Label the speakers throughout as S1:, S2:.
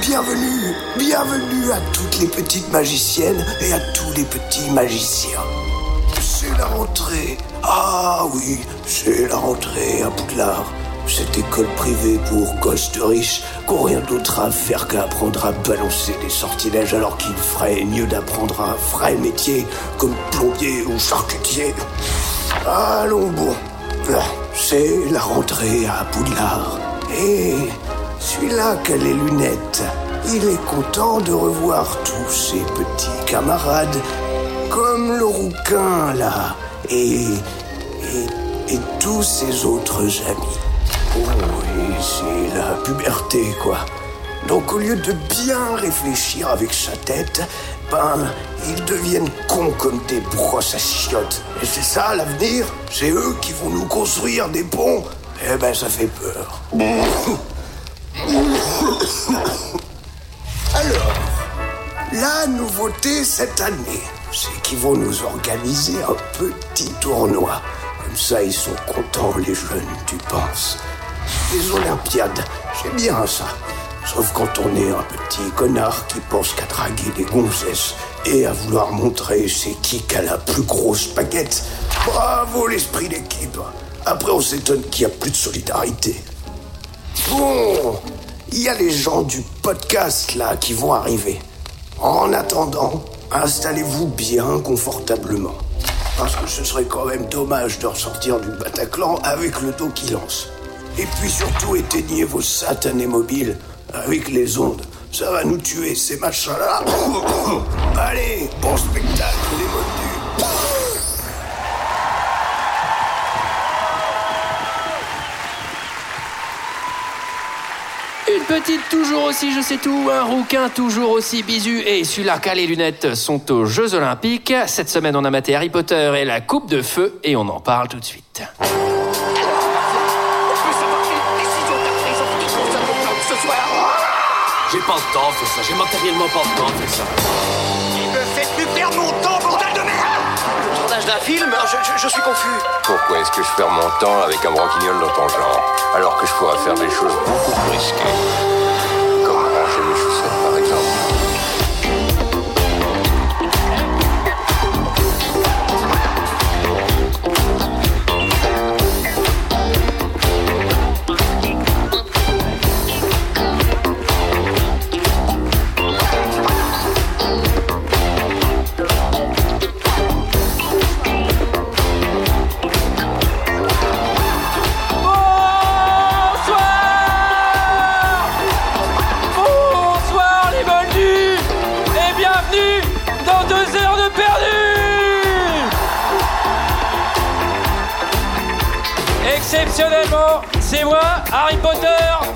S1: Bienvenue, bienvenue à toutes les petites magiciennes et à tous les petits magiciens. C'est la rentrée. Ah oui, c'est la rentrée à Poudlard. Cette école privée pour gosses de riches qu'ont rien d'autre à faire qu'apprendre à balancer des sortilèges alors qu'il ferait mieux d'apprendre un vrai métier comme plombier ou charcutier. Allons bon. C'est la rentrée à Poudlard. Et celui-là qui a les lunettes, il est content de revoir tous ses petits camarades, comme le rouquin là, et, et, et tous ses autres amis. Oh, et c'est la puberté, quoi. Donc au lieu de bien réfléchir avec sa tête, ben, ils deviennent cons comme des brosses à chiottes. Et c'est ça l'avenir C'est eux qui vont nous construire des ponts Eh ben, ça fait peur. Alors, la nouveauté cette année, c'est qu'ils vont nous organiser un petit tournoi. Comme ça, ils sont contents, les jeunes, tu penses Les Olympiades, c'est bien ça. Sauf quand on est un petit connard qui pense qu'à draguer des gonzesses et à vouloir montrer c'est qui qui a la plus grosse baguette. Bravo l'esprit d'équipe. Après, on s'étonne qu'il n'y a plus de solidarité. Bon, il y a les gens du podcast là qui vont arriver. En attendant, installez-vous bien confortablement. Parce que ce serait quand même dommage de ressortir du Bataclan avec le dos qui lance. Et puis surtout, éteignez vos satanés mobiles avec les ondes. Ça va nous tuer, ces machins-là. Allez, bon spectacle, les motus.
S2: Une petite toujours aussi, je sais tout, un rouquin toujours aussi bisu et celui-là qui a les lunettes sont aux Jeux Olympiques. Cette semaine, on a maté Harry Potter et la Coupe de Feu et on en parle tout de suite.
S3: J'ai pas le temps de faire ça, j'ai matériellement pas le temps de faire ça.
S4: Il me fait plus perdre mon temps, bordel de merde
S3: Le tournage d'un film Ah, je, je- je suis confus.
S5: Pourquoi est-ce que je perds mon temps avec un broquignol dans ton genre Alors que je pourrais faire des choses beaucoup plus risquées. Comme ranger mes chaussettes par exemple.
S6: Bonsoir les moldus et bienvenue dans deux heures de perdu Exceptionnellement, c'est moi, Harry Potter,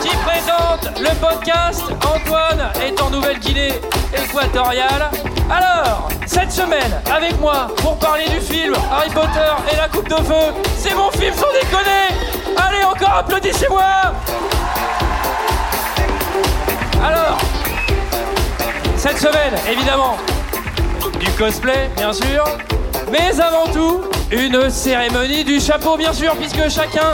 S6: qui présente le podcast Antoine est en Nouvelle-Guinée équatoriale. Alors, cette semaine, avec moi, pour parler du film Harry Potter et la coupe de feu, c'est mon film sans déconner Allez, encore applaudissez-moi alors, cette semaine, évidemment, du cosplay, bien sûr, mais avant tout, une cérémonie du chapeau, bien sûr, puisque chacun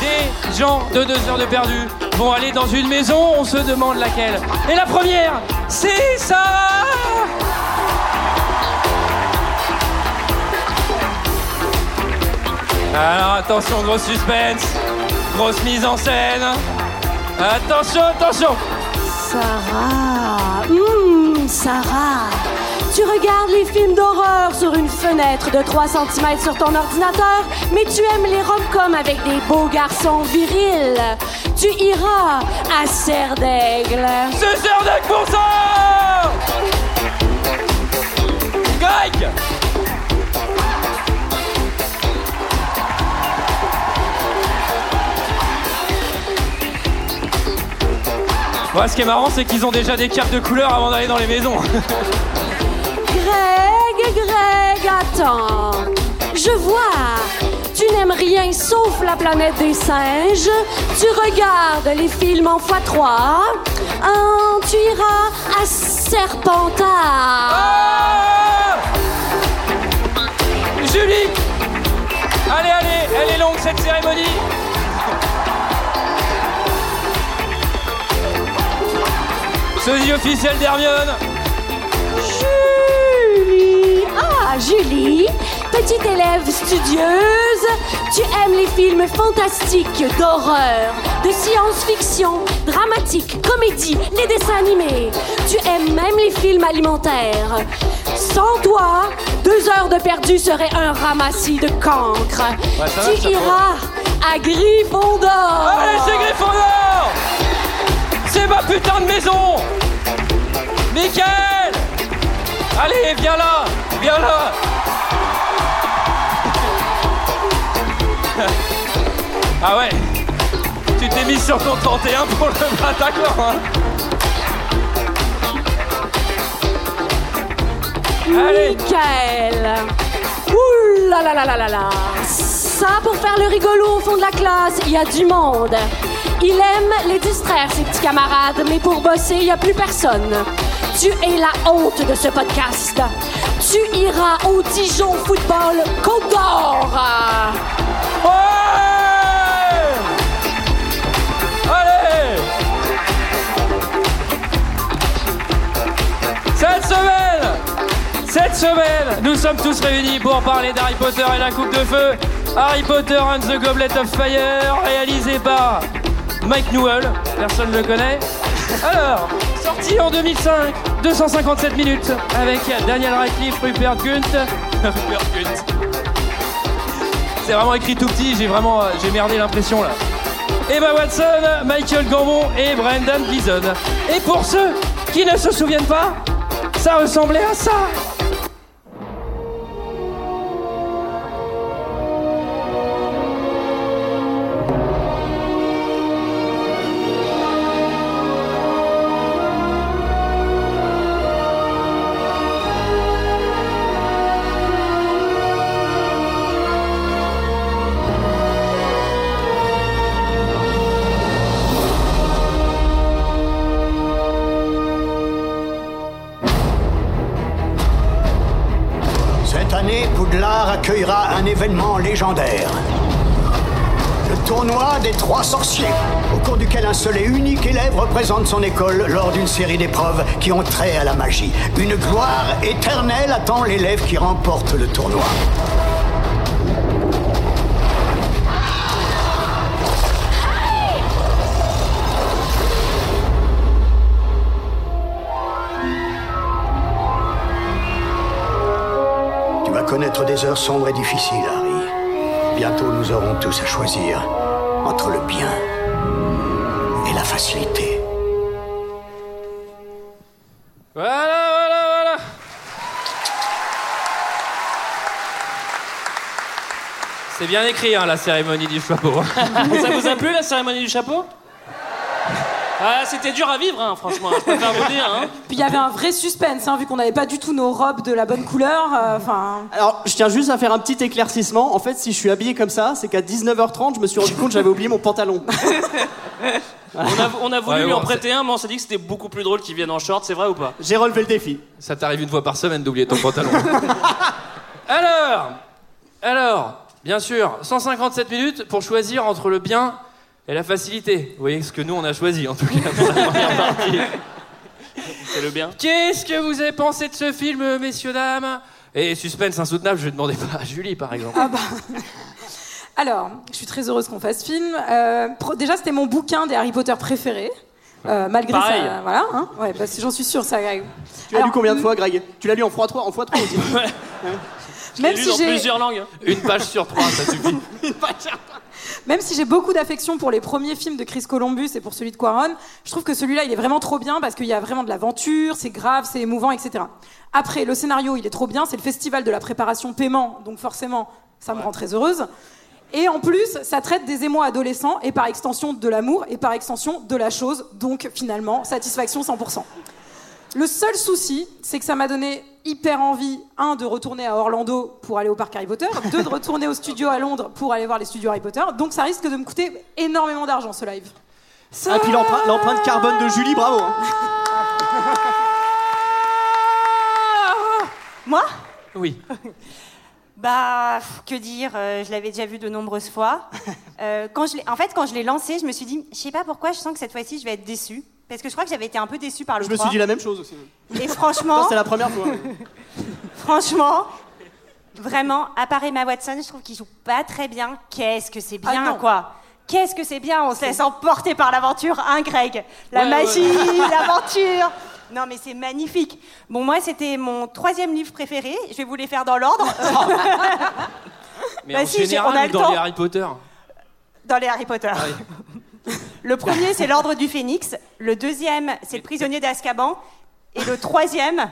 S6: des gens de deux heures de perdu vont aller dans une maison, on se demande laquelle. Et la première, c'est Sarah Alors attention, gros suspense, grosse mise en scène. Attention, attention
S7: Sarah, Hum, Sarah, tu regardes les films d'horreur sur une fenêtre de 3 cm sur ton ordinateur, mais tu aimes les rom-coms avec des beaux garçons virils. Tu iras à Serre d'Aigle.
S6: C'est Serdec pour ça Greg Ouais, ce qui est marrant, c'est qu'ils ont déjà des cartes de couleur avant d'aller dans les maisons.
S7: Greg, Greg, attends. Je vois. Tu n'aimes rien sauf la planète des singes. Tu regardes les films en x3. Hein, tu iras à Serpentard.
S6: Ah Julie Allez, allez, elle est longue cette cérémonie Sosie officielle d'Hermione.
S7: Julie! Ah, Julie! Petite élève studieuse, tu aimes les films fantastiques d'horreur, de science-fiction, dramatique, comédie, les dessins animés. Tu aimes même les films alimentaires. Sans toi, deux heures de perdu seraient un ramassis de cancre.
S6: ça va, Ah,
S7: tu
S6: ça
S7: iras à Gryffondor.
S6: Allez, c'est Gryffondor C'est ma putain de maison Michael Allez, viens là Viens là Ah ouais Tu t'es mis sur ton 31 pour le Bataclan, hein Allez
S7: Michael. Ouh là là là là là là. Ça, pour faire le rigolo au fond de la classe, il y a du monde. Il aime les distraire, ses petits camarades, mais pour bosser, il n'y a plus personne. Tu es la honte de ce podcast. Tu iras au Dijon Football Côte d'Or.
S6: Ouais Allez Cette semaine Cette semaine, nous sommes tous réunis pour parler d'Harry Potter et la coupe de feu. Harry Potter and the Goblet of Fire, réalisé par Mike Newell, personne ne le connaît. Alors, sorti en 2005, 257 minutes, avec Daniel Radcliffe, Rupert Gunt. Rupert Gunt. C'est vraiment écrit tout petit, j'ai vraiment euh, j'ai merdé l'impression là. Emma Watson, Michael Gambon et Brendan Gleeson. Et pour ceux qui ne se souviennent pas, ça ressemblait à ça.
S8: Cette année, Poudlard accueillera un événement légendaire. Le tournoi des trois sorciers, au cours duquel un seul et unique élève représente son école lors d'une série d'épreuves qui ont trait à la magie. Une gloire éternelle attend l'élève qui remporte le tournoi. Tu vas connaître des heures sombres et difficiles, Harry. Bientôt, nous aurons tous à choisir entre le bien et la facilité.
S6: Voilà, voilà, voilà. C'est bien écrit hein, la cérémonie du chapeau.
S9: Ça vous a plu la cérémonie du chapeau ah, c'était dur à vivre, hein, franchement. Je préfère vous dire. Hein.
S10: Puis il y avait un vrai suspense, hein, vu qu'on n'avait pas du tout nos robes de la bonne couleur. euh, Enfin,
S11: Alors, je tiens juste à faire un petit éclaircissement. En fait, si je suis habillé comme ça, c'est qu'à 19h30, je me suis rendu compte que j'avais oublié mon pantalon.
S9: On, a, on a voulu
S6: Ouais,
S9: lui
S6: bon,
S9: en prêter un, mais on s'est dit que c'était beaucoup plus drôle qu'il vienne en short. C'est vrai ou pas
S11: J'ai relevé le défi.
S6: Ça t'arrive une fois par semaine d'oublier ton pantalon. alors, alors, bien sûr, 157 minutes pour choisir entre le bien et la facilité. Vous voyez ce que nous on a choisi en tout cas. pour la première partie.
S9: C'est le bien.
S6: Qu'est-ce que vous avez pensé de ce film, messieurs dames Et suspense insoutenable, je ne demandais pas à Julie par exemple.
S12: Ah
S10: ah
S12: bah,
S10: bah. alors, je suis très heureuse qu'on fasse ce film. Euh, pro- déjà, c'était mon bouquin des Harry Potter préférés. euh, malgré
S9: Pareil.
S10: ça, voilà. hein. Ouais, bah, j'en suis sûre, ça. Greg.
S11: Tu l'as
S10: Alors,
S11: lu combien de fois, Greg Tu l'as lu en x3 En x3 aussi.
S10: Même
S9: Lu
S10: si
S9: dans
S10: j'ai-
S9: plusieurs langues. hein.
S6: Une page sur trois, ça suffit.
S10: Même si j'ai beaucoup d'affection pour les premiers films de Chris Columbus et pour celui de Quaron, je trouve que celui-là, il est vraiment trop bien parce qu'il y a vraiment de l'aventure, c'est grave, c'est émouvant, etc. Après, le scénario, il est trop bien, c'est le festival de la préparation paiement, donc forcément, ça me rend très heureuse. Et en plus, ça traite des émois adolescents et par extension de l'amour et par extension de la chose, donc finalement, satisfaction 100%. Le seul souci, c'est que ça m'a donné hyper envie, un, de retourner à Orlando pour aller au parc Harry Potter, deux, de retourner au studio à Londres pour aller voir les studios Harry Potter. Donc ça risque de me coûter énormément d'argent ce live.
S11: Ah, puis l'empre- l'empreinte carbone de Julie, bravo. hein.
S12: Ah, Moi
S6: Oui.
S12: Bah, pff, que dire, euh, je l'avais déjà vu de nombreuses fois. Euh, quand je l'ai- en fait, quand je l'ai lancé, je me suis dit, je sais pas pourquoi, je sens que cette fois-ci, je vais être déçue. Parce que je crois que j'avais été un peu déçue par le
S11: Je me suis
S12: 3.
S11: dit la même chose aussi.
S12: Et franchement-
S11: Ça, c'est la première fois.
S12: Franchement, vraiment, à part Emma Watson, je trouve qu'il joue pas très bien. Qu'est-ce que c'est bien,
S10: Ah non.
S12: quoi Qu'est-ce que c'est bien On se laisse emporter par l'aventure, hein, Greg La
S10: Ouais,
S12: magie,
S10: ouais.
S12: l'aventure Non, mais c'est magnifique. Bon, moi, c'était mon troisième livre préféré. Je vais vous les faire dans l'ordre.
S6: Mais
S12: Bah
S6: en
S12: si, j'ai-
S6: général,
S12: on a
S6: ou
S12: le
S6: dans
S12: temps.
S6: les Harry Potter.
S12: dans les Harry Potter. Le premier, c'est l'Ordre du Phénix. Le deuxième, c'est le prisonnier d'Azkaban. Et le troisième,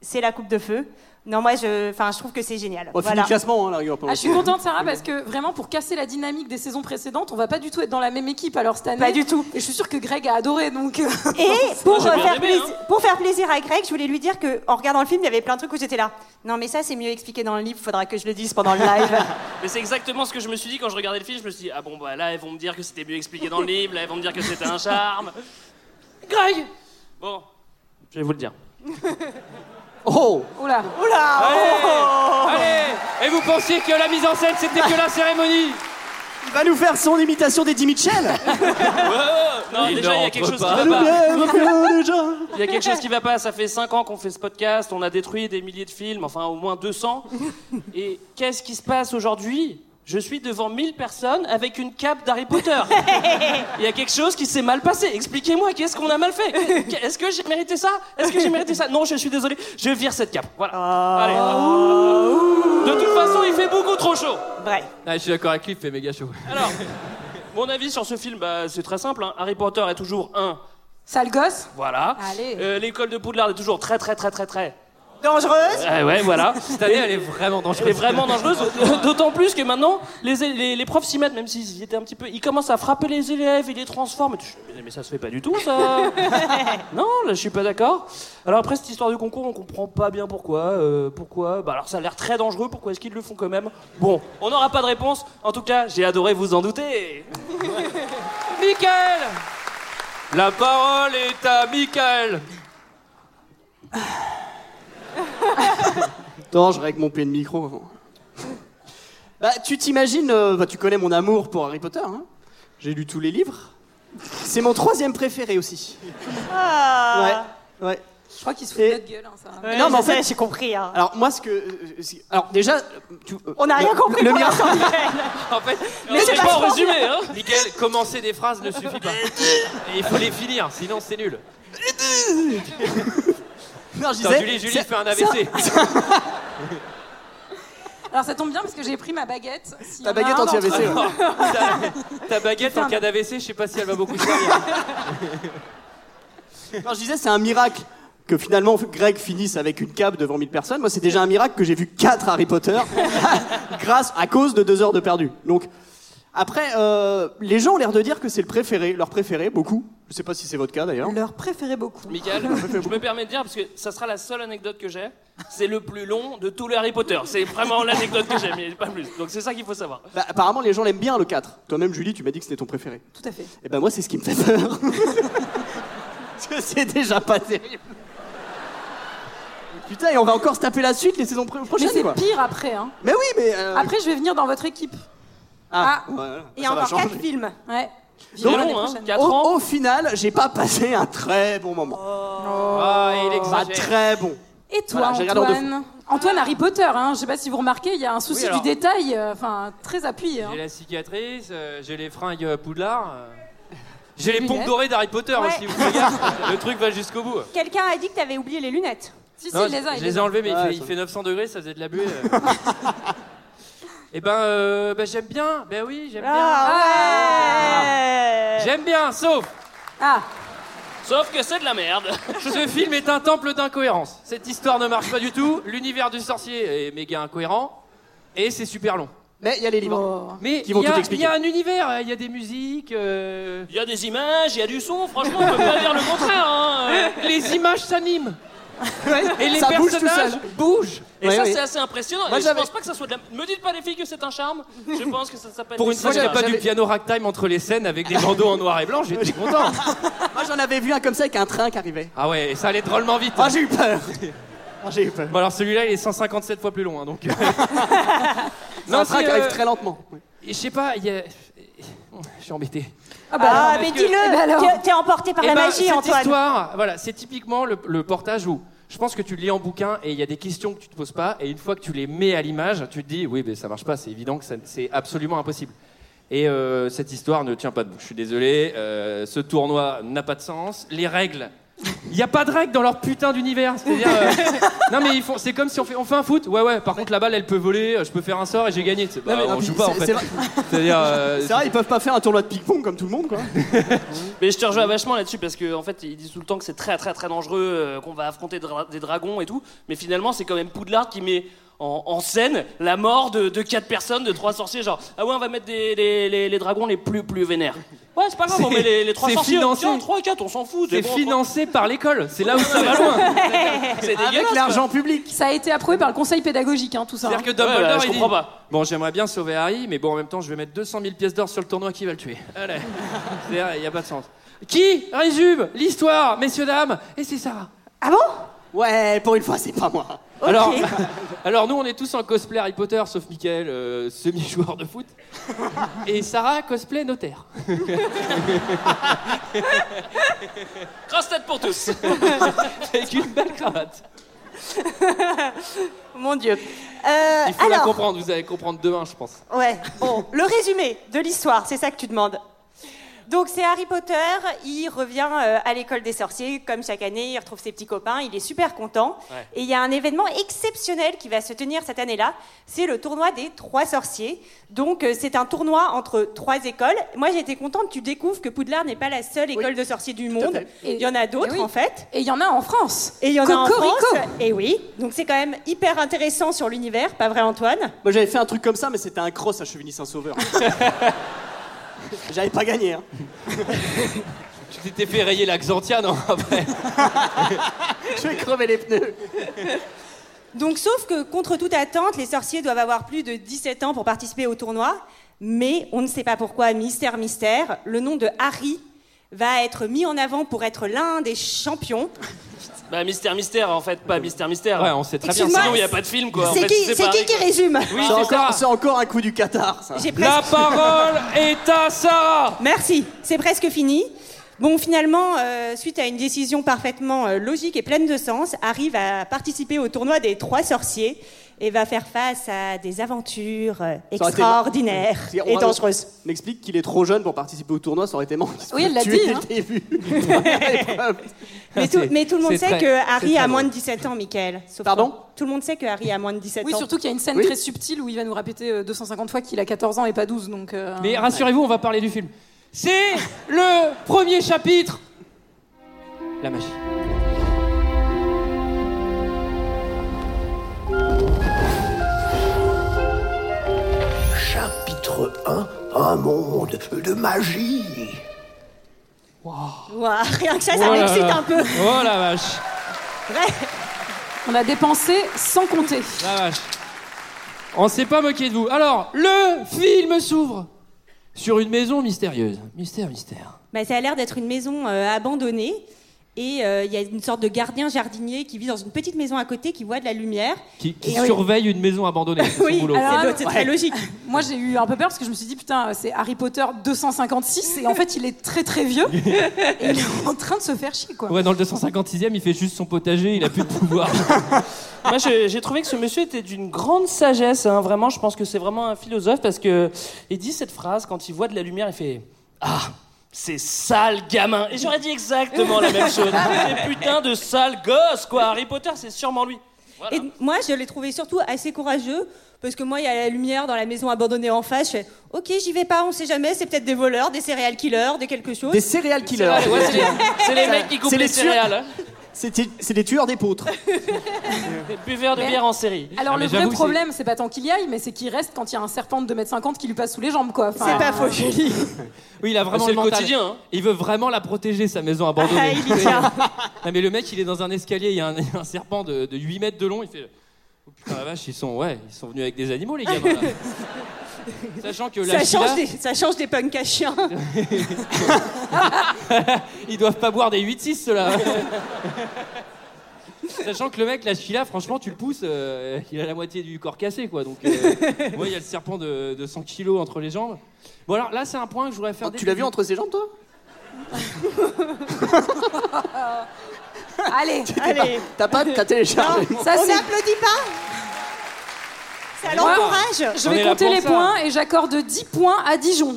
S12: c'est la coupe de feu. Non, moi, je, enfin, je trouve que c'est génial.
S11: On finit
S12: Voilà.
S11: le classement, hein, la rigueur. pour
S10: Ah,
S11: le
S10: je suis
S11: coup.
S10: contente, Sarah, parce que vraiment, pour casser la dynamique des saisons précédentes, on va pas du tout être dans la même équipe alors cette année. Pas du
S12: tout.
S10: Et je suis sûre que Greg a adoré, donc.
S12: Et pour, euh,
S10: hein.
S12: faire plaisi- pour faire plaisir à Greg, je voulais lui dire que en regardant le film, il y avait plein de trucs où j'étais là. Non, mais ça, c'est mieux expliqué dans le livre. Faudra que je le dise pendant le live.
S9: Mais c'est exactement ce que je me suis dit quand je regardais le film. Je me suis dit, ah bon, bah là, elles vont me dire que c'était mieux expliqué dans le livre, là, elles vont me dire que c'était un charme.
S6: Greg
S9: Bon,
S6: Je vais vous le dire.
S11: Oh
S10: Oula
S12: Oula
S6: Allez Allez Et vous pensiez que la mise en scène, c'était que la cérémonie
S11: Il va nous faire son imitation d'Eddie Mitchell
S9: Euh, Non,
S6: Il
S9: déjà, il y a quelque
S6: n'entre
S9: chose
S6: pas.
S9: qui va pas.
S11: Il
S9: Il y a quelque chose qui va pas. Ça fait 5 ans qu'on fait ce podcast, on a détruit des milliers de films, enfin au moins 200. Et qu'est-ce qui se passe aujourd'hui Je suis devant 1000 personnes avec une cape d'Harry Potter. Il y a quelque chose qui s'est mal passé. Expliquez-moi, qu'est-ce qu'on a mal fait Qu'est- Est-ce que j'ai mérité ça Est-ce que j'ai mérité ça Non, je suis désolé, je vire cette cape. Voilà. Allez. De toute façon, il fait beaucoup trop chaud.
S12: Vrai.
S6: Ah, je suis d'accord avec lui, il fait méga chaud.
S9: Alors, mon avis sur ce film, bah, c'est très simple. hein. Harry Potter est toujours un.
S10: Sale gosse
S9: Voilà.
S10: Allez.
S9: Euh, L'école de Poudlard est toujours très, très, très, très, très
S12: Dangereuse
S9: ah ouais, voilà.
S6: Cette année, elle est vraiment dangereuse.
S9: Elle est vraiment dangereuse, d'autant plus que maintenant, les, les, les profs s'y mettent, même s'ils étaient un petit peu. Ils commencent à frapper les élèves, ils les transforment. Mais, mais ça se fait pas du tout, ça Non, là, je suis pas d'accord. Alors après, cette histoire du concours, on comprend pas bien pourquoi. euh, pourquoi Bah alors, ça a l'air très dangereux, pourquoi est-ce qu'ils le font quand même Bon, on n'aura pas de réponse. En tout cas, j'ai adoré vous en douter.
S6: Michael La parole est à Michael
S11: Attends, je règle mon pied de micro avant. Bah, tu t'imagines, euh, bah, tu connais mon amour pour Harry Potter, hein J'ai lu tous les livres. C'est mon troisième préféré aussi. Ouais, ouais.
S10: Ah. Je crois qu'il se fout de notre gueule, hein, Sarah.
S11: Non, mais en
S12: je sais,
S11: fait-
S12: Euh, j'ai compris. hein.
S11: Alors, moi, ce que. euh, c'est- Alors, déjà. euh, tu- euh,
S12: On n'a rien
S11: le-
S12: compris.
S11: Le,
S12: pour
S11: miracle.
S12: l'instant, Michael.
S6: En fait,
S12: Mais c'est
S6: c'est
S12: pas
S6: pas en
S12: fort.
S6: résumé, hein Michael, commencer des phrases ne suffit pas. Et il faut les finir, sinon c'est nul.
S11: Non, je
S6: Attends,
S11: disais,
S6: Julie, Julie
S11: c'est-
S6: fait un AVC.
S10: Alors ça tombe bien parce que j'ai pris ma baguette. S'il y en
S11: Ta
S10: a
S11: baguette
S10: un d'entre
S11: anti-AVC,
S10: eux-
S11: ouais.
S6: Ta- Ta baguette en cas d'AVC, je sais pas si elle va beaucoup servir.
S11: Quand je disais c'est un miracle que finalement Greg finisse avec une cape devant 1000 personnes, moi c'est déjà un miracle que j'ai vu 4 Harry Potter grâce à cause de 2 heures de perdu. Donc après euh, les gens ont l'air de dire que c'est le préféré, leur préféré beaucoup. Je sais pas si c'est votre cas d'ailleurs.
S10: Leur préféré beaucoup.
S9: Michael, je me permets de dire, parce que ça sera la seule anecdote que j'ai, c'est le plus long de tous les Harry Potter. C'est vraiment l'anecdote que j'ai, mais pas plus. Donc c'est ça qu'il faut savoir.
S11: Bah, apparemment les gens l'aiment bien le 4. Toi-même Julie, tu m'as dit que c'était ton préféré.
S10: Tout à fait.
S11: Et ben moi c'est ce qui me fait peur. Parce que c'est déjà pas terrible. Putain, et on va encore se taper la suite les saisons pro-
S10: Mais
S11: prochaines
S10: c'est
S11: quoi.
S10: pire après. Hein.
S11: Mais oui, mais euh,
S10: Après, je vais venir dans votre équipe.
S11: ah,
S10: ah.
S11: voilà,
S12: Et
S11: ça va
S12: encore
S11: changer.
S12: quatre films.
S10: Ouais.
S9: C'est
S10: Viens l'année
S9: long, hein
S10: prochaine.
S9: 4 ans.
S11: Au, au final, j'ai pas passé un très bon moment.
S6: Ah, il
S11: Pas
S6: exagère.
S11: très bon.
S10: Oh. Et toi,
S11: Voilà, j'ai regardé en deux
S10: Antoine Antoine Harry Potter, hein, je sais pas si vous remarquez, il y a un souci
S6: Oui, alors.
S10: du détail, euh, enfin très appuyé. hein.
S6: J'ai la cicatrice, euh, j'ai les fringues euh, Poudlard. euh. J'ai les
S10: Lunettes.
S6: pompes dorées d'Harry Potter
S12: Ouais.
S6: aussi, vous regardez. Le truc va jusqu'au bout.
S12: Quelqu'un a dit que t'avais oublié les lunettes. Ah,
S10: Si, si,
S6: Non,
S10: il les a, il
S6: je
S10: les
S6: les
S10: a.
S6: ai enlevés, mais il
S11: Ouais,
S6: fait- il,
S11: ça-
S6: fait, 900 degrés, ça faisait de la buée. euh. Eh ben, euh, ben, j'aime bien. Ben oui, j'aime bien.
S12: Ah ouais
S6: J'aime bien, sauf
S10: Ah,
S9: Sauf que c'est de la merde.
S6: ce film est un temple d'incohérence. Cette histoire ne marche pas du tout. L'univers du sorcier est méga incohérent. Et c'est super long.
S11: Mais il y a les livres.
S10: Oh.
S6: Mais
S11: Qui
S6: il
S11: vont
S6: y, a-
S11: tout expliquer.
S6: il y a un univers, il y a des musiques. euh,
S9: Il y a des images, il y a du son, franchement, on peut pas dire le contraire. hein.
S6: Les images s'animent. Et les
S11: Ça bouge tout
S6: personnages
S11: seul.
S6: bougent.
S9: Et
S11: Ouais,
S9: ça,
S11: ouais.
S9: c'est assez impressionnant.
S11: Moi,
S9: Et je
S11: j'avais-
S9: pense pas que ça soit de la. Me dites pas, les filles, que c'est un charme. Je pense que ça s'appelle.
S6: Pour
S9: des
S6: une fois,
S9: images.
S6: j'avais pas du
S11: j'avais-
S6: piano ragtime entre les scènes avec des bandeaux en noir et blanc, j'étais content.
S11: Moi, j'en avais vu un comme ça avec un train qui arrivait.
S6: Ah ouais, ça allait drôlement vite.
S11: Ah, j'ai eu peur. Ah, j'ai eu peur.
S6: Bon alors celui-là il est 157 fois plus long hein, donc.
S11: C'est un
S6: non
S11: train
S6: c'est,
S11: qui arrive
S6: euh,
S11: très lentement. Oui.
S6: je sais pas, il y a- je suis embêté.
S12: Ah, bah
S6: Ah,
S12: mais
S6: parce que-
S12: dis-le,
S6: Eh ben alors.
S12: t'es- t'es emporté par
S6: Eh
S12: la
S6: ben,
S12: magie,
S6: cette
S12: Antoine.
S6: histoire, voilà, c'est typiquement le, le portage où je pense que tu lis en bouquin et il y a des questions que tu te poses pas et une fois que tu les mets à l'image, tu te dis oui, mais ça marche pas, c'est évident que ça- c'est absolument impossible. Et euh, cette histoire ne tient pas debout. Je suis désolé, euh, ce tournoi n'a pas de sens. Les règles, il n'y a pas de règles dans leur putain d'univers. C'est-à-dire, euh, non mais ils font- c'est comme si on fait, on fait un foot. Ouais ouais. Par contre la balle, elle peut voler. euh, Je peux faire un sort et j'ai gagné. C'est- bah,
S11: Non, mais-
S6: on joue pas en
S11: c'est-
S6: fait.
S11: c'est vrai.
S9: Ah,
S6: C'est-à-dire, euh,
S11: C'est vrai, ils peuvent pas faire un tournoi de ping-pong comme tout le monde, quoi.
S9: Mais je te rejoins vachement là-dessus parce qu'en en fait, ils disent tout le temps que c'est très très très dangereux, euh, qu'on va affronter dra- des dragons et tout. Mais finalement, c'est quand même Poudlard qui met en, en scène la mort de, de quatre personnes, de trois sorciers. Genre, ah ouais, on va mettre des- les, les- les dragons les plus plus vénères. Ouais, c'est pas grave, on
S6: C'est-
S9: met les, les trois
S6: c'est
S9: sorciers.
S6: financé.
S9: Tiens, trois, quatre, on s'en fout.
S6: c'est
S9: bon,
S6: financé par l'école. C'est là où ça va loin.
S9: C'est dégueulasse,
S10: Avec
S9: l'argent
S11: public.
S10: Ah, Ça a été approuvé par le conseil pédagogique, hein, tout ça.
S6: C'est-à-dire que
S10: hein.
S6: Dumbledore,
S9: voilà, je
S6: il dit,
S9: comprends pas.
S6: Bon, j'aimerais bien sauver Harry, mais bon, en même temps, je vais mettre 200 000 pièces d'or sur le tournoi qui va le tuer. Allez. C'est-à-dire, il n'y a pas de sens. Qui résume l'histoire, messieurs, dames Et c'est Sarah.
S12: Ah bon
S11: Ouais, pour une fois, c'est pas moi.
S6: Alors, alors, nous, on est tous en cosplay Harry Potter, sauf Michael, euh, semi-joueur de foot. Et Sarah, cosplay notaire.
S9: Grosse tête pour tous.
S6: Avec une belle cravate.
S12: Oh, Mon Dieu. Euh,
S6: Il faut la
S12: alors,
S6: comprendre, vous allez comprendre demain, je pense.
S12: ouais, bon, le résumé de l'histoire, c'est ça que tu demandes. Donc c'est Harry Potter, il revient euh, à l'école des sorciers, comme chaque année, il retrouve ses petits copains, il est super content.
S9: Ouais.
S12: Et il y a un événement exceptionnel qui va se tenir cette année-là, c'est le tournoi des trois sorciers. Donc euh, c'est un tournoi entre trois écoles. Moi j'ai été contente, tu découvres que Poudlard n'est pas la seule école de sorciers du monde.
S11: fait.
S12: Il y en a d'autres
S10: Et oui.
S12: en fait.
S10: Et il y en a en France.
S12: Et il y en a en
S10: Cocorico.
S12: France. Et oui, donc c'est quand même hyper intéressant sur l'univers, pas vrai Antoine
S11: Moi, j'avais fait un truc comme ça, mais c'était un cross à Chevigny-Saint-Sauveur. j'avais pas gagné, hein.
S6: Tu t'étais fait rayer la Xantia, non Après.
S11: Je vais crever les pneus.
S12: Donc, sauf que contre toute attente, les sorciers doivent avoir plus de 17 ans pour participer au tournoi. Mais on ne sait pas pourquoi, mystère, mystère, le nom de Harry va être mis en avant pour être l'un des champions.
S9: Bah, mystère, mystère, en fait, pas mystère, mystère.
S6: Ouais, on sait très bien.
S12: Excuse-moi.
S9: Sinon, il n'y a pas de film, quoi. En
S12: C'est
S9: fait,
S12: qui, c'est
S9: pas-
S12: qui qui résume
S6: Oui,
S11: C'est
S6: c'est
S11: encore,
S6: Sarah.
S11: c'est encore un coup du Qatar, ça.
S12: J'ai
S6: La
S12: presque-
S6: parole est à Sarah.
S12: Merci, c'est presque fini. Bon, finalement, euh, suite à une décision parfaitement euh, logique et pleine de sens, Harry va participer au tournoi des trois sorciers et va faire face à des aventures
S11: Ça
S12: euh,
S11: aurait été-
S12: extraordinaires
S11: C'est-à-dire, on
S12: et
S11: va-
S12: dangereuses.
S11: On explique qu'il est trop jeune pour participer au tournoi, ça aurait été mort. Il se
S10: Oui,
S11: fait
S10: elle l'a
S11: tuer
S10: dit,
S11: dès
S10: hein.
S11: le début. Première épreuve.
S12: Mais tout,
S6: C'est-
S12: mais tout le monde
S6: c'est
S12: sait
S6: très-
S12: que
S6: c'est
S12: Harry
S6: très
S12: a moins
S6: drôle.
S12: de 17 ans, Michael. Sauf
S11: Pardon
S12: que Tout le monde sait que Harry a moins de 17
S10: Oui,
S12: ans.
S10: surtout qu'il y a une scène
S11: Oui.
S10: très subtile où il va nous répéter euh, 250 fois qu'il a 14 ans et pas 12. Donc, euh,
S6: Mais rassurez-vous, on va parler du film. C'est le premier chapitre. La magie.
S1: Chapitre 1 Un monde de magie.
S12: Ouah, rien que ça, ça
S6: Oh là
S12: m'excite
S6: là.
S12: un peu.
S6: Oh la vache,
S12: Ouais.
S10: on a dépensé sans compter.
S6: la vache. On s'est pas moqué de vous. Alors, le film s'ouvre sur une maison mystérieuse. Mystère, mystère.
S12: Bah, ça a l'air d'être une maison euh, abandonnée. Et euh, il y a une sorte de gardien jardinier qui vit dans une petite maison à côté, qui voit de la lumière.
S6: Qui, qui
S12: Et oui.
S6: surveille une maison abandonnée. c'est son
S12: Oui,
S6: boulot.
S10: alors-
S12: c'est
S10: Ah,
S12: lo- c'est très
S11: ouais.
S12: logique.
S10: Moi, j'ai eu un peu peur parce que je me suis dit, putain, euh, c'est Harry Potter 256 et en fait, il est très très vieux et il est en train de se faire chier, quoi.
S6: Ouais, dans le 256e, il fait juste son potager, il a plus de pouvoir.
S9: Moi, je- j'ai trouvé que ce monsieur était d'une grande sagesse. hein. Vraiment, je pense que c'est vraiment un philosophe parce que il dit cette phrase quand il voit de la lumière, il fait Ah, c'est sale gamin. Et j'aurais dit exactement la même chose. C'est putain de sale gosse, quoi. Harry Potter, c'est sûrement lui. Voilà.
S12: Et moi, je l'ai trouvé surtout assez courageux. Parce que moi, il y a la lumière dans la maison abandonnée en face. Je fais Ok, j'y vais pas, on sait jamais. C'est peut-être des voleurs, des serial killers, des quelque chose.
S11: Des céréales killers.
S9: Ouais, c'est les, c'est les mecs qui coupent
S11: C'est
S9: les,
S11: les sûr-
S9: céréales. hein.
S11: C'était- C'est des tueurs d'épôtres.
S9: Des buveurs de bière en série.
S10: Alors,
S6: Ah, mais
S10: le vrai
S6: j'avoue, c'est-
S10: problème, c'est pas tant qu'il y aille, mais c'est qu'il reste quand il y a un serpent de 2m50 qui lui passe sous les jambes, quoi. Enfin,
S12: C'est pas faux, Julie.
S6: Oui, il a vraiment
S9: C'est
S6: le
S9: le
S6: mental.
S9: quotidien, hein.
S6: Il veut vraiment la protéger, sa maison abandonnée.
S12: Ah, il y tient.
S6: Non, mais le mec, il est dans un escalier, il y a un, il y a un serpent de, de 8 mètres de long, il fait. Oh putain, la vache, ils sont, ouais, ils sont venus avec des animaux, les gamins. là. Sachant que la
S12: Ça change,
S6: Sheila,
S12: des, ça change des punks à chiens.
S6: ils doivent pas boire des 8-6, ceux-là. Sachant que le mec, la Sheila, franchement, tu le pousses, euh, il a la moitié du corps cassé, quoi. Donc, euh, ouais, il y a le serpent de, de 100 kilos entre les jambes. Bon, alors là, c'est un point que je voudrais faire.
S11: Oh, tu l'as vu entre ses jambes, toi
S10: Allez,
S12: Allez.
S11: T'as pas t'as téléchargé
S12: Non,
S11: mon-
S10: ça
S12: on
S10: c'est.
S12: n'applaudit pas Ça l'encourage
S10: Je
S6: On est
S10: vais
S6: là
S10: compter
S6: pour
S10: les
S6: ça.
S10: points et j'accorde 10 points à Dijon.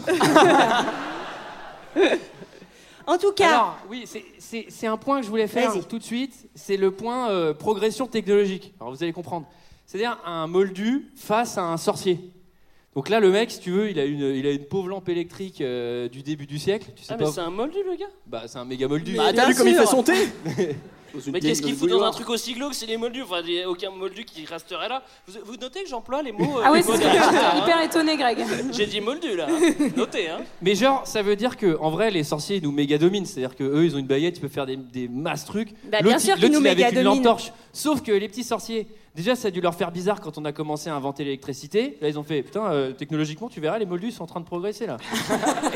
S12: En tout cas,
S6: Alors, oui, c'est- c'est c'est un point que je voulais faire
S12: Vas-y.
S6: tout de suite. C'est le point euh, progression technologique. Alors, vous allez comprendre. C'est-à-dire un moldu face à un sorcier. Donc là, le mec, si tu veux, il a une, il a une pauvre lampe électrique euh, du début du siècle. Tu sais
S9: Ah, mais
S6: pas.
S9: c'est un moldu, le gars
S6: Bah, c'est un méga moldu.
S11: Bah, t'as
S9: bien
S11: vu comme il
S9: sûr.
S11: fait son thé
S9: Mais qu'est-ce qu'il fout dans un truc aussi glauque C'est les moldus. Enfin, il n'y a aucun moldu qui resterait là. Vous, vous notez que j'emploie les mots. euh,
S10: Ah ouais,
S9: les
S10: c'est
S9: mots
S10: ce que
S9: derrière,
S10: j'étais
S9: hein.
S10: hyper étonné, Greg.
S9: J'ai dit moldu là. Notez, hein.
S6: Mais genre, ça veut dire que en vrai, les sorciers ils nous méga dominent. C'est-à-dire que eux, ils ont une baguette, ils peuvent faire des, des masses trucs.
S12: Bah,
S6: L'autre,
S12: bien
S6: il-
S12: sûr qu'ils
S6: l'autre,
S12: nous
S6: il est avec une
S12: méga-dominent.
S6: lampe torche. Sauf que les petits sorciers, déjà, ça a dû leur faire bizarre quand on a commencé à inventer l'électricité. Là, ils ont fait putain, euh, technologiquement, tu verras, les Moldus sont en train de progresser là.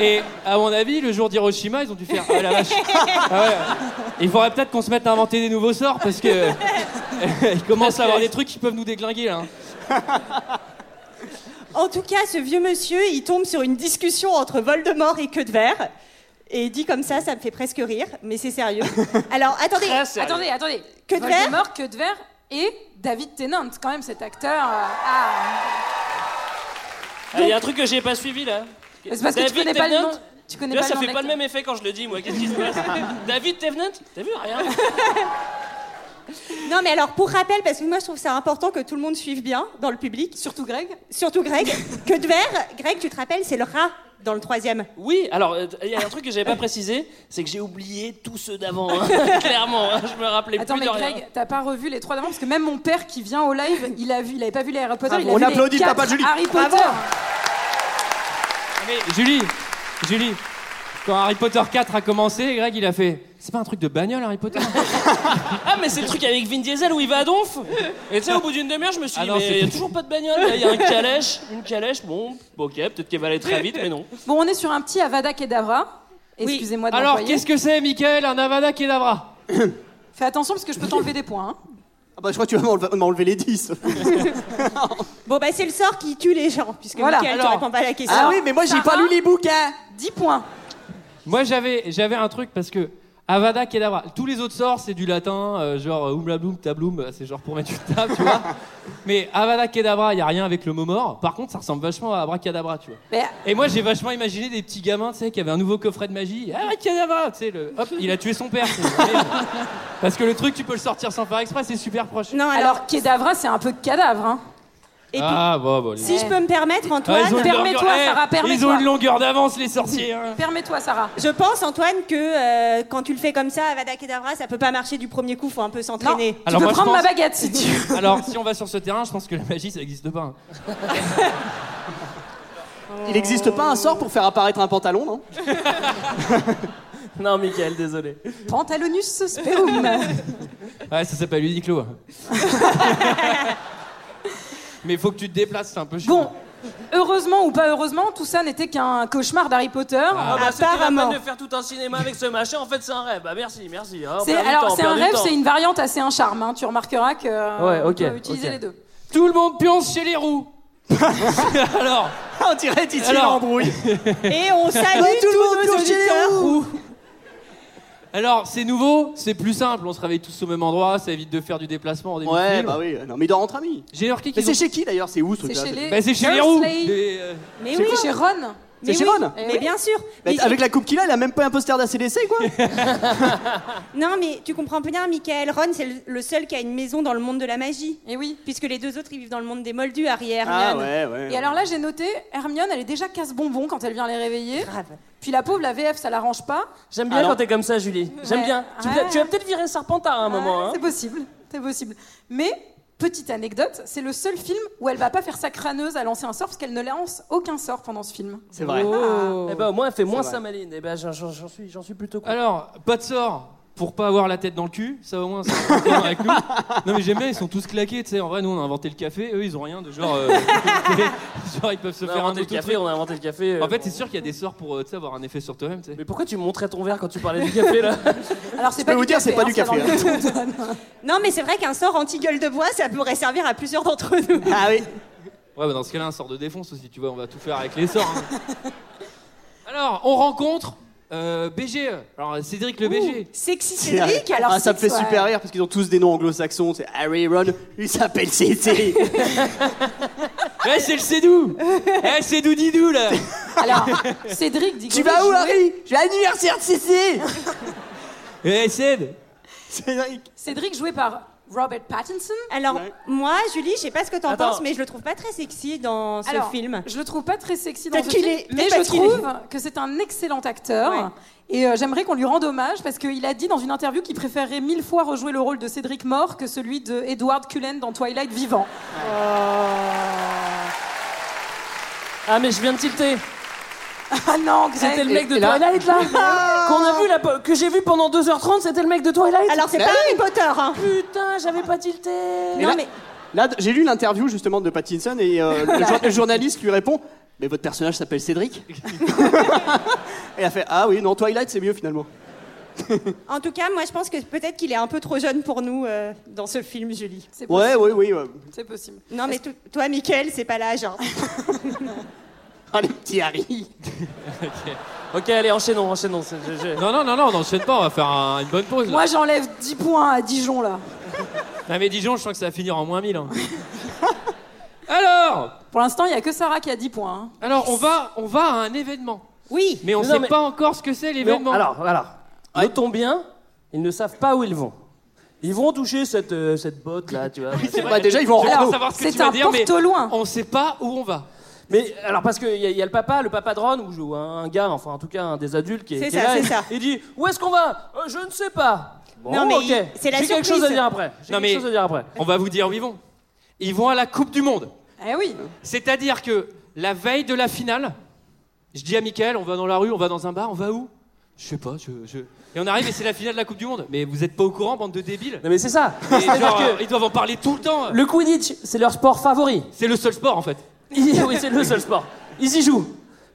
S6: Et à mon avis, le jour d'Hiroshima, ils ont dû faire ah la vache. Ah ouais. Il faudrait peut-être qu'on se mette à inventer des nouveaux sorts parce que ils commencent à avoir des trucs qui peuvent nous déglinguer là. hein.
S12: en tout cas, ce vieux monsieur, il tombe sur une discussion entre Voldemort et Queue de Verre. Et il dit comme ça, ça me fait presque rire, mais c'est sérieux. Alors, attendez,
S9: Très sérieux.
S10: Attendez, attendez.
S12: Que de verre
S10: Voldemort, que de verre et David Tennant, quand même, cet acteur. euh, ah.
S9: Ah, Il y a un truc que j'ai pas suivi là.
S10: C'est parce que tu
S9: David
S10: connais pas le nom.
S9: Tennant
S10: Tu connais
S9: Là,
S10: pas
S9: ça
S10: le nom
S9: fait
S10: de
S9: pas le
S10: l'acteur.
S9: même effet quand je le dis, moi. Qu'est-ce qui se passe David Tennant T'as vu rien
S12: Non, mais alors, pour rappel, parce que moi, je trouve ça important que tout le monde suive bien dans le public,
S10: Surtout Greg.
S12: surtout Greg. Que de verre, Greg, tu te rappelles, c'est le rat dans le troisième.
S9: Oui, alors, euh, il y a un truc que j'avais pas précisé, c'est que j'ai oublié tous ceux d'avant. hein. Clairement, hein, je me rappelais
S10: Attends, mais
S9: plus de rien.
S10: Greg, t'as pas revu les trois d'avant Parce que même mon père qui vient au live, il, a vu, il avait pas vu les Harry Potter. il a
S11: Ah On
S10: vu les
S11: applaudit le
S10: quatre
S11: papa de Julie.
S6: Ah
S10: Harry Potter.
S12: Bravo.
S6: Mais Julie, Julie, quand Harry Potter 4 a commencé, Greg il a fait C'est pas un truc de bagnole Harry Potter
S9: Ah, mais c'est le truc avec Vin Diesel où il va à Donf Et tu sais, au bout d'une demi-heure, je me suis
S6: Ah
S9: dit,
S6: non,
S9: mais
S6: c'est-
S9: il y a toujours pas de bagnole, là, il y a un calèche, une calèche, bon, bon, ok, peut-être qu'elle va aller très vite, mais non.
S10: Bon, on est sur un petit Avada Kedavra. Excusez-moi de
S6: Alors
S10: l'employer.
S6: qu'est-ce que c'est, Michael Un Avada Kedavra
S10: Fais attention parce que je peux t'enlever des points. hein.
S11: Ah bah je crois que tu vas m'enlever m'enlever les 10.
S12: Bon, bah, c'est le sort qui tue les gens, puisque
S10: Voilà.
S12: Michael, tu
S6: Alors.
S12: réponds pas à la question.
S11: Ah oui, mais moi j'ai
S10: Sarah
S11: pas lu hein. les bouquins.
S10: 10 points.
S6: Moi j'avais, j'avais un truc parce que Avada Kedavra, tous les autres sorts c'est du latin, euh, genre euh, oumla bloum, tabloum, euh, c'est genre pour mettre une table, tu vois. Mais Avada Kedavra, y a rien avec le mot mort. Par contre, ça ressemble vachement à Abracadabra, tu vois.
S10: Mais
S6: Et moi j'ai vachement imaginé des petits gamins, tu sais, qui avaient un nouveau coffret de magie. Ah, cadavre Tu sais, le... hop, il a tué son père. c'est- Merde. Parce que le truc, tu peux le sortir sans faire exprès, c'est super proche.
S12: Non, alors,
S10: alors, Kedavra, c'est c'est un peu cadavre. Hein. Eh.
S12: et puis,
S6: Ah, bon, bon. les-
S12: si je peux me permettre,
S6: Ah,
S12: Antoine.
S6: ils ont une
S10: Permets-toi,
S6: longueur- eh,
S10: Sarah,
S6: Ils ont
S10: permets-toi.
S6: une longueur d'avance, les sorciers. hein.
S10: Permets-toi, Sarah.
S12: Je pense, Antoine, que euh, quand tu le fais comme ça, Avada Kedavra, ça peut pas marcher du premier coup, faut un peu
S10: Non,
S12: s'entraîner.
S10: tu
S6: Alors,
S10: peux
S6: moi, je
S10: prendre ma
S6: pense-
S10: baguette si tu veux.
S6: Alors, si on va sur ce terrain, je pense que la magie, ça n'existe pas. hein.
S11: Il n'existe pas un sort pour faire apparaître un pantalon, non
S9: Non, Michael, désolé.
S10: Pantalonus speum.
S6: Ouais, ça s'appelle Uniqlo. hein. Mais faut que tu te déplaces, c'est un peu chiant.
S10: Bon, heureusement ou pas heureusement, tout ça n'était qu'un cauchemar d'Harry Potter.
S9: Ah, bah, c'était la
S12: Apparemment.
S9: peine de faire tout un cinéma avec ce machin, en fait, c'est un rêve. Bah, merci, merci. hein, on
S10: C'est,
S9: perd du
S10: alors,
S9: temps, on
S10: c'est
S9: perd
S10: un
S9: du
S10: rêve,
S9: temps.
S10: c'est une variante assez un charme. hein. Tu remarqueras que euh,
S6: Ouais, ok,
S10: on peut utiliser
S6: ok.
S10: les
S9: Ah,
S10: deux.
S6: Tout le monde pionce chez les roues. Alors,
S11: On dirait Titi
S6: Alors.
S11: l'embrouille.
S12: Et on salue tous nos auditeurs.
S6: alors c'est nouveau, c'est plus simple. On se réveille tous au même endroit, ça évite de faire du déplacement en début de
S11: Ouais,
S6: film.
S11: bah oui, non mais il dort entre amis.
S6: J'ai remarqué
S11: Mais
S6: qu'ils ont...
S11: c'est chez qui d'ailleurs C'est où ce
S10: C'est
S11: truc-là
S10: chez les.
S6: Bah, c'est chez les roues.
S10: Dursley.
S6: Les, euh,
S12: Mais oui,
S10: C'est chez Ron.
S12: mais,
S11: chez
S12: oui.
S11: Ron.
S12: mais
S10: Eh oui.
S12: bien sûr.
S11: Mais
S12: Mais-
S11: avec la coupe qu'il a, il a même pas un poster d'ACDC quoi
S12: Non, mais tu comprends bien, Michael. Ron, c'est le- le seul qui a une maison dans le monde de la magie.
S10: Et Eh oui.
S12: Puisque les deux autres, ils vivent dans le monde des moldus, Harry et
S11: Ah
S12: Hermione.
S11: ouais, ouais.
S10: Et alors là, j'ai noté, Hermione, elle est déjà casse-bonbon quand elle vient les réveiller.
S12: Grave.
S10: Puis la pauvre, la VF, ça l'arrange pas.
S9: J'aime bien
S11: Alors.
S9: quand t'es comme ça, Julie. J'aime
S10: Ouais.
S9: bien. Tu,
S10: Ouais.
S9: tu vas peut-être virer Serpentard à un moment.
S10: Ouais,
S9: hein.
S10: C'est possible, c'est possible. Mais petite anecdote, c'est le seul film où elle va pas faire sa crâneuse à lancer un sort parce qu'elle ne lance aucun sort pendant ce film.
S11: C'est vrai.
S6: Oh.
S11: Ah.
S9: Eh ben, au moins, elle fait moins
S11: vrai.
S9: sa maline. Eh ben, j'en j'en- j'en suis, j'en suis plutôt content.
S6: Alors, pas de sort, pour pas avoir la tête dans le cul, ça au moins c'est un peu avec nous. Non mais j'aime bien, ils sont tous claqués, tu sais, en vrai nous on a inventé le café, eux ils ont rien de genre euh, genre ils peuvent se
S9: On a
S6: faire un
S9: inventé le
S6: autre
S9: café,
S6: truc.
S9: on a inventé le café, euh,
S6: En fait, c'est
S9: bon.
S6: sûr qu'il y a des sorts pour euh, tu sais, avoir un effet sur toi-même, tu sais.
S9: Mais pourquoi tu montrais ton verre quand tu parlais du café là
S10: Alors
S6: Je peux vous dire, c'est pas du café, hein.
S12: non, mais c'est vrai qu'un sort anti-gueule de bois, ça pourrait servir à plusieurs d'entre nous.
S11: Ah oui.
S6: Ouais, mais dans ce cas-là, un sort de défonce aussi, tu vois, on va tout faire avec les sorts. hein. Alors, on rencontre euh, BG. Alors, Cédric le E. BG.
S12: Sexy
S11: ah, ça me fait super rire parce qu'ils ont tous des noms anglo-saxons. C'est Harry Ron, il s'appelle CC.
S6: Eh, c'est le Cédou Eh, Cédou Didou là
S10: Alors, Cédric dit
S11: Tu vas où, Harry J'ai l'anniversaire de CC
S6: Eh, Céd
S11: Cédric.
S10: Cédric joué par Robert Pattinson.
S12: Alors, moi, Julie, je sais pas ce que t'en
S10: Attends.
S12: penses, mais je le trouve pas très sexy dans ce
S10: Alors,
S12: film.
S10: Je le trouve pas très sexy dans
S12: Peut-être
S10: ce
S12: qu'il
S10: film,
S12: est-
S10: mais
S12: peut-être pas
S10: je
S12: qu'il est.
S10: trouve que c'est un excellent acteur. Et euh, j'aimerais qu'on lui rende hommage parce qu'il a dit dans une interview qu'il préférerait mille fois rejouer le rôle de Cédric mort que celui de Edward Cullen dans Twilight vivant.
S9: Ah mais je viens de tilter
S10: Ah non, Greg.
S9: C'était le mec de
S10: Et là- Ah.
S9: Twilight là Qu'on a vu là, que j'ai vu pendant 2h30, c'était le mec de Twilight
S12: Alors, c'est pas Harry Potter, hein.
S9: Putain, j'avais pas tilté
S11: Et là, là, j'ai lu l'interview justement de Pattinson et euh, le, jour- le journaliste lui répond Mais votre personnage s'appelle Cédric Et elle fait Ah oui, non, Twilight c'est mieux finalement.
S12: En tout cas, moi, je pense que peut-être qu'il est un peu trop jeune pour nous euh, dans ce film, Julie.
S11: Ouais, oui, oui. ouais.
S10: C'est possible.
S12: Non, mais to- toi, Mickaël, c'est pas l'âge. hein.
S11: Ah, les petits Harry
S9: Ok, allez, enchaînons, enchaînons. c'est- je- je-
S6: Non, non, non, non, on enchaîne pas, on va faire un- une bonne pause. là.
S10: Moi, j'enlève 10 points à Dijon là.
S6: Non, mais Dijon, je sens que ça va finir en moins 1000. hein. Alors,
S10: Pour l'instant, il y a que Sarah qui a 10 points. hein.
S6: alors on, va, on va à un événement.
S12: Oui.
S6: Mais on
S9: Non,
S6: sait
S9: mais-
S6: pas encore ce que c'est
S9: Mais on-
S6: l'événement.
S9: alors, alors, notons bien, ils ne savent pas où ils vont. Ils vont toucher cette, euh, cette botte là, tu vois.
S11: Bah, déjà, ils vont
S6: Je veux
S11: en
S6: pas
S11: rando.
S6: savoir ce que
S10: C'est
S6: tu vas
S10: un
S6: dire, mais
S10: porte au loin.
S6: on sait pas où on va.
S9: Mais alors parce qu'il y, a- il y a le papa, le papa de Ron, ou je- ou un, un gars, enfin en tout cas un des adultes qui est,
S12: C'est
S9: qui est
S12: ça,
S9: là,
S12: c'est
S9: il-
S12: ça.
S9: Il dit où est-ce qu'on va Euh, Je ne sais pas. Bon,
S12: Non, mais
S9: ok.
S12: il- c'est la
S9: J'ai quelque
S12: surprise.
S9: chose à dire après. J'ai
S6: Non,
S9: quelque
S6: mais-
S9: chose à dire après.
S6: On va vous dire où ils vont. Ils vont à la Coupe du Monde.
S12: Ah
S10: Eh oui.
S6: C'est-à-dire que la veille de la finale, je dis à Mickaël, on va dans la rue, on va dans un bar, on va où Je sais pas, je, je- Et on arrive et c'est la finale de la Coupe du Monde. Mais vous êtes pas au courant, bande de débiles
S9: Non mais c'est ça.
S6: Et
S9: C'est-à-dire
S6: genre,
S9: que
S6: euh, Ils doivent en parler tout le temps.
S9: le Quidditch, c'est leur sport favori.
S6: C'est le seul sport en fait.
S9: Ils- oui, c'est le seul sport. Ils y jouent.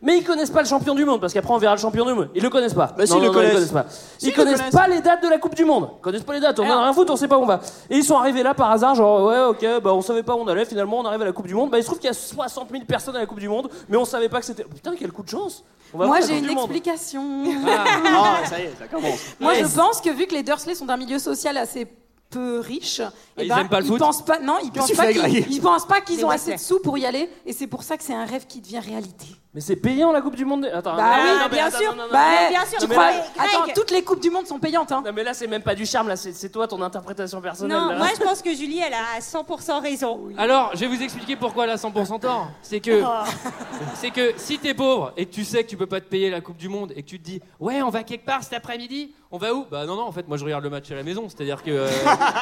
S9: Mais ils connaissent pas le champion du monde, parce qu'après on verra le champion du monde. Ils le connaissent pas.
S11: Bah si, ils le
S9: ils
S11: connaissent.
S9: pas.
S11: Si,
S9: ils,
S11: ils le
S9: connaissent,
S11: connaissent.
S9: pas les dates de la Coupe du Monde. Ils connaissent pas les dates, on en a
S10: Alors-
S9: rien à foutre, on sait pas où on va. Et ils sont arrivés là par hasard, genre ouais, ok, bah on savait pas où on allait, finalement on arrive à la Coupe du Monde. Bah il se trouve qu'il y a 60 000 personnes à la Coupe du Monde, mais on savait pas que c'était. Putain, quel coup de chance On va
S10: Moi,
S9: voir la
S10: j'ai
S9: Coupe
S10: une
S9: du Monde.
S10: explication.
S11: Ah, ça y est, ça commence.
S10: Moi,
S9: Ouais,
S10: je
S9: c'est-
S10: pense que vu que les Dursley sont d'un milieu social assez peu riche, eh
S6: ils
S10: ben,
S6: aiment pas le
S10: ils
S6: foot
S10: pensent pas. Non, ils pensent
S11: tu
S10: pas
S11: fais,
S10: qu'ils
S11: Greg
S10: ils pensent pas
S12: Les
S10: qu'ils ont assez
S12: Dursley.
S10: de sous pour y aller, et c'est pour ça que c'est un rêve qui devient réalité.
S9: Mais c'est payant la Coupe du Monde. Attends,
S10: Bah
S9: non,
S10: oui,
S9: non, mais
S10: bien
S9: attends,
S10: sûr.
S9: non, non,
S10: Bah,
S12: non, bien sûr,
S10: tu
S12: mais
S10: crois-
S12: non, mais Greg-
S10: Attends, toutes les coupes du monde sont payantes, hein.
S9: non, mais là c'est même pas du charme, là c'est c'est toi ton interprétation
S10: Oh
S9: personnelle.
S12: Non,
S9: là.
S12: moi, je pense que Julie, elle a 100% raison.
S6: Alors, je vais vous expliquer pourquoi elle a 100% tort. C'est que,
S11: Oh.
S12: Oh.
S6: c'est que si t'es pauvre et que tu sais que tu peux pas te payer la Coupe du Monde et que tu te dis, ouais, on va quelque part cet après-midi, on va où Bah non, non, en fait, moi je regarde le match à la maison. C'est-à-dire que. euh,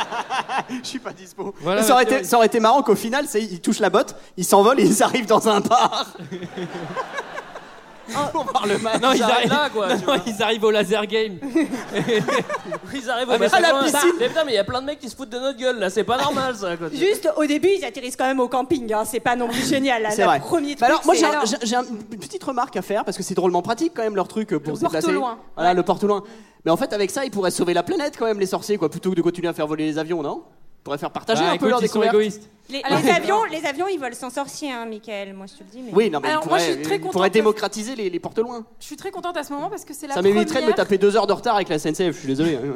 S11: Je suis pas dispo.
S6: Voilà,
S11: ça, aurait
S6: Mathieu.
S11: été, ça aurait été marrant qu'au final, c'est, ils touchent la botte, ils s'envolent et ils arrivent dans un bar. Pour voir le match.
S6: non, ils
S9: J'arrête
S6: arrivent
S9: là, quoi,
S6: non,
S9: tu vois.
S6: ils arrivent au laser game.
S9: Ils arrivent au
S11: Ah, mais à la
S9: Mexique,
S11: piscine.
S9: Mais putain, mais il y a plein de mecs qui se foutent de notre gueule là, c'est pas normal ça. Quoi.
S12: Juste, au début, ils atterrissent quand même au camping. hein. C'est pas non plus génial. là.
S11: C'est
S12: Le
S11: vrai.
S12: premier truc,
S11: Bah alors, moi,
S12: c'est-
S11: j'ai, un- j'ai- j'ai un- une petite remarque à faire parce que c'est drôlement pratique quand même leur truc euh, pour se
S10: porte
S11: déplacer.
S10: au loin.
S11: Voilà, le porte au loin. Mais en fait, avec ça, ils pourraient sauver la planète quand même, les sorciers, quoi, plutôt que de continuer à faire voler les avions, non Ils pourraient faire partager
S6: Bah,
S11: un peu
S6: écoute,
S11: leur
S6: ils sont
S11: découverte.
S6: égoïstes.
S12: les,
S10: Alors-
S12: les avions, les avions, ils volent sans sorcier, hein, Mickaël. Moi, je te le dis. Mais...
S11: Oui, non, mais
S10: Alors,
S11: ils
S10: moi,
S11: pourraient,
S10: je suis très
S11: ils
S10: contente
S11: pourraient
S10: que-
S11: démocratiser les, les portes loin.
S10: Je suis très contente à ce moment parce que c'est la
S11: ça
S10: première.
S11: m'éviterait de me taper deux heures de retard avec la SNCF, je suis désolé. hein, ouais, ouais.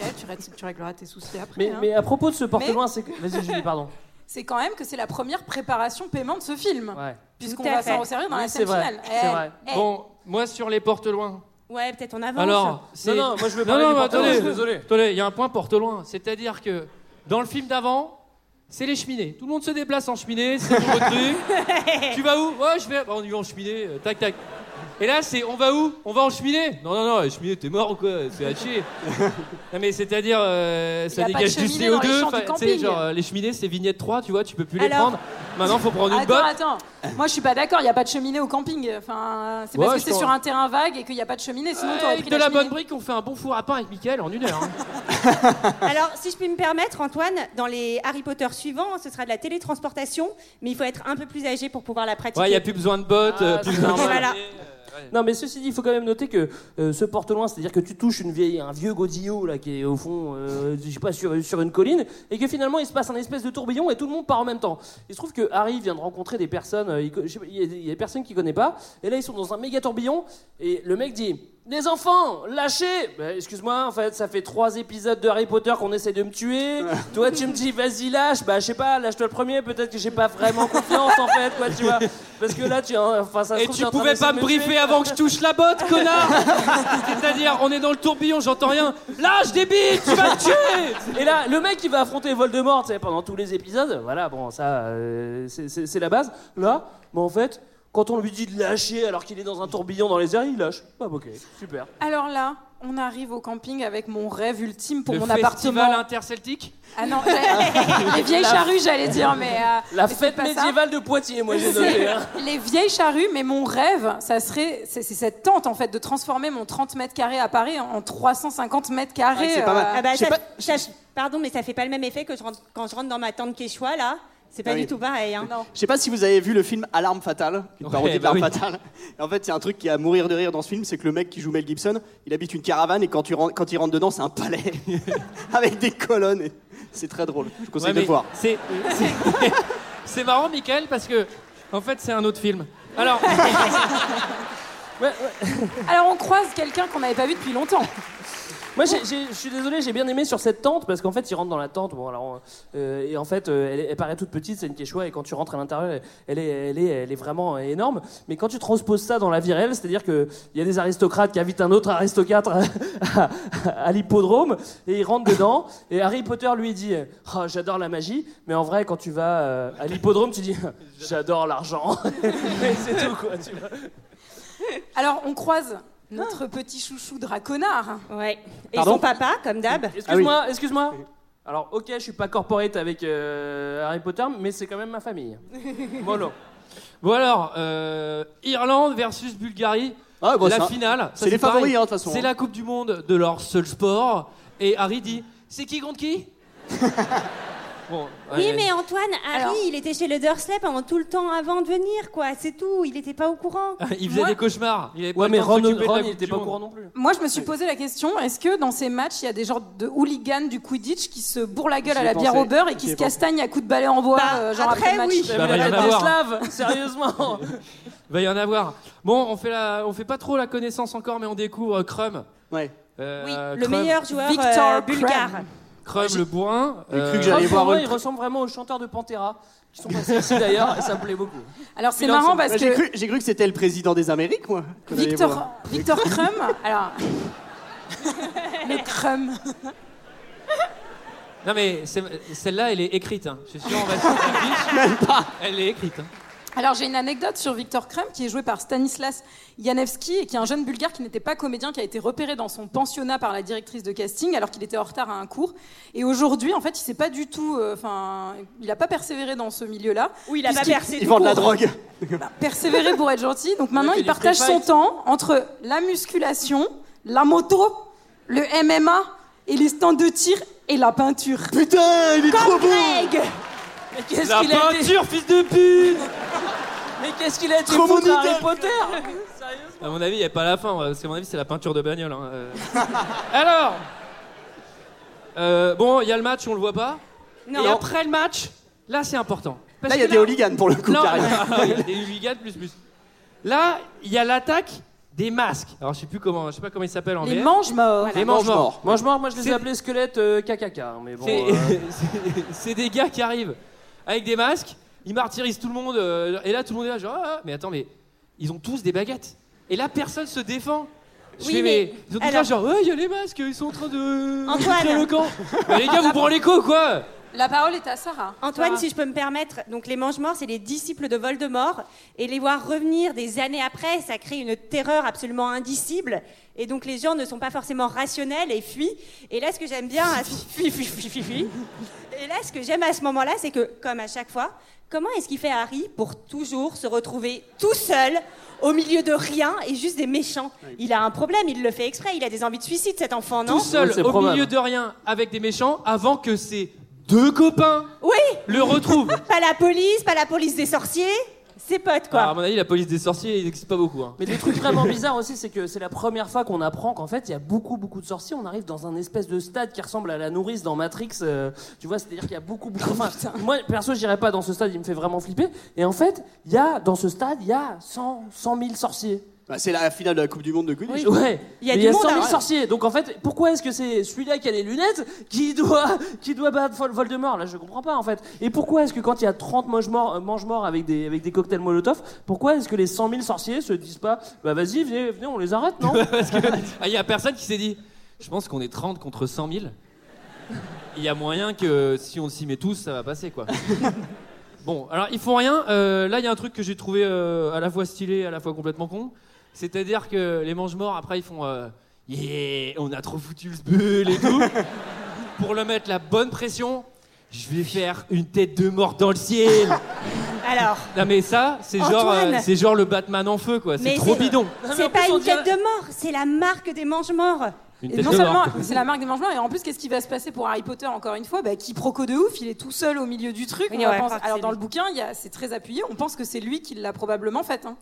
S10: Ok, tu, règles- tu régleras tes soucis après.
S9: Mais,
S10: hein.
S9: mais à propos de ce
S10: Mais-
S9: porte-loin, c'est que. Vas-y, Julie, pardon.
S10: C'est quand même que c'est la première préparation paiement de ce film,
S9: Ouais.
S10: puisqu'on
S12: Tout à
S10: va
S12: fait.
S10: s'en resservir dans
S9: Oui,
S10: la
S9: c'est
S10: scène
S9: vrai,
S10: finale.
S9: c'est
S10: Eh,
S9: vrai.
S10: eh,
S6: Bon, moi sur les portes loin.
S12: Ouais, peut-être on avance.
S6: Alors, c'est-
S9: Non, non, moi, je veux parler
S6: Non, non,
S9: du
S6: mais
S9: porte loin,
S6: attendez,
S9: je suis désolé.
S6: Attendez, il y a un point porte loin. C'est-à-dire que dans le film d'avant, c'est les cheminées. Tout le monde se déplace en cheminée, c'est nouveau truc. tu vas où Ouais, je vais. Bah, on y va en cheminée, euh, tac, tac. Et là, c'est on va où On va en cheminée Non, non, non, la cheminée, t'es mort ou quoi C'est à chier. non, mais c'est-à-dire, euh,
S10: y
S6: ça
S10: a pas de
S6: dégage du
S10: cheminée dans les
S6: CO2.
S10: champs du
S6: enfin, tu sais,
S10: camping.
S6: genre, euh, les cheminées, c'est vignette 3, tu vois, tu peux plus les
S12: Alors
S6: prendre. Maintenant, faut prendre une
S10: Attends,
S6: botte.
S10: attends. Moi, je suis pas d'accord. Il n'y a pas de cheminée au camping. Enfin, c'est
S6: Ouais,
S10: parce que
S6: je
S10: c'est
S6: t'en-
S10: sur un terrain vague et qu'il n'y a pas de cheminée. Sinon, t'aurais
S6: Avec
S10: pris
S6: de la
S10: cheminée.
S6: bonne brique, on fait un bon four à pain avec Michael en une heure. hein.
S12: Alors, si je puis me permettre, Antoine, dans les Harry Potter suivants, ce sera de la télétransportation, mais il faut être un peu plus âgé pour pouvoir la pratiquer.
S6: Ouais, il n'y a plus besoin de bottes,
S11: Ah,
S6: euh, plus besoin de-
S12: Voilà.
S9: Non, mais ceci dit, il faut quand même noter que euh, ce porte-loin, c'est-à-dire que tu touches une vieille, un vieux godillot là qui est au fond, euh, je sais pas, sur, sur une colline, et que finalement il se passe un espèce de tourbillon et tout le monde part en même temps. Il se trouve que Harry vient de rencontrer des personnes, euh, il co- je sais pas, il y, a des- il y a des personnes qu'il connaît pas, et là ils sont dans un méga tourbillon, et le mec dit Les enfants, lâchez Bah, Excuse-moi, en fait, ça fait trois épisodes de Harry Potter qu'on essaie de me tuer. Toi, tu me dis Vas-y, lâche, bah je sais pas, lâche-toi le premier, peut-être que j'ai pas vraiment confiance en fait, quoi, tu vois. Parce que là, tu. Enfin, ça se
S6: Et
S9: trouve,
S6: tu
S9: t'es en train
S6: pouvais
S9: d'essayer
S6: pas
S9: de
S6: me
S9: tuer.
S6: briefer avant que je touche la botte, connard C'est-à-dire, on est dans le tourbillon, j'entends rien. Lâche des bites, tu vas me tuer
S9: Et là, le mec qui va affronter Voldemort tu sais, pendant tous les épisodes, voilà, bon, ça, euh, c'est- c'est c'est la base. Là, bah, en fait, quand on lui dit de lâcher alors qu'il est dans un tourbillon dans les airs, il lâche. Bah, ok, super.
S10: Alors là, on arrive au camping avec mon rêve ultime pour
S6: Le
S10: mon
S6: festival
S10: appartement.
S6: interceltique
S10: Ah non, j'ai- les vieilles
S6: La-
S10: charrues, j'allais dire, mais. euh,
S9: La
S10: mais c'est
S9: fête
S10: pas ça.
S9: médiévale de Poitiers, moi j'ai noté. hein.
S10: C'est Les vieilles charrues, mais mon rêve, ça serait, c'est c'est cette tente en fait de transformer mon 30 mètres carrés à Paris en 350 mètres carrés. euh.
S11: c'est pas mal.
S12: Ah bah,
S11: Je sais
S12: ça-
S11: pas-
S12: ça- Pardon, mais ça fait pas le même effet que je rentre- quand je rentre dans ma tente Quechua, là. C'est pas
S11: Ah oui.
S12: du tout pareil. hein.
S11: Je sais pas si vous avez vu le film Alarme fatale, qui est une parodie
S6: Ouais,
S11: de
S6: bah
S11: L'Alarme
S6: oui.
S11: fatale. Et en fait, il y a un truc qui est à mourir de rire dans ce film, c'est que le mec qui joue Mel Gibson, il habite une caravane et quand, tu rentres- quand il rentre dedans, c'est un palais avec des colonnes. et C'est très drôle. Je vous conseille
S6: Ouais,
S11: de
S6: mais
S11: le voir.
S6: C'est, c'est, c'est marrant, Michael, parce que en fait, c'est un autre film. Alors,
S10: Alors on croise quelqu'un qu'on n'avait pas vu depuis longtemps.
S9: Moi, j'ai- j'ai- je suis désolé, j'ai bien aimé sur cette tente parce qu'en fait, il rentre dans la tente. Bon, alors, euh, et en fait, euh, elle, elle paraît toute petite, c'est une quechua, et quand tu rentres à l'intérieur, elle, elle est, elle, est, elle est vraiment énorme. Mais quand tu transposes ça dans la vie réelle, c'est-à-dire qu'il y a des aristocrates qui invitent un autre aristocrate à, à l'hippodrome, et ils rentrent dedans, et Harry Potter lui dit Ah, J'adore la magie, mais en vrai, quand tu vas euh, à l'hippodrome, tu dis J'adore l'argent. Mais c'est tout, quoi, tu vois.
S10: Alors on croise notre petit chouchou draconnard.
S12: Ouais. Et
S11: Pardon
S12: son papa, comme d'hab.
S10: Ah
S12: Ah
S9: Excuse-moi, excuse-moi. Alors, ok, je suis pas corporate avec euh, Harry Potter, mais c'est quand même ma famille. Voilà.
S6: bon alors, euh, Irlande versus Bulgarie,
S11: Ah, bon,
S6: la
S11: ça-
S6: finale. bah, ça,
S11: c'est les
S6: pareil.
S11: favoris, hein, de toute façon,
S6: C'est
S11: hein.
S6: la Coupe du Monde de leur seul sport. Et Harry dit C'est qui contre qui Bon,
S12: Oui,
S6: ouais.
S12: mais Antoine, Harry,
S10: Alors-
S12: il était chez le Dursley pendant tout le temps avant de venir, quoi. C'est tout. Il était pas au courant.
S6: Il faisait
S10: Moi-
S6: des cauchemars. Il avait pas
S9: Ouais,
S6: le
S9: mais
S6: temps de
S9: Ron,
S6: s'occuper de la
S9: Ron,
S6: Coupe
S9: il était
S6: du
S9: pas au
S6: Monde.
S9: courant non plus.
S10: Moi je me suis posé la question est-ce que dans ces matchs il y a des genres de hooligans du Quidditch qui se bourrent la gueule
S11: J'y
S10: à la
S11: ai
S10: bière
S11: pensé.
S10: au beurre et qui
S11: J'y ai
S10: se castagnent à coups de balai en bois
S12: Bah,
S10: euh, genre après,
S12: après,
S10: le match
S12: oui.
S6: Bah, va y en
S9: Des
S6: avoir.
S9: Slaves, sérieusement.
S6: Va y en avoir. Bon, on fait la, on fait pas trop la connaissance encore, mais on découvre euh, Crum.
S11: Ouais.
S12: Oui,
S6: Euh,
S12: le
S6: Crum-
S12: meilleur joueur
S10: Victor
S12: euh,
S10: Crumb.
S12: bulgare.
S6: Crum, le bourrin.
S11: J'ai cru
S6: euh,
S11: que j'allais
S9: Pour
S11: voir
S9: moi,
S11: une-
S9: il ressemble vraiment aux chanteurs de Pantera, qui sont passés ici d'ailleurs, et ça me plaît beaucoup.
S10: Alors c'est
S9: Puis là, on
S10: marrant
S9: s'en-
S10: parce
S11: Bah, J'ai
S10: que
S11: cru, j'ai cru que c'était le président des Amériques, moi. qu'on allait
S10: Victor,
S11: voir.
S10: Victor Crum, alors. le Crum.
S6: Non mais c'est- celle-là, elle est écrite. hein. Je suis sûr, on va sur la fiche. Elle est écrite. hein.
S10: Alors j'ai une anecdote sur Victor Crum qui est joué par Stanislas Yanevski et qui est un jeune bulgare qui n'était pas comédien, qui a été repéré dans son pensionnat par la directrice de casting alors qu'il était en retard à un cours. Et aujourd'hui, en fait, il s'est pas du tout. euh, Enfin, il n'a pas persévéré dans ce milieu-là.
S12: Oui, il a pas
S10: Puisqu'il-
S12: percé
S11: Ils
S12: du
S11: vendent de la
S12: cours.
S11: drogue.
S10: Persévérer pour être gentil. Donc maintenant,
S6: fait
S10: il
S6: du
S10: partage
S6: free
S10: son
S6: fight.
S10: temps entre la musculation, la moto, le MMA et les stands de tir et la peinture.
S11: Putain, il est trop beau
S10: Greg
S9: Mais qu'est-ce
S6: La
S9: qu'il a été
S6: peinture, fils de pute
S9: Mais qu'est-ce qu'il a été
S11: Trop
S9: foutre à
S11: moniteur.
S9: Harry Potter
S6: À mon avis, il n'y a pas la fin, ouais, parce qu'à mon avis, c'est la peinture de bagnole. hein, euh. Alors Euh, Bon, il y a le match, on le voit pas.
S12: Non.
S6: Et après le match, là, c'est important. Parce
S11: Là, il y a
S6: que
S11: des hooligans pour le coup,
S6: Non,
S11: carrément.
S6: Ah, il y a des hooligans plus plus. Là, il y a l'attaque des masques. Alors, je sais plus comment, je sais pas comment ils s'appellent en
S10: Les
S6: VR.
S10: mange morts.
S6: Les mange
S11: Mange-morts.
S9: Mange-moi, moi je les
S6: C'est-
S9: ai appelés squelettes euh, KKK, hein, mais bon.
S6: C'est
S9: euh,
S6: c'est- c'est des gars qui arrivent avec des masques, ils martyrisent tout le monde, euh, et là tout le monde est là, genre, ah, ah, mais attends, mais ils ont tous des baguettes. Et là, personne se défend. Je
S12: Oui,
S6: fais, mais,
S12: mais-
S6: ils ont tous là,
S12: alors-
S6: genre, ouais, il y a euh, les masques, ils sont en train de.
S12: Antoine.
S6: de faire le camp. Mais les gars, vous branlez quoi, quoi
S10: La parole est à Sarah.
S12: Antoine,
S10: Sarah.
S12: si je peux me permettre, donc les mange-morts, c'est les disciples de Voldemort. Et les voir revenir des années après, ça crée une terreur absolument indicible. Et donc les gens ne sont pas forcément rationnels et fuient. Et là, ce que j'aime bien. à- Fuis, fuis, fuis, fuis, fuis. Et là, ce que j'aime à ce moment-là, c'est que, comme à chaque fois, comment est-ce qu'il fait Harry pour toujours se retrouver tout seul, au milieu de rien et juste des méchants Il a un problème, il le fait exprès, il a des envies de suicide, cet enfant, Ah non
S3: Tout seul, au milieu de rien, avec des méchants, avant que ses deux copains
S12: Oui
S3: le retrouvent.
S12: Pas la police, pas la police des sorciers, ses potes, quoi.
S3: Alors, à mon avis, la police des sorciers, ils n'existent pas beaucoup. hein.
S9: Mais le truc vraiment bizarre aussi, c'est que c'est la première fois qu'on apprend qu'en fait, il y a beaucoup, beaucoup de sorciers. On arrive dans un espèce de stade qui ressemble à la nourrice dans Matrix. euh, tu vois, c'est-à-dire qu'il y a beaucoup, beaucoup. Enfin, moi, perso, j'irais pas dans ce stade, il me fait vraiment flipper. Et en fait, il y a, dans ce stade, il y a 100, 100 000 sorciers.
S11: Bah, c'est la finale de la Coupe du Monde de Quidditch.
S9: Ouais,
S12: Il y a
S9: Mais
S12: du monde,
S9: 100 000
S12: hein.
S9: sorciers. Donc en fait, pourquoi est-ce que c'est celui-là qui a les lunettes qui doit, qui doit battre Vol- Voldemort Là, je comprends pas en fait. Et pourquoi est-ce que quand il y a 30 mange-morts euh, mange-morts avec des, avec des cocktails Molotov, pourquoi est-ce que les 100 000 sorciers se disent pas Bah vas-y, venez, venez, on les arrête, non
S6: Ah, il y a personne qui s'est dit. Je pense qu'on est 30 contre 100 000. Il y a moyen que si on s'y met tous, ça va passer quoi. Bon, alors ils font rien. Euh, là, il y a un truc que j'ai trouvé euh, à la fois stylé, à la fois complètement con. C'est-à-dire que les mange-morts après ils font. euh, yeah, on a trop foutu le bull et tout. Pour le mettre la bonne pression, je vais faire une tête de mort dans le ciel.
S12: Alors,
S6: Non mais ça, c'est genre, euh,
S12: Antoine.
S6: c'est genre le Batman en feu quoi. C'est
S12: Mais
S6: trop
S12: c'est-
S6: bidon.
S9: mais
S12: c'est
S9: en plus,
S12: pas
S9: on
S12: une
S9: dirait-
S12: tête de mort, c'est la marque des mange-morts.
S6: Une
S10: Et
S6: tête
S10: non
S6: de
S10: seulement
S6: mort.
S10: c'est la marque des mange et en plus qu'est-ce qui va se passer pour Harry Potter encore une fois bah, qui proco de ouf il est tout seul au milieu du truc
S12: Oui,
S10: on va
S12: ouais,
S10: penser-
S12: parce que
S10: alors
S12: c'est
S10: dans
S12: lui.
S10: le bouquin il y a- c'est très appuyé on pense que c'est lui qui l'a probablement fait hein.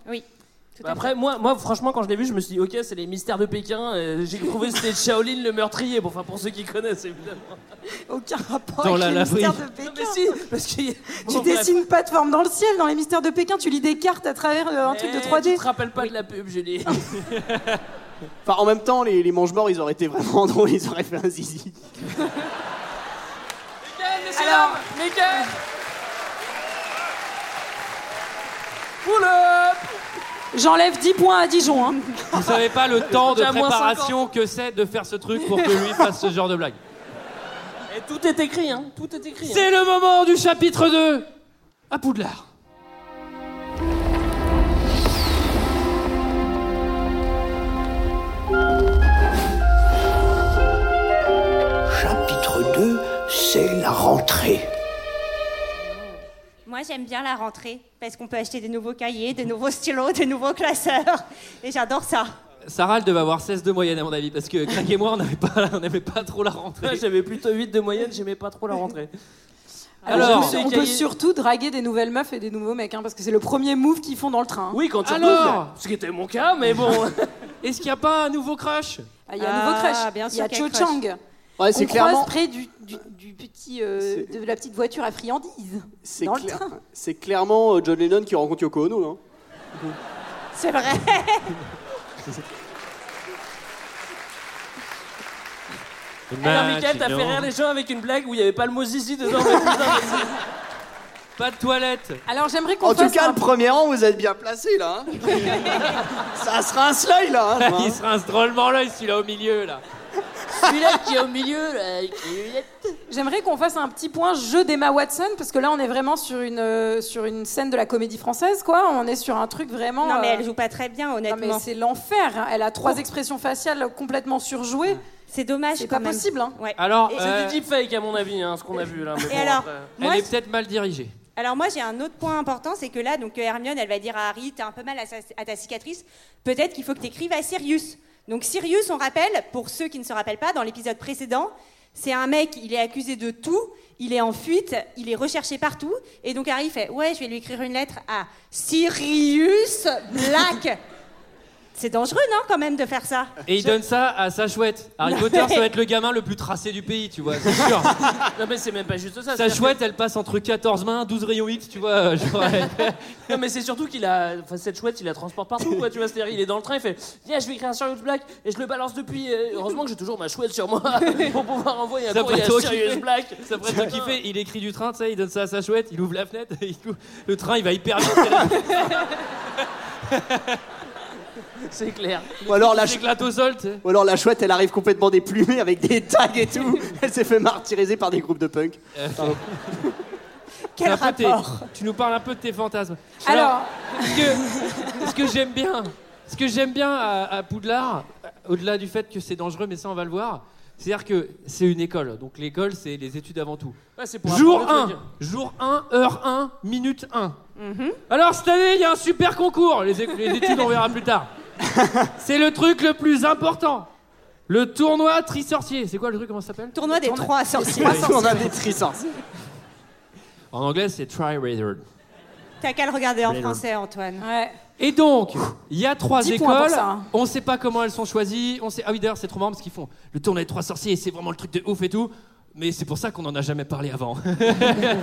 S9: Bah Après, moi, moi, franchement, quand je l'ai vu, je me suis dit, ok, c'est les mystères de Pékin. euh, J'ai trouvé que c'était Shaolin le meurtrier. Bon, enfin, pour ceux qui connaissent, évidemment.
S10: aucun
S9: Oh,
S10: rapport
S6: Dans
S10: avec
S6: la
S10: les
S6: laverie.
S10: mystères de Pékin
S9: Mais si, parce que.
S10: tu
S9: Bon, bref.
S10: dessines pas de forme dans le ciel dans les mystères de Pékin tu lis des cartes à travers euh, un truc de
S9: Eh,
S10: 3D
S9: Tu te rappelles pas de la pub, Julie
S11: Enfin, en même temps, les, les mange-morts, ils auraient été vraiment drôles, ils auraient fait un zizi.
S12: Eh,
S10: Alors, j'enlève 10 points à Dijon hein.
S6: Vous savez pas le temps de
S9: Déjà Euh, moins
S6: préparation que c'est de faire ce truc pour que lui fasse ce genre de blague.
S9: Et tout est écrit, hein. Tout est écrit. hein.
S6: C'est le moment du chapitre 2 à Poudlard.
S1: Chapitre 2, c'est la rentrée.
S12: Moi, j'aime bien la rentrée parce qu'on peut acheter des nouveaux cahiers, des nouveaux stylos, des nouveaux classeurs. Et j'adore ça.
S6: Sarah, elle devait avoir 16 de moyenne à mon avis, parce que Craig et moi, on n'avait pas, on n'aimait pas trop la rentrée.
S9: Ouais, J'avais plutôt 8 de moyenne, j'aimais pas trop la rentrée.
S10: Alors,
S9: Alors,
S10: on peut surtout draguer des nouvelles meufs et des nouveaux mecs hein, parce que c'est le premier move qu'ils font dans le train hein.
S9: Oui, quand tu
S6: Alors
S9: Alors... ce qui était mon cas, mais bon.
S6: Est-ce qu'il n'y a pas un nouveau crush
S10: Ah, il y a un nouveau
S12: Ah,
S10: crush
S12: bien
S10: il y
S12: sûr
S10: a
S12: qu'il y
S10: Cho
S12: a
S10: Chang qu'on
S11: Ouais, c'est clairement,
S10: croise près du, du- du petit, euh, de la petite voiture à friandises
S11: c'est
S10: dans le
S11: clair-
S10: train.
S11: c'est clairement euh, John Lennon qui rencontre Yoko Ono, hein. non
S12: C'est vrai.
S9: Alors, Eh Michael, t'as fait rire les gens avec une blague où il y avait pas le mot zizi dedans. mais putain, mais c'est-
S6: Pas de toilette.
S10: Alors j'aimerais qu'on
S11: En tout
S10: fasse
S11: cas,
S10: un-
S11: le premier rang, vous êtes bien placé Ah, là. hein.
S6: hein.
S11: Ça se rince l'œil là. hein.
S6: Il se rince drôlement l'œil celui-là au milieu là.
S9: Celui-là qui est au milieu, là, avec les lunettes.
S10: j'aimerais qu'on fasse un petit point jeu d'Emma Watson parce que là on est vraiment sur une euh, sur une scène de la comédie française quoi. On est sur un truc vraiment.
S12: Non, mais
S10: euh,
S12: elle joue pas très bien,
S10: non, mais
S12: honnêtement.
S10: c'est l'enfer. hein. Elle a trois expressions faciales complètement surjouées.
S12: C'est dommage.
S10: C'est
S12: quand
S10: pas
S12: même.
S10: possible. hein.
S12: Ouais.
S6: Alors,
S12: Et-
S9: C'est
S6: euh,
S9: du deepfake, à mon avis, hein, ce qu'on a vu là. mais
S12: Et
S9: bon,
S12: alors,
S9: après.
S6: elle
S12: moi,
S6: est peut-être mal dirigée.
S12: Alors moi j'ai un autre point important, c'est que là donc euh, Hermione elle va dire à Harry t'as un peu mal à, sa- à ta cicatrice, peut-être qu'il faut que t'écrives à Sirius. Donc Sirius on rappelle pour ceux qui ne se rappellent pas dans l'épisode précédent, c'est un mec il est accusé de tout, il est en fuite, il est recherché partout et donc Harry fait ouais je vais lui écrire une lettre à Sirius Black. c'est dangereux non quand même de faire ça.
S6: Et il donne ça à sa chouette. Harry
S12: Non,
S6: Potter,
S12: mais-
S6: ça va être le gamin le plus tracé du pays, tu vois, c'est sûr.
S9: Non, mais c'est même pas juste ça.
S6: Sa
S9: c'est-à-dire
S6: chouette, elle passe entre 14 mains, 12 rayons X, tu vois. euh, genre, elle-
S9: que- Non, mais c'est surtout qu'il a. Enfin, cette chouette, il la transporte partout, quoi. Tu vois, c'est-à-dire, il est dans le train, il fait Viens, je vais écrire à Sirius Black et je le balance depuis. euh, Heureusement que j'ai toujours ma chouette sur moi pour pouvoir envoyer un
S6: Ça
S9: courrier
S6: pourrait
S9: à
S6: être
S9: Sirius
S6: occupé.
S9: Black.
S6: Ça pourrait te kiffer. Il écrit du train, tu sais, il donne ça à sa chouette, il ouvre la fenêtre, et il ouvre- le train, il va hyper vite. C'est clair.
S11: Ou alors, la
S6: C'est éclate au sol, tu sais.
S11: Ou alors la chouette, elle arrive complètement déplumée avec des tags et tout. Elle s'est fait martyriser par des groupes de punk. Pardon.
S6: C'est Euh, un peu tes- Tu nous parles un peu de tes fantasmes.
S10: Alors-
S6: ce que, ce que j'aime bien, ce que j'aime bien à, à Poudlard, au-delà du fait que c'est dangereux, mais ça on va le voir, c'est-à-dire que c'est une école. Donc l'école, c'est les études avant tout.
S9: Ouais, c'est pour
S6: jour
S9: apprendre
S6: 1,
S9: le truc.
S6: jour 1, heure 1, minute 1.
S12: Mhm.
S6: Alors cette année, il y a un super concours. Les, é- les études, on verra plus tard. C'est le truc le plus important. Le tournoi trisorcier. C'est quoi le truc Comment ça s'appelle
S12: Tournoi des trois sorciers.
S11: Tournoi des trisorciers.
S6: En anglais, c'est try rated.
S12: T'as qu'à le regarder en
S6: Blaireau.
S12: français, Antoine.
S10: Ouais.
S6: Et donc, il y a trois
S12: 10 points
S6: écoles.
S12: pour ça, hein.
S6: On sait pas comment elles sont choisies. On sait... Ah oui, d'ailleurs, c'est trop marrant parce qu'ils font le tournoi des trois sorciers et c'est vraiment le truc de ouf et tout. Mais c'est pour ça qu'on n'en a jamais parlé avant.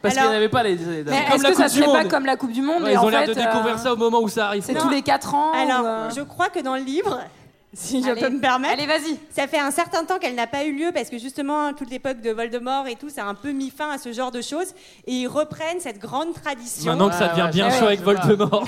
S6: parce qu'il n'y en avait pas les. les-
S10: Mais
S6: comme
S10: est-ce
S6: la
S10: que ça
S6: Coupe du
S10: serait pas
S6: Monde.
S10: comme la Coupe du Monde
S6: Ouais,
S10: et
S6: ils
S10: en
S6: ont l'air
S10: fait,
S6: de découvrir
S10: euh,
S6: ça au moment où ça arrive.
S10: C'est
S6: quoi.
S10: tous les 4 ans.
S12: Alors,
S10: ou, euh,
S12: je crois que dans le livre, si je
S10: Allez,
S12: peux me permettre.
S10: allez, vas-y.
S12: Ça fait un certain temps qu'elle n'a pas eu lieu parce que justement, toute l'époque de Voldemort et tout, ça a un peu mis fin à ce genre de choses. Et ils reprennent cette grande tradition.
S6: Maintenant que ça devient bien chaud avec Voldemort.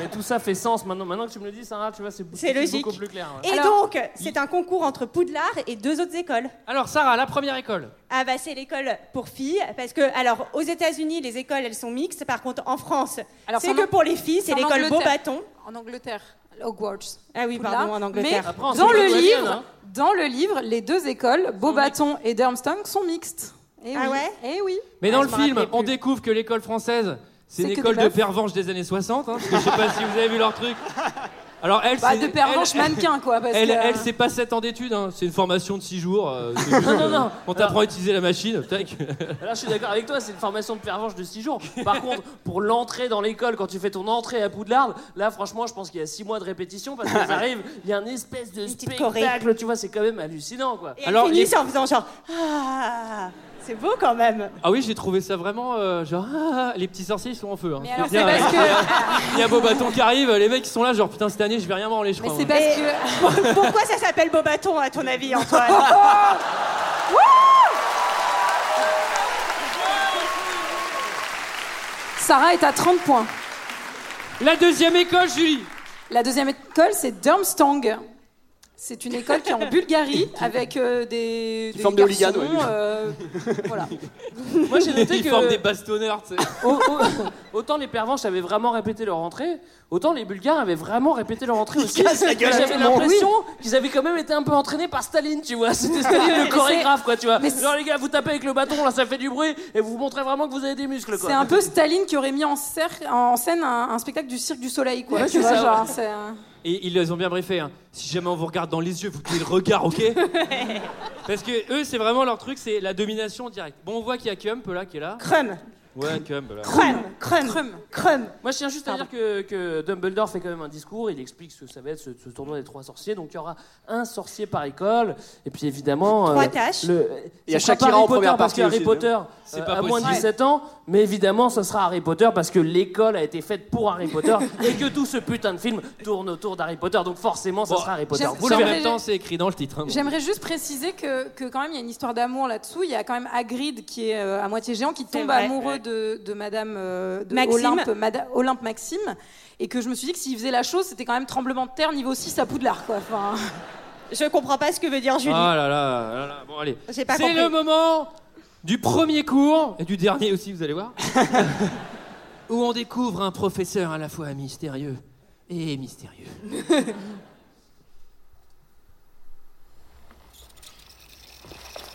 S9: Mais tout ça fait sens maintenant. Maintenant que tu me le dis, Sarah, tu vois, c'est
S12: C'est logique.
S9: beaucoup plus clair. ouais.
S12: Et donc, c'est un concours entre Poudlard et deux autres écoles.
S6: Alors, Sarah, la première école.
S12: Ah bah c'est l'école pour filles parce que alors aux États-Unis les écoles elles sont mixtes par contre en France c'est
S10: en
S12: que
S10: Ang-
S12: pour les filles c'est
S10: en
S12: l'école beau
S10: Angleterre.
S12: bâton
S10: En Angleterre, Hogwarts.
S12: Ah oui,
S10: Poudlard.
S12: pardon, en Angleterre.
S10: Mais
S12: Après, en
S10: dans, le
S12: Suisse,
S10: livre,
S12: hein.
S10: dans le livre, les deux écoles, Beaubaton et Durmstrang, sont mixtes. Eh
S12: Ah
S10: oui.
S12: ouais
S10: Eh oui.
S6: Mais dans
S12: Ah,
S6: le
S12: je me
S6: film,
S12: rappelais
S6: on découvre que l'école française, c'est une
S10: C'est que
S6: école
S10: des
S6: de
S10: meufs.
S6: pervenche des années 60. hein, parce que je sais pas si vous avez vu leur truc. Alors, elle,
S10: Bah,
S6: c'est-
S10: de pervenche
S6: elle- elle-
S10: mannequin, quoi. Parce
S6: Elle,
S10: que, euh,
S6: elle, c'est pas 7 ans d'études, hein. c'est une formation de 6 jours. euh, c'est juste,
S9: Non, non,
S6: euh,
S9: non.
S6: On t'apprend à utiliser la machine. tac.
S9: Là, je suis d'accord avec toi, c'est une formation de pervenche de 6 jours. Par contre, pour l'entrée dans l'école, quand tu fais ton entrée à Poudlard, là, franchement, je pense qu'il y a 6 mois de répétition parce qu'ils arrivent, il y a un espèce de
S12: petite choré.
S9: spectacle, tu vois, c'est quand même hallucinant, quoi.
S12: et elles finissent en faisant genre ah c'est beau quand même
S6: Ah oui, j'ai trouvé ça vraiment euh, genre. ah, ah, les petits sorciers ils sont en feu. hein.
S10: Mais alors,
S6: Tiens,
S10: c'est parce que.
S6: Il y a beau bâton qui arrive, les mecs ils sont là, genre putain, cette année je vais rien branler, je
S10: Mais
S6: crois.
S10: c'est
S6: moi.
S10: parce
S12: Et-
S10: que.
S12: pourquoi ça s'appelle beau bâton à ton avis Antoine
S10: Sarah est à 30 points.
S6: La deuxième école, Julie
S10: La deuxième école, c'est Durmstrang. C'est une école qui est en Bulgarie avec euh, des. des
S11: forme des hooligans,
S10: garçons,
S11: ouais.
S10: euh, voilà.
S9: Moi, j'ai noté
S6: Ils forment des
S9: que
S6: bastonneurs, tu sais.
S9: au- au- autant les pervenches avaient vraiment répété leur entrée, autant les Bulgares avaient vraiment répété leur entrée aussi.
S11: cassent la
S9: Mais
S11: gueule à
S9: J'avais
S11: tout le monde.
S9: l'impression qu'ils avaient quand même été un peu entraînés par Staline, tu vois. C'était Staline le chorégraphe, quoi, tu vois.
S10: Mais c'est-
S9: Genre, les gars, vous tapez avec le bâton, là, ça fait du bruit, et vous montrez vraiment que vous avez des muscles, quoi.
S10: C'est un peu Staline qui aurait mis en, cer- en scène un, un spectacle du Cirque du Soleil, quoi.
S6: Ouais,
S10: tu
S6: c'est
S10: vois,
S6: ça,
S10: genre,
S6: ouais.
S10: c'est, euh,
S6: Et ils les ont bien briefés. hein. Si jamais on vous regarde dans les yeux, vous tenez le regard, ok Parce que eux, c'est vraiment leur truc, c'est la domination directe. Bon, on voit qu'il y a Kump là qui est là.
S12: crème
S6: Ouais, Kump là.
S12: crème crème crème
S9: Moi, je tiens juste à dire que, que Dumbledore fait quand même un discours. Il explique ce que ça va être ce, ce tournoi des trois sorciers. Donc, il y aura un sorcier par école. Et puis, évidemment.
S12: Trois
S9: euh,
S12: tâches.
S9: Le,
S11: Il y a
S9: ça sera
S11: Shakira
S9: pas Harry
S11: en première
S9: Potter, parce que
S11: partie
S9: Harry
S11: aussi,
S9: Potter,
S6: C'est
S9: euh,
S6: pas
S9: à moins de
S6: possible.
S9: 17 ans. Mais évidemment, ce sera Harry Potter parce que l'école a été faite pour Harry Potter et que tout ce putain de film tourne autour d'Harry Potter. Donc, forcément, ça
S6: Bon,
S9: sera Harry Potter.
S10: j'aime-
S9: Vous
S6: Ça,
S9: le
S6: en
S9: verrez.
S6: même temps, c'est écrit dans le titre. hein, donc.
S10: J'aimerais juste préciser que, que quand même il y a une histoire d'amour là-dessous. Il y a quand même Hagrid qui est euh, à moitié géant, qui tombe
S12: vrai.
S10: amoureux de, de Madame euh, de
S12: Maxime.
S10: Olympe, Mada- Olympe Maxime, et que je me suis dit que s'il faisait la chose, c'était quand même tremblement de terre niveau 6 à Poudlard, quoi. Enfin,
S12: je comprends pas ce que veut dire Julie
S6: Ah là là, là là, bon allez.
S12: j'ai pas
S6: C'est
S12: compris
S6: le moment du premier cours, et du dernier aussi, vous allez voir, où on découvre un professeur à la fois mystérieux et mystérieux.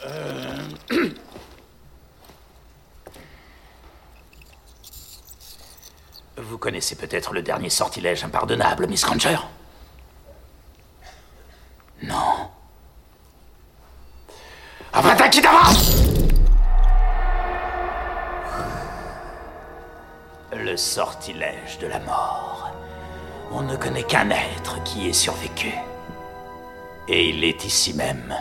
S1: Euh. Vous connaissez peut-être le dernier sortilège impardonnable, Miss Granger Non. Avada Kedavra Le sortilège de la mort. On ne connaît qu'un être qui ait survécu. Et il est ici même.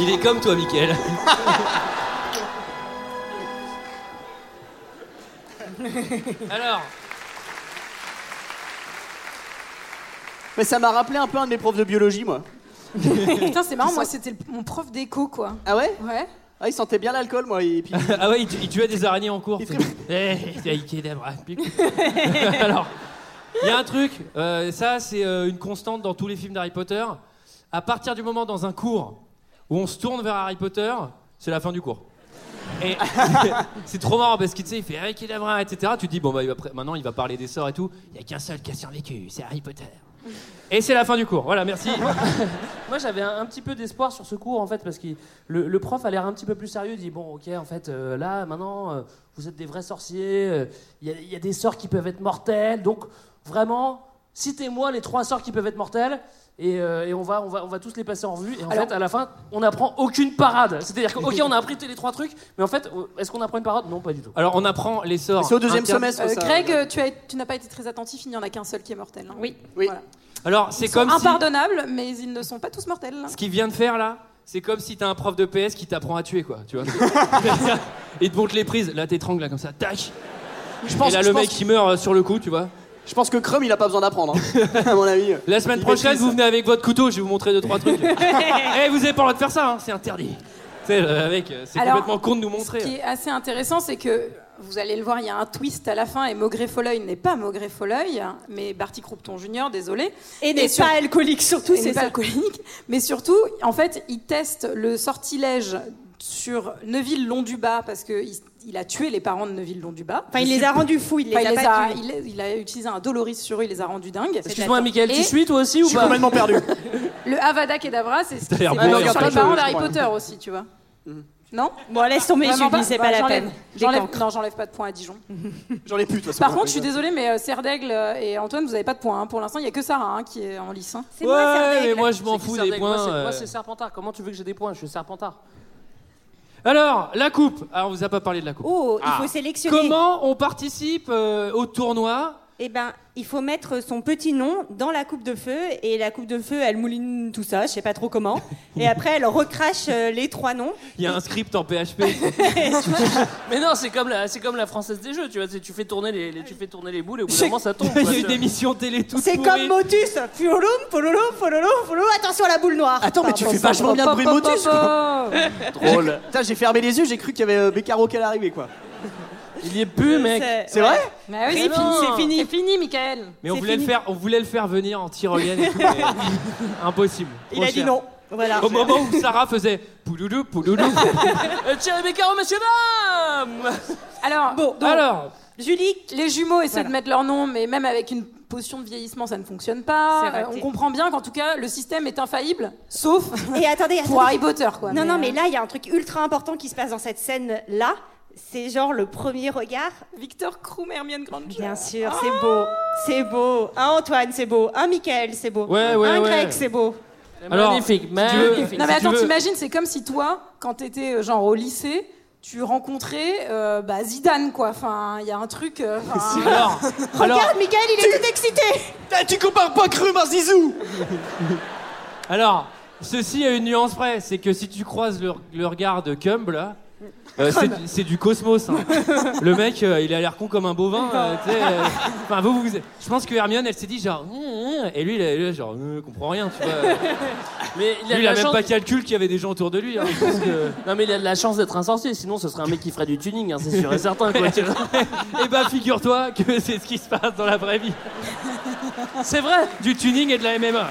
S6: Il est comme toi, Mickaël. Alors,
S11: Mais ça m'a rappelé un peu un de mes profs de biologie, moi.
S10: Putain, c'est marrant, moi c'était le- mon prof d'éco quoi.
S11: Ah ouais
S10: Ouais.
S11: Ah, il sentait bien l'alcool, moi. Et puis...
S6: ah ouais, il, tu- il tuait des araignées en cours. Eh, il a hiqué des bras. Alors, il y a un truc, euh, ça c'est euh, une constante dans tous les films d'Harry Potter. À partir du moment dans un cours où on se tourne vers Harry Potter, c'est la fin du cours. Et c'est trop marrant parce qu'il tu sais, il fait Harry Kedavra, etc. Tu te dis, bon, bah, il va pr- maintenant il va parler des sorts et tout. Il n'y a qu'un seul qui a survécu, c'est Harry Potter. Et c'est la fin du cours. Voilà, merci.
S9: Moi, j'avais un, un petit peu d'espoir sur ce cours, en fait, parce que le, le prof a l'air un petit peu plus sérieux. Il dit Bon, ok, en fait, euh, là, maintenant, euh, vous êtes des vrais sorciers. euh, Il y, a- il y a des sorts qui peuvent être mortels. Donc, vraiment, citez-moi les trois sorts qui peuvent être mortels. Et, euh, et on, va, on, va, on va tous les passer en revue. Et en
S6: Alors-
S9: fait, à la fin, on n'apprend aucune parade. C'est-à-dire que, ok, on a appris les trois trucs, mais en fait, euh, est-ce qu'on apprend une parade Non, pas du tout.
S6: Alors on apprend les sorts. interdits.
S10: Euh, Greg, euh, tu as- tu n'as pas été très attentif, il n'y en a qu'un seul qui est mortel. Oui.
S6: Alors c'est
S10: Ils sont
S6: comme si.
S10: impardonnables, mais ils ne sont pas tous mortels.
S6: Ce qu'il vient de faire là, c'est comme si t'as un prof de PS qui t'apprend à tuer, quoi. Tu vois Il te montre les prises. Là, t'étrangles, là, comme ça. Tac
S11: Je pense-
S6: Et là,
S11: je
S6: le
S11: pense
S6: mec, il meurt euh, sur le coup, tu vois.
S11: Je pense que Crum, il a pas besoin d'apprendre, hein, à mon avis.
S6: La semaine
S11: Il
S6: prochaine,
S11: maîtrise.
S6: vous venez avec votre couteau, je vais vous montrer deux, trois trucs. Eh, vous avez pas le droit de faire ça, hein, c'est interdit. Tu sais, le mec, euh, c'est
S10: Alors,
S6: complètement con de nous montrer.
S10: Ce qui est assez intéressant, c'est que vous allez le voir, il y a un twist à la fin et Maugré Folleuil n'est pas Maugré Folleuil, mais Barty Croupton Junior, désolé.
S12: Et n'est pas alcoolique, surtout,
S10: Et
S12: c'est
S10: n'est pas
S12: ça.
S10: alcoolique. Mais surtout, en fait, il teste le sortilège sur Neuville-Londubat parce que il, il a tué les parents de Neuville-Londubat.
S12: Enfin, il les a rendus fous, il les
S10: Enfin,
S12: a
S10: il,
S12: pas
S10: a,
S12: tués.
S10: il a- il a utilisé un Doloris sur eux, il les a rendus dingues.
S9: Excuse-moi, Michael, tu
S10: Et
S9: suis toi aussi ou pas
S11: complètement perdu.
S10: Le Havada Kedavra, c'est ce qui
S9: T'as
S10: c'est
S9: l'air
S10: sur
S6: hein.
S9: bourré, en
S10: les
S9: fait.
S10: parents d'Harry Potter aussi, tu vois. Hmm. Non
S12: Bon, laisse tomber,
S10: Vraiment
S12: Julie, c'est pas la
S10: j'enlève-
S12: peine.
S10: j'enlève-
S12: Décancre.
S10: Non, j'enlève pas de points à Dijon.
S11: J'en ai plus, de toute façon.
S10: Par contre, je suis désolée, mais euh, Serdaigle euh, et Antoine, vous avez pas de points. hein. Pour l'instant, il y a que Sarah hein, qui est en lice. hein.
S6: C'est moi, Ouais, Serdaigle. mais moi, je m'en
S9: C'est qui
S6: fous des
S9: Serdaigle Moi,
S6: points,
S9: c'est- Moi,
S6: euh.
S9: c'est Serpentard. Comment tu veux que j'ai des points Je suis Serpentard.
S6: Alors, la coupe. Ah, on vous a pas parlé de la coupe.
S12: Oh, il
S6: Ah.
S12: faut sélectionner.
S6: Comment on participe euh, au tournoi
S12: Eh ben, il faut mettre son petit nom dans la coupe de feu et la coupe de feu, elle mouline tout ça, je sais pas trop comment. Et après, elle recrache euh, les trois noms.
S6: Il y a un script en PHP.
S9: Mais non, c'est comme la, c'est comme la française des jeux, tu vois. c'est- Tu fais tourner les, les- tu fais tourner les boules et au bout d'un
S12: C'est-
S9: moment ça tombe.
S6: Il y a une émission télé toute
S12: C'est
S6: pourrie.
S12: comme Motus, Fulolum, Fulolum, Fulolum, Fulolum. Attention à la boule
S10: Ah,
S12: noire.
S11: Attends, mais tu fais vachement bien le bruit de Motus, quoi.
S6: Oh
S9: Drôle.
S11: Putain, j'ai fermé les yeux, j'ai cru qu'il y avait euh, Beccaro qui allait arriver, quoi.
S9: Il y est
S12: Euh,
S9: plus, mec.
S11: C'est vrai
S10: Bah oui,
S11: Mais
S10: c'est
S11: non.
S10: fini.
S11: C'est fini.
S10: C'est fini, Michael.
S6: Mais on
S10: C'est
S6: voulait, le
S10: fini.
S6: faire, on voulait le faire venir en tyrolienne et tout, mais impossible.
S12: Il
S6: Trop
S12: a dit
S6: cher.
S12: non. Voilà.
S6: Au moment où Sarah faisait pouloulou, pouloulou.
S9: Euh, Tiens, Rebecca, oh, monsieur dame
S10: Alors,
S6: Alors,
S12: Julie,
S10: les jumeaux essaient de mettre leur nom, mais même avec une potion de vieillissement, ça ne fonctionne
S12: C'est
S10: pas.
S12: raté.
S10: Euh, on comprend bien qu'en tout cas, le système est infaillible, sauf
S12: Et attendez, attendez.
S10: pour Harry Potter, quoi.
S12: Non, non,
S10: euh,
S12: mais là, il y a un truc ultra important qui se passe dans cette scène-là. C'est genre le premier regard.
S10: Victor Krum, Hermione Granger.
S12: Bien sûr, c'est beau. C'est beau. Un Antoine, c'est beau. Un Michael, c'est beau.
S6: Ouais, ouais,
S12: un
S6: ouais.
S12: Greg, c'est beau.
S6: Alors,
S9: magnifique,
S6: si tu veux-
S9: magnifique.
S10: Non mais
S6: si tu
S10: attends,
S6: veux-
S10: t'imagines, c'est comme si toi, quand t'étais euh, genre au lycée, tu rencontrais euh, bah, Zidane quoi. Enfin, il y a un truc. euh, enfin,
S6: Alors, alors,
S12: Regarde, Michael, il est tout excité.
S11: Putain, tu compares pas Crum à Zizou
S6: alors, ceci a une nuance près, c'est que si tu croises le, le regard de Cumb, là, euh, c'est du- c'est du cosmos. hein. Le mec, euh, il a l'air con comme un bovin. euh, tu sais, euh, Enfin, vous, vous- je pense que Hermione, elle s'est dit genre, Hum, hum et lui, il a- il a genre, Hum, comprend rien, tu vois.
S9: Mais il
S6: Lui,
S9: a, de
S6: il a
S9: la
S6: même
S9: chance...
S6: pas calculé qu'il y avait des gens autour de lui. hein, je pense que-
S9: Non mais il a de la chance d'être un sorcier, sinon ce serait un mec qui ferait du tuning, hein, c'est sûr et certain. Quoi, tu vois.
S6: Eh ben, figure-toi que c'est ce qui se passe dans la vraie vie.
S9: c'est vrai.
S6: Du tuning et de la MMA. ouais.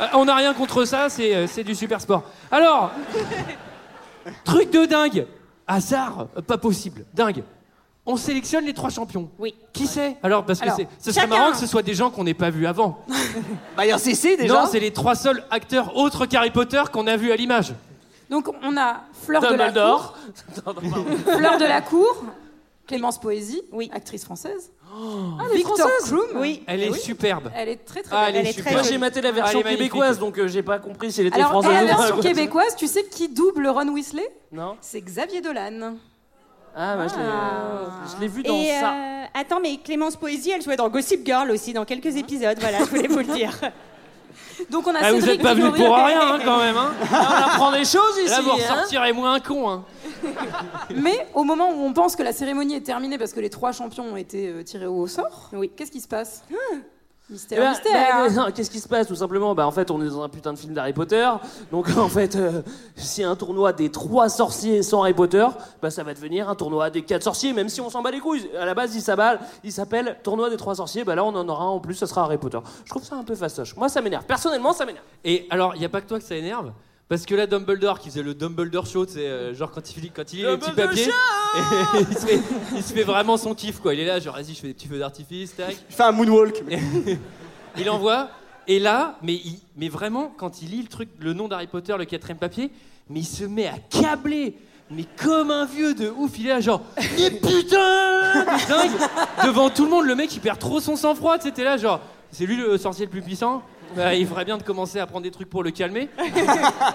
S6: Euh, on n'a rien contre ça, c'est euh, c'est du super sport. Alors, truc de dingue. Hasard, euh, pas possible. Dingue. On sélectionne les trois champions.
S12: Oui.
S6: Qui c'est Alors, parce que
S10: Alors,
S6: c'est- ce serait
S12: chacun.
S6: marrant que ce soit des gens qu'on n'ait pas vus avant.
S11: Bah, il y a un CC déjà.
S6: Non, c'est les trois seuls acteurs autres qu'Harry Potter qu'on a vus à l'image.
S10: Donc on a Fleur de la Cour,
S9: Dumbledore. Non, non, pardon.
S10: Fleur de la Cour, Clémence Poésie,
S12: Oui.
S10: actrice française. ah, elle est
S9: Victor
S10: française.
S12: Oui.
S6: Elle est superbe.
S10: Elle est très très
S6: Oh. Ah,
S10: belle.
S6: elle est,
S12: Elle est très
S6: superbe.
S9: Moi j'ai maté la version
S6: Ah, elle est magnifique.
S9: québécoise, donc euh, j'ai pas compris si elle était
S10: Alors,
S9: française
S10: et la
S9: ou pas,
S10: version
S9: quoi.
S10: québécoise, tu sais qui double Ron Weasley
S9: Non.
S10: C'est Xavier Dolan.
S9: Ah bah je l'ai,
S10: Ah.
S9: je l'ai vu dans
S12: Et
S9: ça.
S12: euh, attends, mais Clémence Poésie, elle jouait dans Gossip Girl aussi, dans quelques épisodes. Voilà, je voulais vous le dire.
S10: Donc on a
S6: Ah, vous
S10: Cédric
S6: n'êtes pas venus
S10: Diggory.
S6: pour rien, hein, quand même. hein.
S9: On apprend des choses ici.
S6: Là, vous
S9: hein.
S6: ressortirez moins un con. hein.
S10: Mais au moment où on
S12: Ah.
S10: pense que la cérémonie est terminée parce que les trois champions ont été euh, tirés au sort, oui. qu'est-ce qui se passe Mystère,
S9: Eh ben,
S10: mystère. hein.
S9: ben, non, Qu'est-ce qui se passe tout simplement Bah en fait on est dans un putain de film d'Harry Potter. Donc en fait euh, si un tournoi des trois sorciers sans Harry Potter, bah ça va devenir un tournoi des quatre sorciers même si on s'en bat les couilles. À la base il s'aballe, il s'appelle tournoi des trois sorciers, bah là on en aura un en plus, ça sera Harry Potter. Je trouve ça un peu fastoche. Moi ça m'énerve. Personnellement ça m'énerve.
S6: Et alors, il n'y a pas que toi que ça énerve parce que là, Dumbledore qui faisait le Dumbledore show, c'est genre quand il, quand il lit les petits
S9: Dumbledore
S6: papiers, et il, se fait, il se fait vraiment son kiff quoi. Il est là, genre vas-y, je fais des petits feux d'artifice, tac.
S11: Je fais un moonwalk.
S6: Il envoie, et là, mais, il- mais vraiment, quand il lit le truc, le nom d'Harry Potter, le quatrième papier, mais il se met à câbler, mais comme un vieux de ouf, il est là genre, mais putain, de dingue, devant tout le monde, le mec il perd trop son sang-froid, c'était là genre, c'est lui le sorcier le plus puissant, Bah, il ferait bien de commencer à prendre des trucs pour le calmer,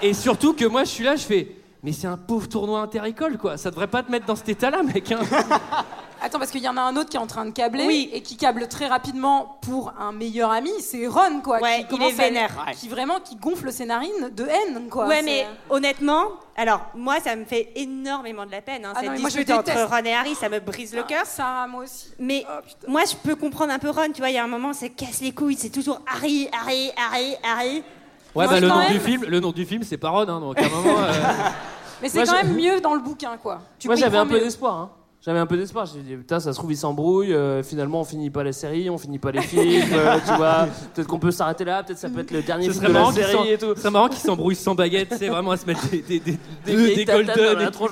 S6: et surtout que moi je suis là, je fais, mais c'est un pauvre tournoi interécole quoi, ça devrait pas te mettre dans cet état-là mec. hein.
S10: Attends, parce qu'il y en a un autre qui est en train de câbler et qui câble très rapidement pour un meilleur ami, c'est Ron, quoi.
S12: Ouais,
S10: qui
S12: il
S10: commence
S12: est vénère.
S10: À, qui vraiment qui gonfle ses narines de haine, quoi.
S12: ouais,
S10: C'est- euh,
S12: mais honnêtement, alors moi, ça me fait énormément de la peine. hein,
S10: Ah
S12: cette
S10: non, mais moi, je
S12: dispute entre
S10: déteste.
S12: Ron et Harry, ça me brise le cœur.
S10: Sarah, moi aussi. Oh,
S12: Mais moi, je peux comprendre un peu Ron. Tu vois, il y a un moment, ça casse les couilles. C'est toujours Harry, Harry, Harry, Harry.
S6: Ouais,
S10: Moi,
S6: bah,
S10: je
S6: le
S10: quand
S6: nom
S10: même-
S6: du film, le nom du film c'est pas Ron, hein, donc à un moment. euh,
S12: hein.
S10: Mais c'est
S9: Moi,
S10: quand
S9: je-
S10: même mieux dans le bouquin, quoi. Tu
S9: Moi j'avais
S10: comprends
S9: un peu
S10: mieux.
S9: d'espoir. Hein. J'avais un peu d'espoir. J'ai dit putain ça se trouve ils s'embrouillent. euh, finalement on finit pas la série, on finit pas les films. euh, tu vois, peut-être qu'on peut s'arrêter là. Peut-être ça peut être le dernier
S6: Ce
S9: film
S6: serait
S9: de la
S6: marrant qu'ils s'en-
S9: série et tout.
S6: ce serait marrant qu'ils s'embrouillent sans baguette, c'est vraiment à se mettre des, des, des, des,
S9: vieilles
S6: des
S9: tatanes dans
S6: golden.
S9: la
S6: et- Eh.
S9: tronche.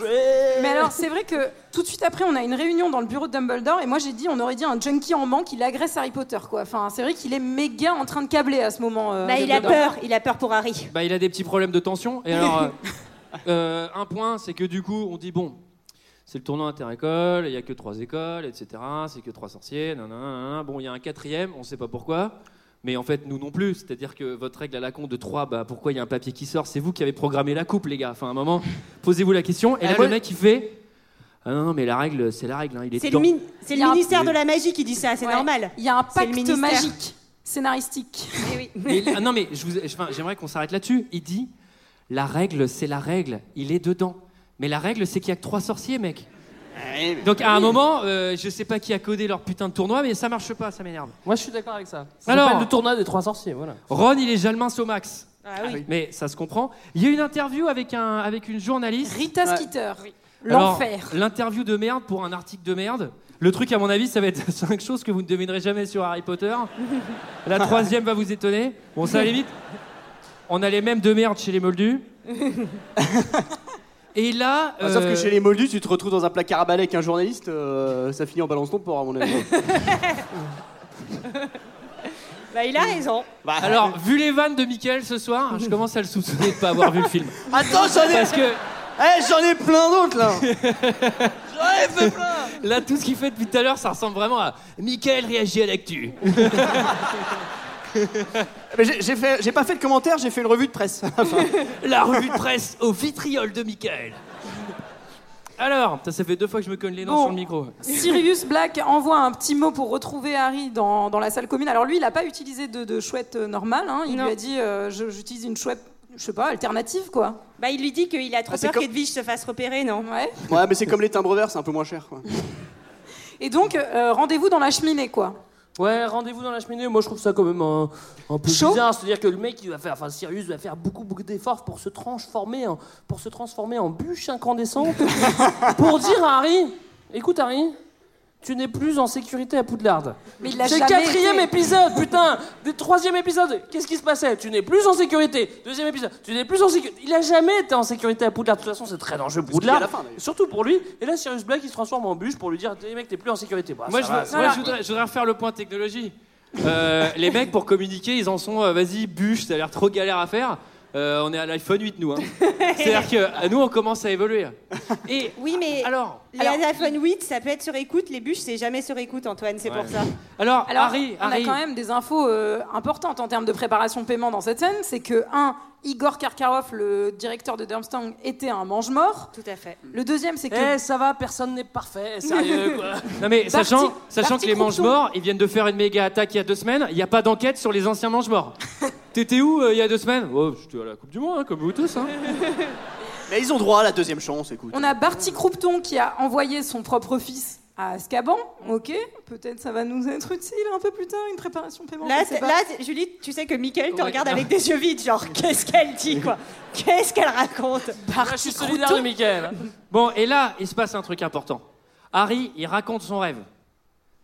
S10: Mais alors, c'est vrai que tout de suite après, on a une réunion dans le bureau de Dumbledore et moi j'ai dit, on aurait dit un junkie en manque, il agresse Harry Potter, quoi. Enfin, c'est vrai qu'il est méga en train de câbler à ce moment. euh,
S12: Bah, il a
S10: Dumbledore.
S12: peur. Il a peur pour Harry.
S6: Bah, il a des petits problèmes de tension. Et alors, euh, euh, un point, c'est que du coup, on dit bon, c'est le tournoi interécole, il y a que trois écoles, etc. C'est que trois sorciers, nanana, nanana. Bon, il y a un quatrième, on sait pas pourquoi. Mais en fait, nous non plus. C'est-à-dire que votre règle à la con de 3, bah, pourquoi il y a un papier qui sort C'est vous qui avez programmé la coupe, les gars. Enfin, à un moment, posez-vous la question. Et
S9: Ah,
S6: là,
S9: moi-
S6: le mec, il fait Ah non, non, mais la règle, c'est la règle. hein, il est
S12: C'est le,
S6: dedans.
S12: min- c'est
S10: Il y
S12: le
S10: a un-
S12: ministère de la magie qui dit ça. C'est
S10: Ouais.
S12: normal.
S10: Il y a un
S12: C'est le
S10: pacte
S12: ministère.
S10: magique scénaristique.
S6: Mais- ah non, mais je vous- je- enfin, j'aimerais qu'on s'arrête là-dessus. Il dit La règle, c'est la règle. Il est dedans. Mais la règle, c'est qu'il y a que trois sorciers, mec. Donc à un moment, euh, je sais pas qui a codé leur putain de tournoi, mais ça marche pas, ça m'énerve.
S9: Moi je suis d'accord avec ça. Ça
S6: Alors-
S9: s'appelle le tournoi des trois sorciers. Voilà.
S6: Ron, il est jalmince au max.
S12: Ah oui.
S6: Mais ça se comprend. Il y a une interview avec, un, avec une journaliste.
S10: Rita Skeeter.
S6: Alors,
S10: L'enfer.
S6: L'interview de merde pour un article de merde. Le truc, à mon avis, ça va être cinq choses que vous ne devinerez jamais sur Harry Potter. La troisième va vous étonner. Bon, ça, à la limite, on a les mêmes de merde chez les Moldus. Et là.
S11: Ah, Sauf
S6: euh,
S11: que chez les Moldus, tu te retrouves dans un placard à balai avec un journaliste, euh, ça finit en balance ton port, à mon avis.
S12: Bah, il a raison.
S6: Alors, vu les vannes de Michael ce soir, je commence à le soupçonner de pas avoir vu le film.
S11: Attends, j'en ai,
S6: Parce que
S11: Eh, j'en ai plein d'autres là
S6: là, tout ce qu'il fait depuis tout à l'heure, ça ressemble vraiment à Michael réagit à l'actu.
S11: Mais j'ai- J'ai fait- j'ai pas fait de commentaire, j'ai fait une revue de presse.
S6: La revue de presse au vitriol de Michael. Alors, ça, ça fait deux fois que je me cogne les dents
S10: Bon.
S6: sur le micro.
S10: Sirius Black envoie un petit mot pour retrouver Harry dans, dans la salle commune. Alors lui, il n'a pas utilisé de, de chouette euh, normale. hein. Il
S12: Non.
S10: lui a dit euh, je- j'utilise une chouette, je sais pas, alternative quoi.
S12: Bah, il lui dit qu'il a trop
S11: Ah, c'est
S12: peur
S11: comme-
S12: qu'Edwige se fasse repérer, non
S10: Ouais.
S11: Ouais, mais c'est comme les timbres verts, c'est un peu moins cher. Quoi.
S10: Et donc euh, rendez-vous dans la cheminée quoi.
S9: Ouais, rendez-vous dans la cheminée. Moi, je trouve ça quand même un, un peu
S10: Chaud.
S9: bizarre. C'est-à-dire que le mec, il va faire, enfin, Sirius va faire beaucoup, beaucoup d'efforts pour se transformer, en, pour se transformer en bûche incandescente, pour dire à Harry, écoute Harry, tu n'es plus en sécurité à Poudlard.
S10: Mais il l'a
S9: C'est le
S10: jamais
S9: quatrième
S10: été.
S9: épisode, putain, des troisième épisode. Qu'est-ce qui se passait Tu n'es plus en sécurité. Deuxième épisode, tu n'es plus en sécurité. Il a jamais été en sécurité à Poudlard. De toute façon, c'est très dangereux
S11: dit à
S9: Poudlard.
S11: la fin, d'ailleurs.
S9: Surtout pour lui. Et là, Sirius Black, il se transforme en bûche pour lui dire, Eh, mec, t'es plus en sécurité. Bah,
S6: Moi,
S9: ça
S6: je,
S9: va,
S6: veux-
S9: ça
S6: moi,
S9: va.
S6: je voudrais, je voudrais refaire le point technologie. Euh, les mecs, pour communiquer, ils en sont, euh, vas-y, bûche, ça a l'air trop galère à faire. Euh, on est à l'iPhone 8, nous. hein. C'est-à-dire que à nous, on commence à évoluer. Et
S12: Oui, mais
S6: alors, alors,
S12: l'iPhone 8, ça peut être sur écoute. Les bûches, c'est jamais sur écoute, Antoine, c'est pour ça.
S6: alors,
S10: Alors,
S6: Harry,
S10: on
S6: Harry,
S10: a quand même des infos euh, importantes en termes de préparation de paiement dans cette scène. C'est que, un, Igor Karkaroff, le directeur de Durmstrang, était un mange-mort.
S12: Tout à fait.
S10: Le deuxième, c'est
S9: Eh,
S10: que.
S9: ça va, personne n'est parfait, sérieux, quoi.
S6: Non mais sachant,
S10: Barty-
S6: sachant
S10: Barty
S6: que les
S10: Croupton.
S6: mange-morts, ils viennent de faire une méga attaque il y a deux semaines, il n'y a pas d'enquête sur les anciens mange-morts. T'étais où euh, il y a deux semaines Oh, j'étais à la Coupe du Monde, hein, comme vous tous. hein.
S11: Mais ils ont droit à la deuxième chance, écoute.
S10: On a Barty Croupton qui a envoyé son propre fils à Azkaban, ok, peut-être ça va nous être utile un peu plus tard, une préparation paiement.
S12: Là,
S10: je sais
S12: t-
S10: pas.
S12: là, t- Julie, tu sais que Michael te
S10: Ouais.
S12: regarde avec des yeux vides, genre qu'est-ce qu'elle dit quoi Qu'est-ce qu'elle raconte
S13: je suis solidaire de Michael.
S6: Bon, et là, il se passe un truc important. Harry, il raconte son rêve.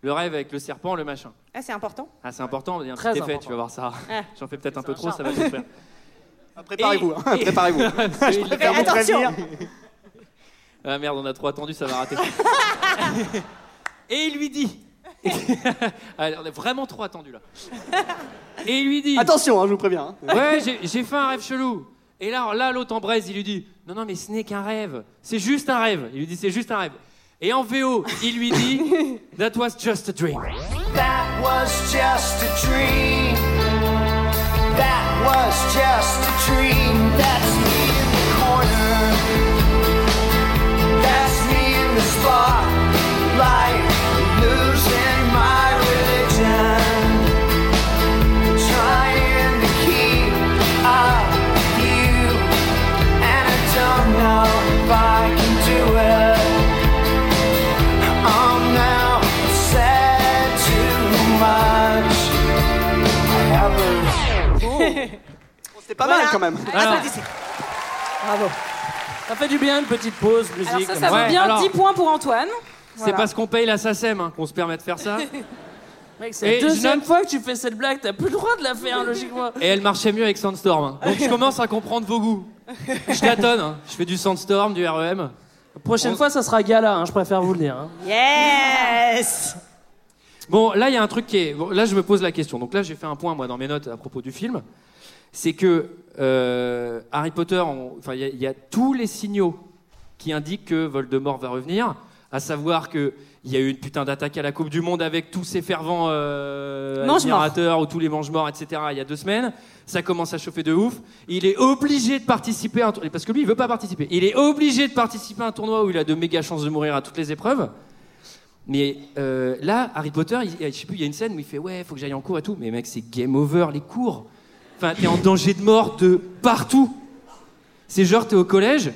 S6: Le rêve avec le serpent, le machin.
S12: Ah, c'est important.
S6: Ah, c'est important, il y a un
S13: Très
S6: petit effet,
S13: important.
S6: tu vas voir ça.
S12: Ah.
S6: J'en fais peut-être un peu
S13: un
S6: trop, ça
S13: charme.
S6: va te faire.
S10: Ah,
S11: Préparez-vous, hein, préparez-vous.
S6: Je
S12: Eh, attention
S6: Ah merde, on a trop attendu, ça va rater. et il lui dit. Allez, on a vraiment trop attendu là. Et il lui dit.
S11: Attention, hein, je vous préviens. hein.
S6: Ouais, j'ai- j'ai fait un rêve chelou. Et là, là l'autre en braise, il lui dit Non, non, mais ce n'est qu'un rêve. C'est juste un rêve. Il lui dit C'est juste un rêve. Et en VO, il lui dit That was just a dream.
S3: That was just a dream. That was just a dream. That's me in the corner. That's me in the spotlight. Losing my religion. Trying to keep up with you. And I don't know if I can do it. I'm now sad too much. I have a
S11: C'est pas mal quand même.
S12: Bravo.
S9: Ça fait du bien une petite pause musique.
S10: Alors ça,
S9: comme
S10: ça vaut
S6: Ouais,
S10: bien
S6: alors-
S10: 10 points pour Antoine.
S6: C'est parce qu'on paye la SACEM hein, qu'on se permet de faire ça.
S9: Mec, c'est
S6: Et
S9: la
S6: je
S9: deuxième
S6: note-
S9: fois que tu fais cette blague, t'as plus le droit de la faire, logiquement.
S6: Et elle marchait mieux avec Sandstorm. hein. Donc je commence à comprendre vos goûts. Je tâtonne, hein. je fais du Sandstorm, du E REM.
S9: Prochaine
S6: On-
S9: fois, ça sera gala, hein, je préfère vous le dire. hein.
S12: Yes
S6: Bon, là, il y a un truc qui est. bon, là, je me pose la question. Donc là, j'ai fait un point, moi, dans mes notes à propos du film. C'est que euh, Harry Potter, on- enfin, il y a- il y, a tous les signaux qui indiquent que Voldemort va revenir, à savoir que il y a eu une putain d'attaque à la Coupe du Monde avec tous ces fervents euh,
S10: Mange-morts.
S6: admirateurs ou tous les mange-morts, etc. Il y a deux semaines, ça commence à chauffer de ouf. Il est obligé de participer à un tour- parce que lui, il veut pas participer. Il est obligé de participer à un tournoi où il a de méga chances de mourir à toutes les épreuves. Mais euh, là, Harry Potter, il, je sais plus, il y a une scène où il fait ouais, faut que j'aille en cours et tout. Mais mec, c'est game over les cours. Enfin, t'es en danger de mort de partout. C'est genre t'es au collège,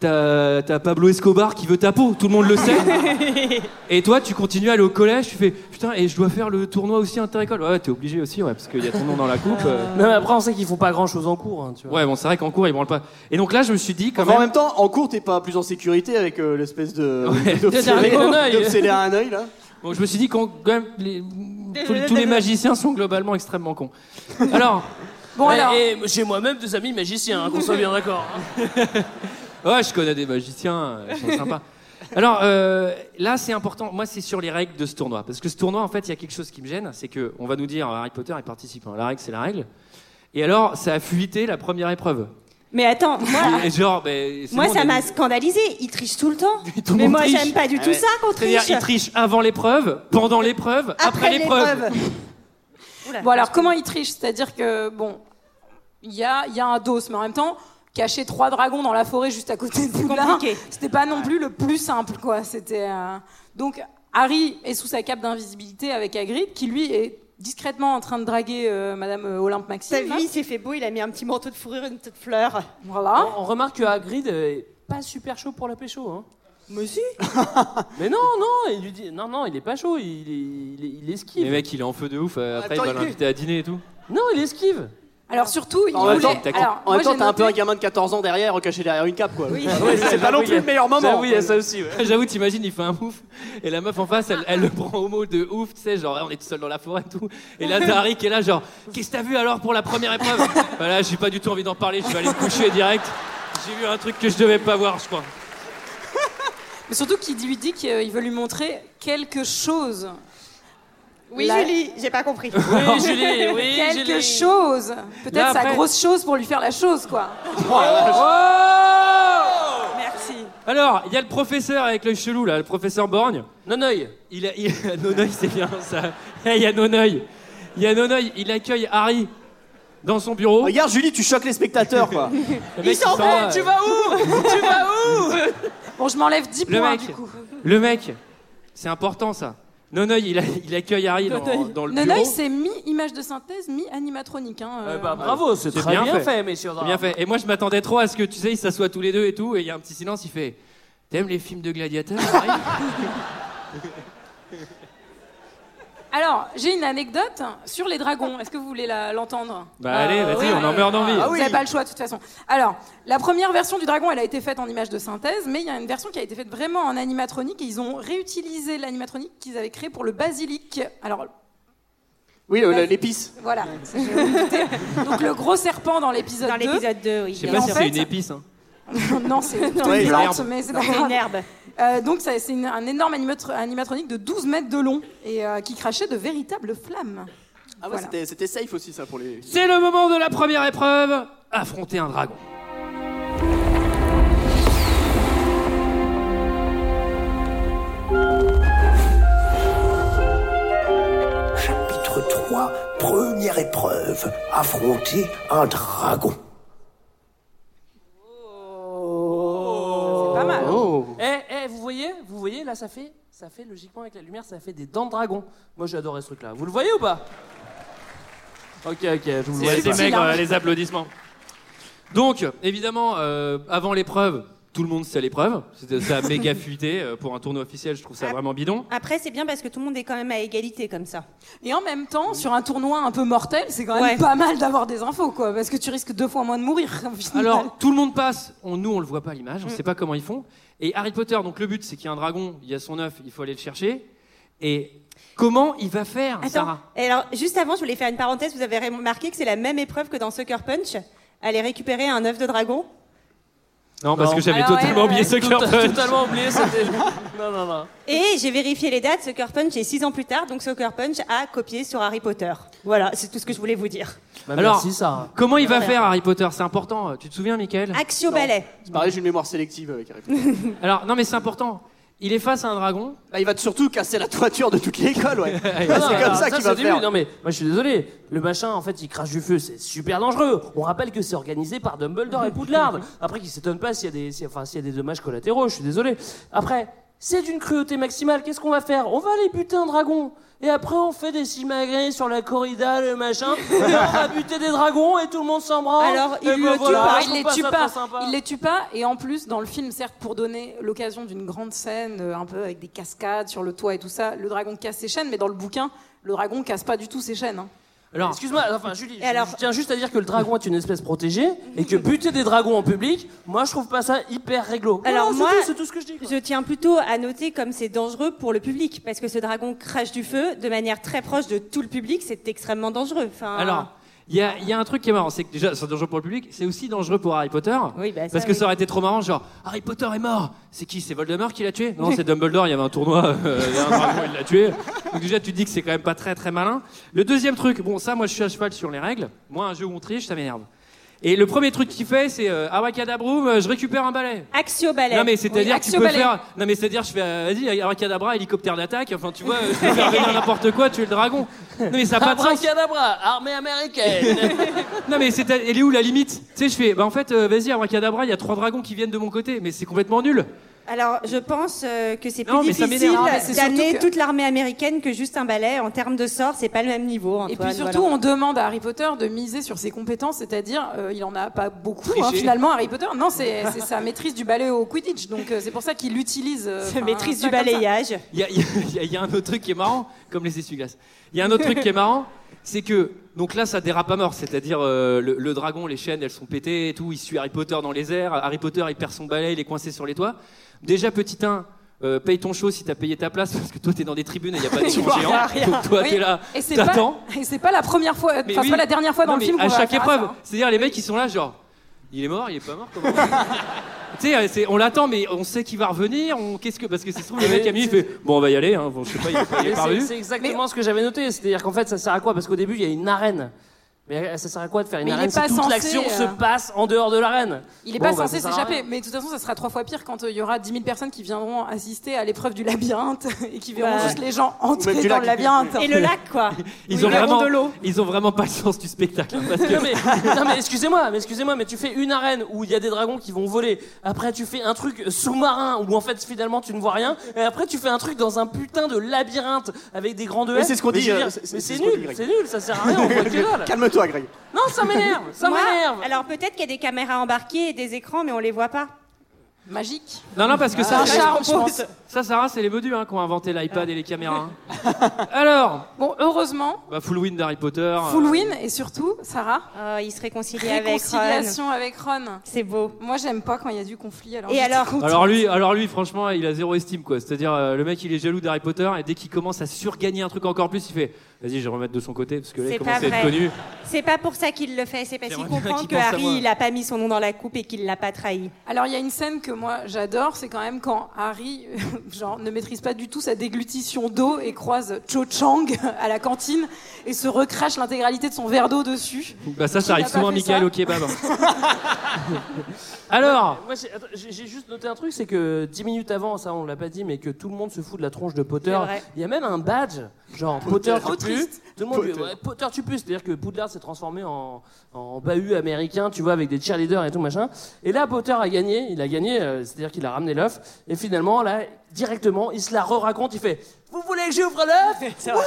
S6: t'as t'as Pablo Escobar qui veut ta peau, tout le monde le sait. et toi, tu continues à aller au collège, tu fais putain et je dois faire le tournoi aussi inter-école. Ouais, t'es obligé aussi, ouais, parce qu'il y a ton nom dans la coupe. euh.
S9: Non, mais après, on sait qu'ils font pas grand chose en cours, hein, tu vois.
S6: Ouais, bon, c'est vrai qu'en cours ils branlent pas. Et donc là, je me suis dit quand
S11: Enfin, en
S6: même.
S11: même temps, en cours, t'es pas plus en sécurité avec euh, l'espèce de.
S6: Ouais.
S11: d'obsédé-
S9: Avec un œil.
S11: d'obsédé à un œil, là.
S6: Bon, je me suis dit qu'on- quand même, les- tous, tous les magiciens sont globalement extrêmement cons. Alors.
S10: Bon alors,
S9: Et, et j'ai moi-même des amis magiciens, hein, qu'on soit bien d'accord. hein.
S6: Ouais, je connais des magiciens, euh, ils sont sympas. Alors euh, là, c'est important. Moi, c'est sur les règles de ce tournoi, parce que ce tournoi, en fait, il y a quelque chose qui me gêne, c'est que on va nous dire Harry Potter est participant. La règle, c'est la règle. Et alors, ça a fuité la première épreuve.
S12: Mais attends, moi,
S6: Et genre, ben, c'est
S12: moi
S6: bon,
S12: ça
S6: on
S12: m'a
S6: est-
S12: scandalisé. Il triche tout le temps.
S6: Tout le
S12: Mais
S6: monde
S12: moi,
S6: triche. Ah Eh
S12: j'aime pas du tout ça qu'on
S6: C'est-à-dire,
S12: triche.
S6: il triche avant l'épreuve, pendant l'épreuve, après, l'épreuve.
S12: Oula.
S10: bon alors comment il triche C'est-à-dire que bon, il y a, il y a un dos, mais en même temps, cacher trois dragons dans la forêt juste à côté de Poudlard,
S12: compliqué.
S10: c'était pas non plus le plus simple quoi. C'était euh, donc Harry est sous sa cape d'invisibilité avec Hagrid, qui lui est discrètement en train de draguer euh, Madame euh, Olympe
S12: T'as
S10: Maxime.
S12: vu, il s'est fait beau, il a mis un petit manteau de fourrure, une petite fleur.
S10: Voilà.
S9: Ah. On remarque que Hagrid euh, est pas super chaud pour la pécho. Hein.
S10: Mais si.
S9: Mais non, non, il lui dit non, non, il est pas chaud, il, il, il- il esquive.
S6: Mais mec, il est en feu de ouf. euh, Après,
S11: Attends,
S6: il va
S11: il-
S6: l'inviter à dîner et tout.
S9: Non, il esquive.
S10: Alors surtout, il
S11: En même temps,
S10: voulait.
S11: t'as-
S10: alors,
S11: en même
S10: moi,
S11: temps,
S10: j'ai
S11: t'as un peu un
S10: noté-
S11: gamin de 14 ans derrière, caché derrière une cape, quoi.
S9: ça,
S11: Ah c'est pas non
S9: j'avoue,
S11: plus le meilleur moment. hein.
S9: J'avoue, il y a ça aussi. ouais.
S6: J'avoue, t'imagines, il fait un mouf et la meuf en face, elle, elle le prend au mot de ouf, tu sais, genre on est tout seul dans la forêt et tout. Et là, t'as Harry qui est là, genre, qu'est-ce que t'as vu alors pour la première épreuve Bah là, j'ai pas du tout envie d'en parler, je vais aller me coucher direct. J'ai vu un truc que je devais pas voir, je crois.
S10: Mais surtout qu'il lui dit qu'il euh, veut lui montrer quelque chose.
S12: Oui,
S10: La-
S12: Julie, j'ai pas compris.
S9: Oui, Julie, oui,
S10: quelque
S9: Julie.
S10: chose.
S6: Là,
S10: Peut-être sa
S6: après- Oh,
S10: grosse chose pour lui faire la chose, quoi. Oh
S12: Merci.
S6: Alors, il y a le professeur avec l'œil chelou, là, le professeur Borgne.
S9: Nonoï.
S6: Il a. Il... Nonoeil, c'est bien ça. Eh, Il y a Nonoeil. Il y a Nonoeil, il accueille Harry dans son bureau.
S11: Oh. Regarde, Julie, tu choques les spectateurs, quoi.
S6: Le mec,
S12: s'en
S6: il
S12: va,
S6: euh,
S12: tu
S10: Bon, je m'enlève 10
S6: Le
S10: points,
S6: mec.
S10: du coup.
S6: Le mec, c'est important ça. Nonoï, il, a- il accueille Harry dans, dans le bureau.
S10: Nonoï, c'est mi-image de synthèse, mi-animatronique. Hein, euh.
S9: Eh bah, bravo, c'est
S6: C'est
S9: très bien,
S6: bien
S9: fait,
S6: fait.
S9: messieurs.
S6: C'est bien fait. Et moi, je m'attendais trop à ce que tu sais, ils s'assoient tous les deux et tout, et il y a un petit silence. Il fait T'aimes les films de gladiateurs Harry
S10: Alors, j'ai une anecdote sur les dragons. Est-ce que vous voulez la- l'entendre
S6: Bah,
S10: Ah,
S6: allez, vas-y, on en meurt d'envie.
S10: Vous n'avez pas le choix de toute façon. Alors, la première version du dragon, elle a été faite en image de synthèse, mais il y a une version qui a été faite vraiment en animatronique et ils ont réutilisé l'animatronique qu'ils avaient créée pour le basilic. Alors,
S11: Oui, euh, l'épice.
S10: voilà. Je vais vous goûter. Donc, le gros serpent dans l'épisode 2. Dans l'épisode 2, oui.
S6: Je sais pas si c'est une épice. Hein.
S10: non, c'est une
S6: Ouais, une
S10: plante,
S6: herbe.
S10: mais c'est
S12: Non,
S10: pas
S12: c'est une
S10: grave.
S12: herbe.
S10: Euh, donc, ça- c'est une- un énorme animatro- animatronique de 12 mètres de long et euh, qui crachait de véritables flammes.
S11: Ah ouais, c'était- c'était safe aussi, ça, pour les.
S6: C'est le moment de la première épreuve affronter un dragon.
S1: Chapitre 3, première épreuve, affronter un dragon.
S9: Pas mal.
S1: Oh.
S9: Eh, eh, vous voyez, vous voyez, là, ça fait, ça fait logiquement avec la lumière, ça fait des dents de dragon. Moi, j'ai adoré ce truc-là. Vous le voyez ou pas
S6: Ok, ok, je vous
S9: C'est
S6: vois.
S9: subtil,
S6: C'est maigre,
S9: hein.
S6: euh, les applaudissements. Donc, évidemment, euh, avant l'épreuve, tout le monde sait l'épreuve. C'était ça a méga fuité. euh, Pour un tournoi officiel, je trouve ça vraiment bidon.
S12: Après, c'est bien parce que tout le monde est quand même à égalité comme ça.
S10: Et en même temps, sur un tournoi un peu mortel, c'est quand même pas mal d'avoir des infos, quoi, parce que tu risques deux fois moins de mourir. au final.
S6: Alors, tout le monde passe. On, nous, on le voit pas à l'image. On sait pas comment ils font. Et Harry Potter, donc le but, c'est qu'il y a un dragon, il y a son œuf, il faut aller le chercher. Et comment il va faire, Sarah
S12: Et alors, juste avant, je voulais faire une parenthèse. Vous avez remarqué que c'est la même épreuve que dans Sucker Punch. Aller récupérer un œuf de dragon.
S6: Non, parce
S9: Non.
S6: que j'avais
S9: Alors,
S6: totalement
S9: ouais,
S6: oublié
S9: ouais.
S6: ce
S9: Tout-
S6: cœur
S9: Totalement oublié, c'était. non, non, non.
S12: Et j'ai vérifié les dates. Sucker Punch est six ans plus tard, donc Sucker Punch a copié sur Harry Potter. Voilà, c'est tout ce que je voulais vous dire.
S6: Alors,
S9: Bah, merci, Sarah.
S6: comment il va
S12: Voilà.
S6: faire, Harry Potter C'est important. euh, Tu te souviens, Michael
S12: Axio Ballet.
S11: C'est pareil, j'ai une mémoire sélective avec Harry Potter.
S6: Alors, non, mais c'est important. Il est face à un dragon.
S11: Bah, il va surtout casser la toiture de toute l'école, ouais.
S9: Ah,
S11: Bah,
S9: non,
S11: c'est
S9: alors,
S11: comme ça qu'il
S9: c'est
S11: va
S9: au début.
S11: faire.
S6: hein.
S9: Non mais moi je suis désolé, le machin en fait il crache du feu, c'est super dangereux. On rappelle que c'est organisé par Dumbledore et Poudlard. Après qu'ils s'étonnent pas s'il y a des si- enfin s'il y a des dommages collatéraux, je suis désolé. Après, c'est d'une cruauté maximale, qu'est-ce qu'on va faire On va aller buter un dragon. Et après on fait des simagrées sur la corrida, le machin. et on va buter des dragons et tout le monde s'en branle.
S10: Alors,
S9: Et
S10: il
S9: ben
S10: le tue
S9: voilà,
S10: pas,
S9: je
S10: Ah, il
S9: trouve
S10: les
S9: pas
S10: tue
S9: ça
S10: pas,
S9: très sympa.
S10: il les tue pas, et en plus, dans le film, certes, pour donner l'occasion d'une grande scène, euh, un peu avec des cascades sur le toit et tout ça, le dragon casse ses chaînes, mais dans le bouquin, le dragon casse pas du tout ses chaînes. hein.
S6: Alors,
S9: Excuse-moi, enfin Julie, je- je tiens juste à dire que le dragon est une espèce protégée et que buter des dragons en public, moi je trouve pas ça hyper réglo.
S12: Alors
S9: Non, c'est
S12: moi,
S9: tout, c'est tout ce que je dis.
S12: tiens plutôt à noter comme c'est dangereux pour le public, parce que ce dragon crache du feu de manière très proche de tout le public, c'est extrêmement dangereux. Enfin,
S6: Alors, il y a, il y a un truc qui est marrant, c'est que déjà, c'est dangereux pour le public, c'est aussi dangereux pour Harry Potter.
S12: Oui, bah, ça,
S6: parce que
S12: oui.
S6: ça aurait été trop marrant, genre, Harry Potter est mort C'est qui C'est Voldemort qui l'a tué Non, c'est Dumbledore, il y avait un tournoi, euh, il y a un dragon, il l'a tué. Donc déjà, tu te dis que c'est quand même pas très très malin. Le deuxième truc, bon, ça, moi je suis à cheval sur les règles. Moi, un jeu où on triche, ça m'énerve. Et le premier truc qu'il fait, c'est euh, Abracadabroum, euh, je récupère un balai.
S12: Axio Ballet.
S6: Non mais c'est-à-dire
S12: Oui,
S6: que tu
S12: Axio
S6: peux
S12: Ballet.
S6: faire. Non mais c'est-à-dire je fais euh, vas-y abracadabra hélicoptère d'attaque. Enfin tu vois euh, je peux faire venir n'importe quoi tuer le dragon. Non mais ça a pas de sens.
S9: Abracadabra, armée américaine.
S6: Non mais c'est elle est où la limite Tu sais je fais bah en fait euh, vas-y abracadabra il y a trois dragons qui viennent de mon côté mais c'est complètement nul.
S12: Alors, je pense euh, que c'est plus
S6: Non, mais ça
S12: difficile
S6: m'énerve. Non, mais c'est surtout
S12: d'amener
S6: que-
S12: toute l'armée américaine que juste un balai. En termes de sort, c'est pas le même niveau.
S10: Et
S12: Antoine,
S10: puis surtout,
S12: voilà.
S10: on demande à Harry Potter de miser sur ses compétences, c'est-à-dire, euh, il en a pas beaucoup, hein,
S12: Tricher.
S10: finalement, Harry Potter. Non, c'est c'est sa maîtrise du balai au Quidditch, donc euh, c'est pour ça qu'il l'utilise. euh,
S12: Sa
S10: enfin,
S12: maîtrise
S10: ça
S12: du
S10: comme ça.
S12: balayage.
S6: Il y a, il y a- il y a- il y a un autre truc qui est marrant comme les essuie-glaces. Il y a un autre truc qui est marrant c'est que donc là ça dérape à mort c'est-à-dire euh, le, le dragon les chaînes elles sont pétées et tout il suit Harry Potter dans les airs Harry Potter il perd son balai il est coincé sur les toits. Déjà petit 1 euh, paye ton show si t'as payé ta place parce que toi t'es dans des tribunes et il y a pas de
S10: Tu
S6: son
S10: vois
S6: géant.
S10: rien.
S6: Donc toi
S10: Oui.
S6: t'es là,
S10: Et c'est pas,
S6: t'attends.
S10: et c'est pas la première fois, enfin,
S6: Mais
S10: c'est
S6: oui.
S10: pas la dernière fois dans
S6: Non,
S10: le
S6: mais
S10: film qu'on
S6: À
S10: va
S6: chaque
S10: faire
S6: épreuve.
S10: ça, hein.
S6: C'est-à-dire, les mecs, ils sont là, genre, il est mort, il est pas mort, comment Tu sais, c'est- on l'attend, mais on sait qu'il va revenir. On... Qu'est-ce que parce que ça se trouve le mec a mis, il fait bon, on va y aller. Hein. Bon, je sais pas, il est, pas- il est
S9: Mais
S6: pas
S9: C'est
S6: revenu.
S9: c'est exactement ce que j'avais noté. C'est-à-dire qu'en fait, ça sert à quoi Parce qu'au début, il y a une arène.
S6: Eh,
S9: Mais ça sert à quoi de faire une
S10: Mais il
S9: arène
S10: est
S9: si
S10: pas
S9: toute
S10: censé,
S9: l'action
S10: euh,
S9: se passe en dehors de l'arène
S10: Il est
S9: Bon,
S10: pas
S9: bah,
S10: censé
S9: ça sert à
S10: s'échapper,
S9: rien.
S10: mais de toute façon, ça sera trois fois pire quand euh, il y aura 10 000 personnes qui viendront assister à l'épreuve du labyrinthe et qui verront
S12: Bah.
S10: juste les gens
S11: Ou même
S10: entrer
S11: du
S10: dans
S11: lac.
S10: le labyrinthe.
S12: Et le lac, quoi.
S6: Ils
S12: Oui,
S6: ont
S12: le rond
S6: vraiment,
S12: de l'eau.
S6: ils ont vraiment pas le sens du spectacle. hein, parce que-
S9: Non mais, non, mais excusez-moi, mais excusez-moi, mais tu fais une arène où il y a des dragons qui vont voler. Après tu fais un truc sous-marin où en fait finalement tu ne vois rien. Et après tu fais un truc dans un putain de labyrinthe avec des grandes
S11: Mais c'est ce qu'on dit,
S9: je veux
S11: euh,
S9: dire,
S11: c'est- c'est
S9: mais c'est
S11: ce qu'on dit,
S9: nul,
S11: Greg.
S9: c'est nul, ça sert à rien. On voit que dalle.
S11: Calme-toi, Greg.
S9: Non, ça m'énerve, ça
S12: Moi,
S9: m'énerve.
S12: Alors peut-être qu'il y a des caméras embarquées et des écrans, mais on les voit pas.
S10: magique.
S6: Non, non, parce
S12: Ah,
S6: que ça,
S10: un charme, je pense.
S6: ça, Sarah, c'est les Bedus hein, qui ont inventé l'iPad et les caméras. hein. Alors,
S10: Bon, heureusement,
S6: bah, full win d'Harry Potter.
S9: Ah,
S6: euh,
S10: full win et surtout, Sarah,
S12: Euh, il se réconcilie avec Ron.
S10: réconciliation avec Ron.
S12: C'est beau.
S10: Moi, j'aime pas quand il y a du conflit. Alors
S12: Et
S10: j'étais
S12: alors
S10: contente.
S6: Alors lui, alors lui, franchement, il a zéro estime quoi. C'est-à-dire euh, le mec, il est jaloux d'Harry Potter et dès qu'il commence à surgagner un truc encore plus, il fait "Vas-y, je vais remettre de son côté parce que là, il
S12: C'est
S6: commence
S12: pas
S6: à être
S12: vrai.
S6: connu."
S12: C'est pas pour ça qu'il le fait, c'est parce qu'il
S6: J'aimerais bien
S12: comprend
S6: qu'il
S12: que
S6: pense à moi.
S12: Harry, il a pas mis son nom dans la coupe et qu'il l'a pas trahi.
S10: Alors, il y a une scène que moi j'adore, c'est quand même quand Harry genre, ne maîtrise pas du tout sa déglutition d'eau et croise Cho Chang à la cantine et se recrache l'intégralité de son verre d'eau dessus.
S6: Bah ça,
S10: Qui
S6: ça arrive
S10: n'a pas
S6: souvent à
S10: fait
S6: Michael bah,
S10: ça
S6: au kebab. hein. alors,
S9: Moi, j'ai- attends, j'ai j'ai juste noté un truc, c'est que 10 minutes avant, ça on l'a pas dit, mais que tout le monde se fout de la tronche de Potter.
S12: C'est vrai.
S9: Il y a même un badge, genre Potter,
S10: Trop
S9: tu pues.
S10: triste.
S9: Tout le monde dit,
S11: Potter.
S9: ouais, Potter, tu pues. C'est-à-dire que Poudlard s'est transformé en, en bahut américain, tu vois, avec des cheerleaders et tout machin. Et là, Potter a gagné, il a gagné, euh, c'est-à-dire qu'il a ramené l'œuf. Et finalement, là, directement, il se la re-raconte, il fait Vous voulez que j'ouvre l'œuf Ouais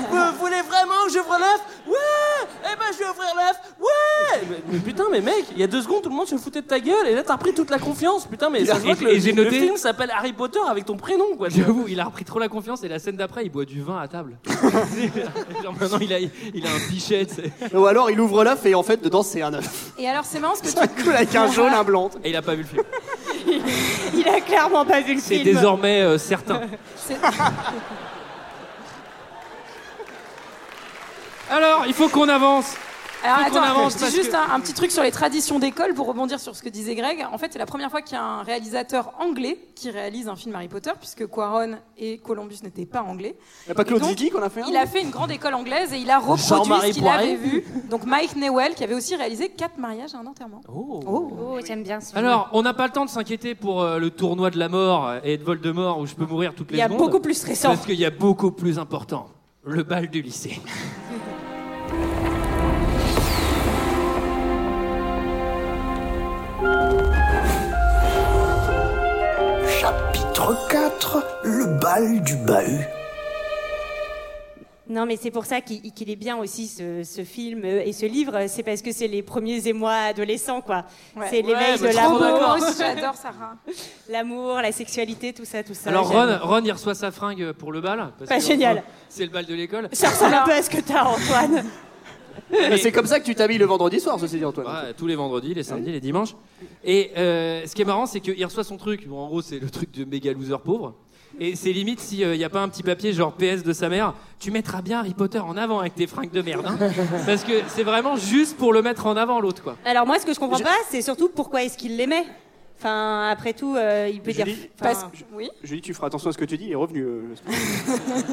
S9: Vous voulez vraiment que j'ouvre l'œuf Ouais Eh ben, je vais ouvrir l'œuf Ouais mais, mais putain, mais mec, il y a deux secondes, tout le monde se foutait de ta gueule, et là, t'as repris toute la confiance. Putain, mais ça se voit
S6: et-
S9: que
S6: et j'ai
S9: le, le
S6: noté-
S9: film s'appelle Harry Potter avec ton prénom, quoi. tu vois.
S6: j'avoue, il a repris trop la confiance et la scène d'après, il boit du vin à table. Genre, maintenant, il a, il a un pichet. tu sais.
S11: Ou alors il ouvre l'œuf et en fait dedans c'est un œuf.
S10: Et alors, c'est marrant ce que tu
S11: Un coup avec un jaune, un blanc.
S6: Et il a pas vu le film.
S12: Il a clairement pas vu le
S6: C'est
S12: film.
S6: désormais euh, certain.
S10: C'est-
S6: Alors, il faut qu'on avance.
S10: Alors
S6: Faut qu'on
S10: attends,
S6: avance
S10: je
S6: parce
S10: dis juste
S6: que-
S10: un, un petit truc sur les traditions d'école pour rebondir sur ce que disait Greg. En fait, c'est la première fois qu'il y a un réalisateur anglais qui réalise un film Harry Potter, puisque Quaron et Columbus n'étaient pas anglais.
S11: Y'a pas
S10: Et
S11: Claude
S10: donc,
S11: Zidi qu'on a fait un
S10: Il a fait une grande école anglaise et il a reproduit
S9: Jean-Marie
S10: ce qu'il
S9: Poiré.
S10: avait vu. Donc Mike Newell, qui avait aussi réalisé quatre mariages et un enterrement.
S12: Oh, j'aime bien ce film.
S6: Alors, on n'a pas le temps de s'inquiéter pour euh, le tournoi de la mort et de Voldemort où je peux mourir toutes les
S12: il y a
S6: secondes.
S12: beaucoup plus stressant.
S6: Parce qu'il y a beaucoup plus important. Le bal du lycée.
S1: Chapitre 4 Le bal du bahut.
S12: Non, mais c'est pour ça qu'il qu'il est bien aussi ce, ce film euh, et ce livre. C'est parce que c'est les premiers émois adolescents, quoi.
S10: Ouais.
S12: C'est les
S10: Ouais,
S12: l'éveil
S10: mais
S12: de
S10: trop beau, moi
S12: l'amour,
S10: aussi, J'adore Sarah.
S12: l'amour, la sexualité, tout ça, tout ça.
S6: Alors,
S12: J'aime.
S6: Ron, Ron, il reçoit sa fringue pour le bal. parce
S12: Pas
S6: que,
S12: génial.
S6: enfin, C'est le bal de l'école.
S12: Ça ressemble un peu à ce que t'as, Antoine.
S11: Bah, c'est comme ça que tu t'habilles le vendredi soir, ceci dit Antoine.
S6: Ouais, tous les vendredis, les samedis, les dimanches. Et euh, ce qui est marrant, c'est qu'il reçoit son truc. Bon, en gros, c'est le truc de méga loser pauvre. Et c'est limite s'il n'y a pas un petit papier genre PS de sa mère, tu mettras bien Harry Potter en avant avec tes fringues de merde. hein. Parce que c'est vraiment juste pour le mettre en avant l'autre, quoi.
S12: Alors moi, ce que je comprends pas, c'est surtout pourquoi est-ce qu'il l'aimait. Enfin, après tout, euh, il peut
S11: Julie,
S12: dire. enfin,
S10: Parce que- oui.
S11: Julie, tu feras attention à ce que tu dis, il est revenu. euh,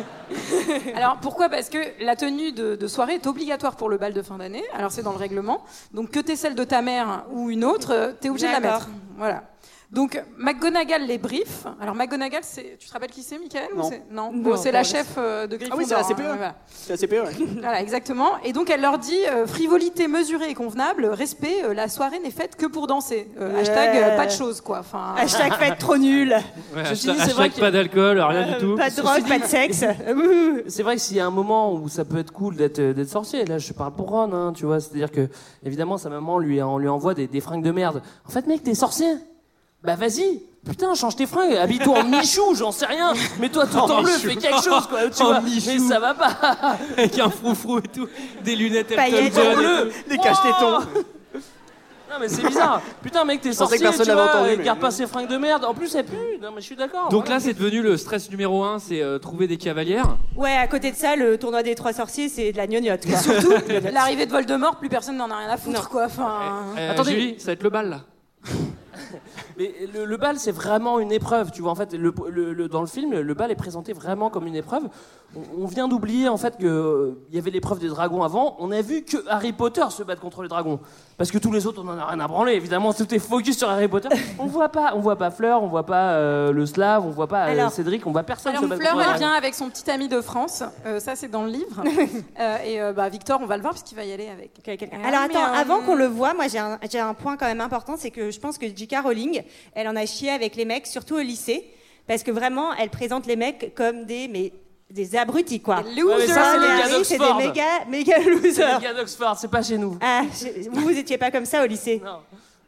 S10: Alors pourquoi Parce que la tenue de, de soirée est obligatoire pour le bal de fin d'année. Alors c'est dans le règlement. Donc que t'es celle de ta mère ou une autre, euh, t'es obligé de la
S12: D'accord.
S10: mettre. Voilà. Donc McGonagall les brief. Alors McGonagall, c'est, tu te rappelles qui c'est, Michael ou
S11: Non.
S10: c'est... non.
S12: Non,
S10: Bon, c'est la
S12: pardon.
S10: chef euh, de Gryffondor.
S11: Ah oui, c'est la E. CPE.
S10: voilà.
S11: C'est assez pire, ouais.
S10: Voilà, exactement. Et donc elle leur dit euh, frivolité mesurée et convenable, respect. euh, la soirée n'est faite que pour danser. Euh,
S12: Ouais.
S10: Hashtag euh, pas de choses quoi. Enfin.
S12: Hashtag fête trop nulle.
S6: Ouais,
S9: Ceci dit,
S6: hashtag-
S9: c'est vrai
S6: hashtag
S9: qu'il-
S6: pas d'alcool, rien
S12: Euh,
S6: du tout.
S12: Pas de drogue, pas de sexe. Ouh.
S9: C'est vrai que s'il y a un moment où ça peut être cool d'être euh, d'être sorcier, là je parle pour Ron, hein, tu vois, c'est-à-dire que évidemment sa maman lui, en- lui envoie des, des fringues de merde. En fait mec, t'es sorcier Bah vas-y Putain, change tes fringues, habille-toi en Michou, j'en sais rien Mets-toi tout en bleu, fais quelque chose quoi, tu vois Mais ça va pas
S6: Avec un froufrou et tout, des lunettes Elton
S12: Paillettes.
S6: John. Oh
S11: Les cache-tétons.
S9: Oh Non mais c'est bizarre Putain mec,
S11: pensais
S9: t'es
S11: que
S9: sorcier, tu
S11: personne l'avait
S9: vois,
S11: entendu,
S9: euh,
S11: mais-
S9: garde pas ces fringues de merde En plus, elle pue Non mais je suis
S12: Ah,
S9: d'accord
S6: Donc
S9: voilà.
S6: là, c'est devenu le stress numéro un, c'est euh, trouver des cavalières.
S12: Ouais, à côté de ça, le tournoi des trois sorciers, c'est de la gnognotte. quoi.
S10: Surtout l'arrivée de Voldemort, plus personne n'en a rien à foutre quoi. Enfin.
S6: Euh,
S9: Attendez.
S6: Julie, ça va être le bal là.
S9: Mais le, le bal, c'est vraiment une épreuve. Tu vois, en fait, le, le- le- dans le film, le bal est présenté vraiment comme une épreuve. On, on vient d'oublier, en fait, qu'il y avait l'épreuve des dragons avant. On a vu que Harry Potter se battre contre les dragons. Parce que tous les autres, on en a rien à branler. Évidemment, tout est focus sur Harry Potter. On voit pas, on voit pas Fleur, on voit pas euh, le Slave, on voit pas euh,
S12: Alors-
S9: Cédric, on voit personne
S10: Alors
S9: se battre
S10: Fleur,
S9: contre les
S10: elle
S9: dragons.
S10: vient avec son petit ami de France. Euh, ça, c'est dans le livre. Euh, et euh, bah, Victor, on va le voir parce qu'il va y aller avec. quelqu'un.
S12: Alors
S10: Mais,
S12: attends,
S10: euh,
S12: avant qu'on le voit, moi j'ai un, j'ai un point quand même important, c'est que je pense que J.K. Rowling, elle en a chié avec les mecs, surtout au lycée, parce que vraiment, elle présente les mecs comme des, mais, des abrutis, quoi.
S10: Des losers. Ouais, mais
S9: ça, c'est les gars
S12: Ah oui, c'est des
S9: d'Oxford.
S12: méga, méga
S9: C'est
S12: losers.
S9: les gars d'Oxford, c'est pas chez nous.
S12: Ah, je- vous, vous étiez pas comme ça au lycée.
S9: Non.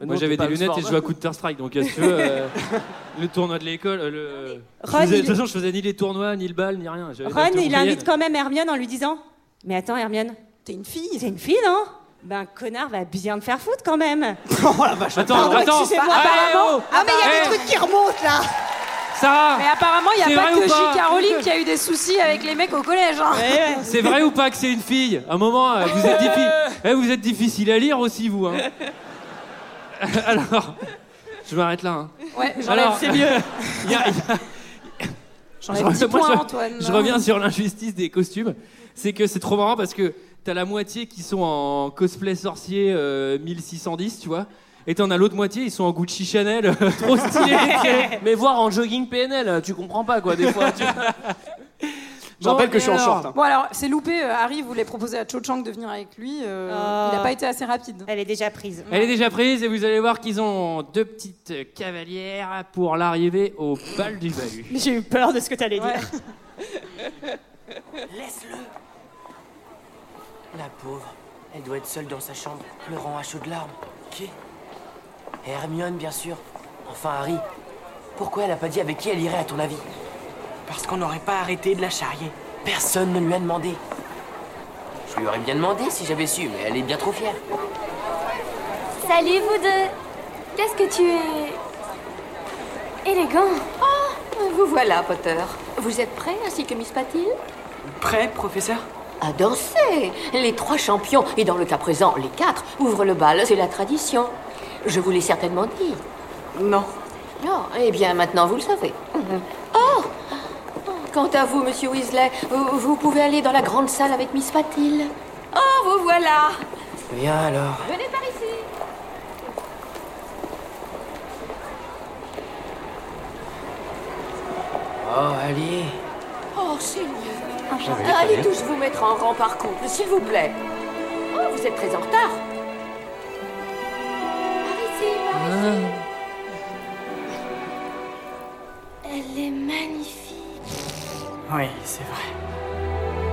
S6: Moi,
S3: non,
S6: j'avais
S3: t'es
S6: des
S3: pas
S6: lunettes et
S3: Oxford.
S6: je jouais à Counter Strike, donc euh, si tu veux, euh, le tournoi de l'école, euh, le. je
S12: Ron,
S6: faisais- de
S12: il-
S6: toute façon, je faisais ni les tournois, ni le bal, ni rien. J'avais
S12: Ron,
S6: la tour
S12: il
S6: Montpellier.
S12: invite quand même Hermione en lui disant Mais attends, Hermione, t'es une fille. T'es une fille, non Ben, connard va bien te faire foutre quand même.
S6: Attends,
S12: Oh Pardon,
S6: attends.
S12: excusez-moi,
S6: Ah,
S12: apparemment.
S6: eh, oh.
S12: Ah, mais il y a
S6: Eh,
S12: des trucs qui remontent là
S6: Sarah,
S10: Mais apparemment, il n'y
S6: C'est
S10: a pas
S6: vrai
S10: que
S6: ou pas
S10: J. Caroline qui a eu des soucis avec les mecs au collège. hein.
S6: c'est vrai ou pas que c'est une fille Un moment, euh, vous êtes difficile. vous êtes difficile à lire aussi, vous. hein. Alors, je m'arrête là. hein.
S10: Ouais, j'enlève
S6: Alors,
S10: c'est mieux.
S6: il y a- il y a-
S10: J'enlève 10
S6: Moi,
S10: points,
S6: je-
S10: Antoine.
S6: Je reviens sur l'injustice des costumes. C'est que c'est trop marrant parce que t'as la moitié qui sont en cosplay sorcier euh, 1610, tu vois. Et t'en as l'autre moitié, ils sont en Gucci Chanel, euh, trop stylé.
S3: Mais voir en jogging PNL, euh, tu comprends pas quoi, des fois. tu-
S11: Je rappelle que je suis en short. hein.
S10: Bon, alors, c'est loupé. euh, Harry voulait proposer à Cho Chang de venir avec lui. euh,
S12: Ah.
S10: Il n'a pas été assez rapide.
S12: Elle est déjà prise.
S6: Elle est déjà prise et vous allez voir qu'ils ont deux petites cavalières pour l'arrivée au bal du bahut.
S12: J'ai eu peur de ce que t'allais dire.
S14: Laisse-le La pauvre, elle doit être seule dans sa chambre, pleurant à chaudes larmes. Qui Et Hermione, bien sûr. Enfin, Harry. Pourquoi elle a pas dit avec qui elle irait, à ton avis Parce qu'on n'aurait pas arrêté de la charrier. Personne ne lui a demandé. Je lui aurais bien demandé si j'avais su, mais elle est bien trop fière.
S15: Salut vous deux Qu'est-ce que tu es élégant Oh, vous voilà, Potter. Vous êtes prêts, ainsi que Miss Patil
S14: Prêt, professeur
S15: À danser Les trois champions, et dans le cas présent, les quatre, ouvrent le bal, c'est la tradition. Je vous l'ai certainement dit.
S14: Non.
S15: Non, eh bien maintenant vous le savez. Mhm. Oh Quant à vous, monsieur Weasley, vous, vous pouvez aller dans la grande salle avec Miss Patil. Oh, vous voilà
S14: Viens alors.
S15: Venez par ici
S14: Oh, allez.
S15: Oh, Seigneur
S14: J'avais
S15: Allez
S14: pas
S15: tous vous mettre en rang par couple, s'il vous plaît. Oh, vous êtes très en retard.
S10: Oh
S15: Elle est magnifique.
S14: Oui, c'est vrai.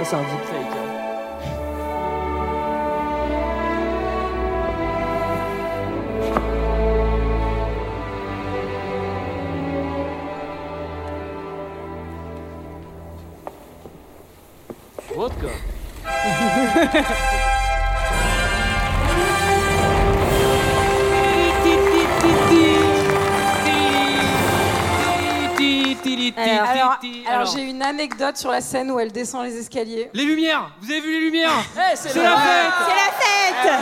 S3: Ça, c'est un deepfake. hein. Vodka.
S10: Alors, alors, j'ai une anecdote sur la scène où elle descend les escaliers.
S6: Les lumières Vous avez vu les lumières
S3: Eh, c'est
S6: C'est
S3: la
S6: la
S3: fête
S6: fête
S12: C'est la fête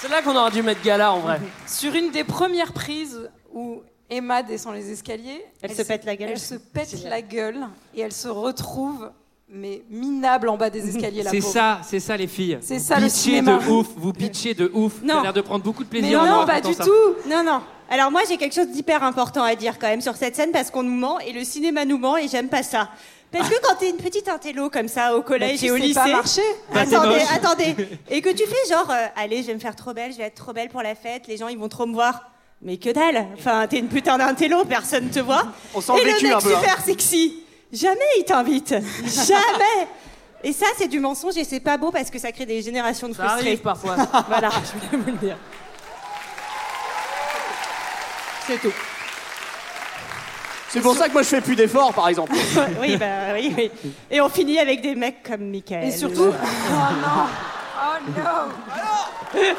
S3: C'est là qu'on aurait dû mettre gala en vrai.
S10: Sur une des premières prises où Emma descend les escaliers,
S12: Elle se pète la gueule.
S10: Elle se pète la gueule et elle se retrouve mais minable en bas des escaliers. la
S6: C'est
S10: pauvre.
S6: ça, c'est ça les filles.
S10: C'est
S6: Vous
S10: ça, le
S6: bitchez
S10: cinéma.
S6: de ouf, vous pitchez de ouf.
S12: Non.
S6: T'as l'air de prendre beaucoup de
S10: Mais
S6: plaisir. en
S10: non,
S6: en
S10: pas
S6: écoutant
S10: du
S6: ça.
S10: tout.
S12: Non, non. Alors moi, j'ai quelque chose d'hyper important à dire quand même sur cette scène parce qu'on nous ment et le cinéma nous ment et j'aime pas ça. Parce que quand t'es une petite intello comme ça au
S10: Bah,
S12: collège
S10: tu
S12: et au
S10: sais
S12: lycée,
S10: pas marcher.
S6: Bah, t'es
S12: attendez,
S6: moche.
S12: attendez, et que tu fais genre, euh, allez, je vais me faire trop belle, je vais être trop belle pour la fête, les gens ils vont trop me voir. Mais que dalle Enfin, t'es une putain d'intello, personne te voit.
S11: On sent le
S12: et le
S11: vécu
S12: mec
S11: un peu, hein.
S12: super sexy, jamais il t'invite, jamais. Et ça, c'est du mensonge et c'est pas beau parce que ça crée des générations de
S3: Ça arrive
S12: frustrés.
S3: parfois.
S12: Voilà, je voulais vous le dire. C'est tout.
S11: C'est pour ça que moi je fais plus d'efforts, par exemple.
S12: oui, bah oui, oui. Et on finit avec des mecs comme Michael.
S10: Et surtout, oh non, oh non.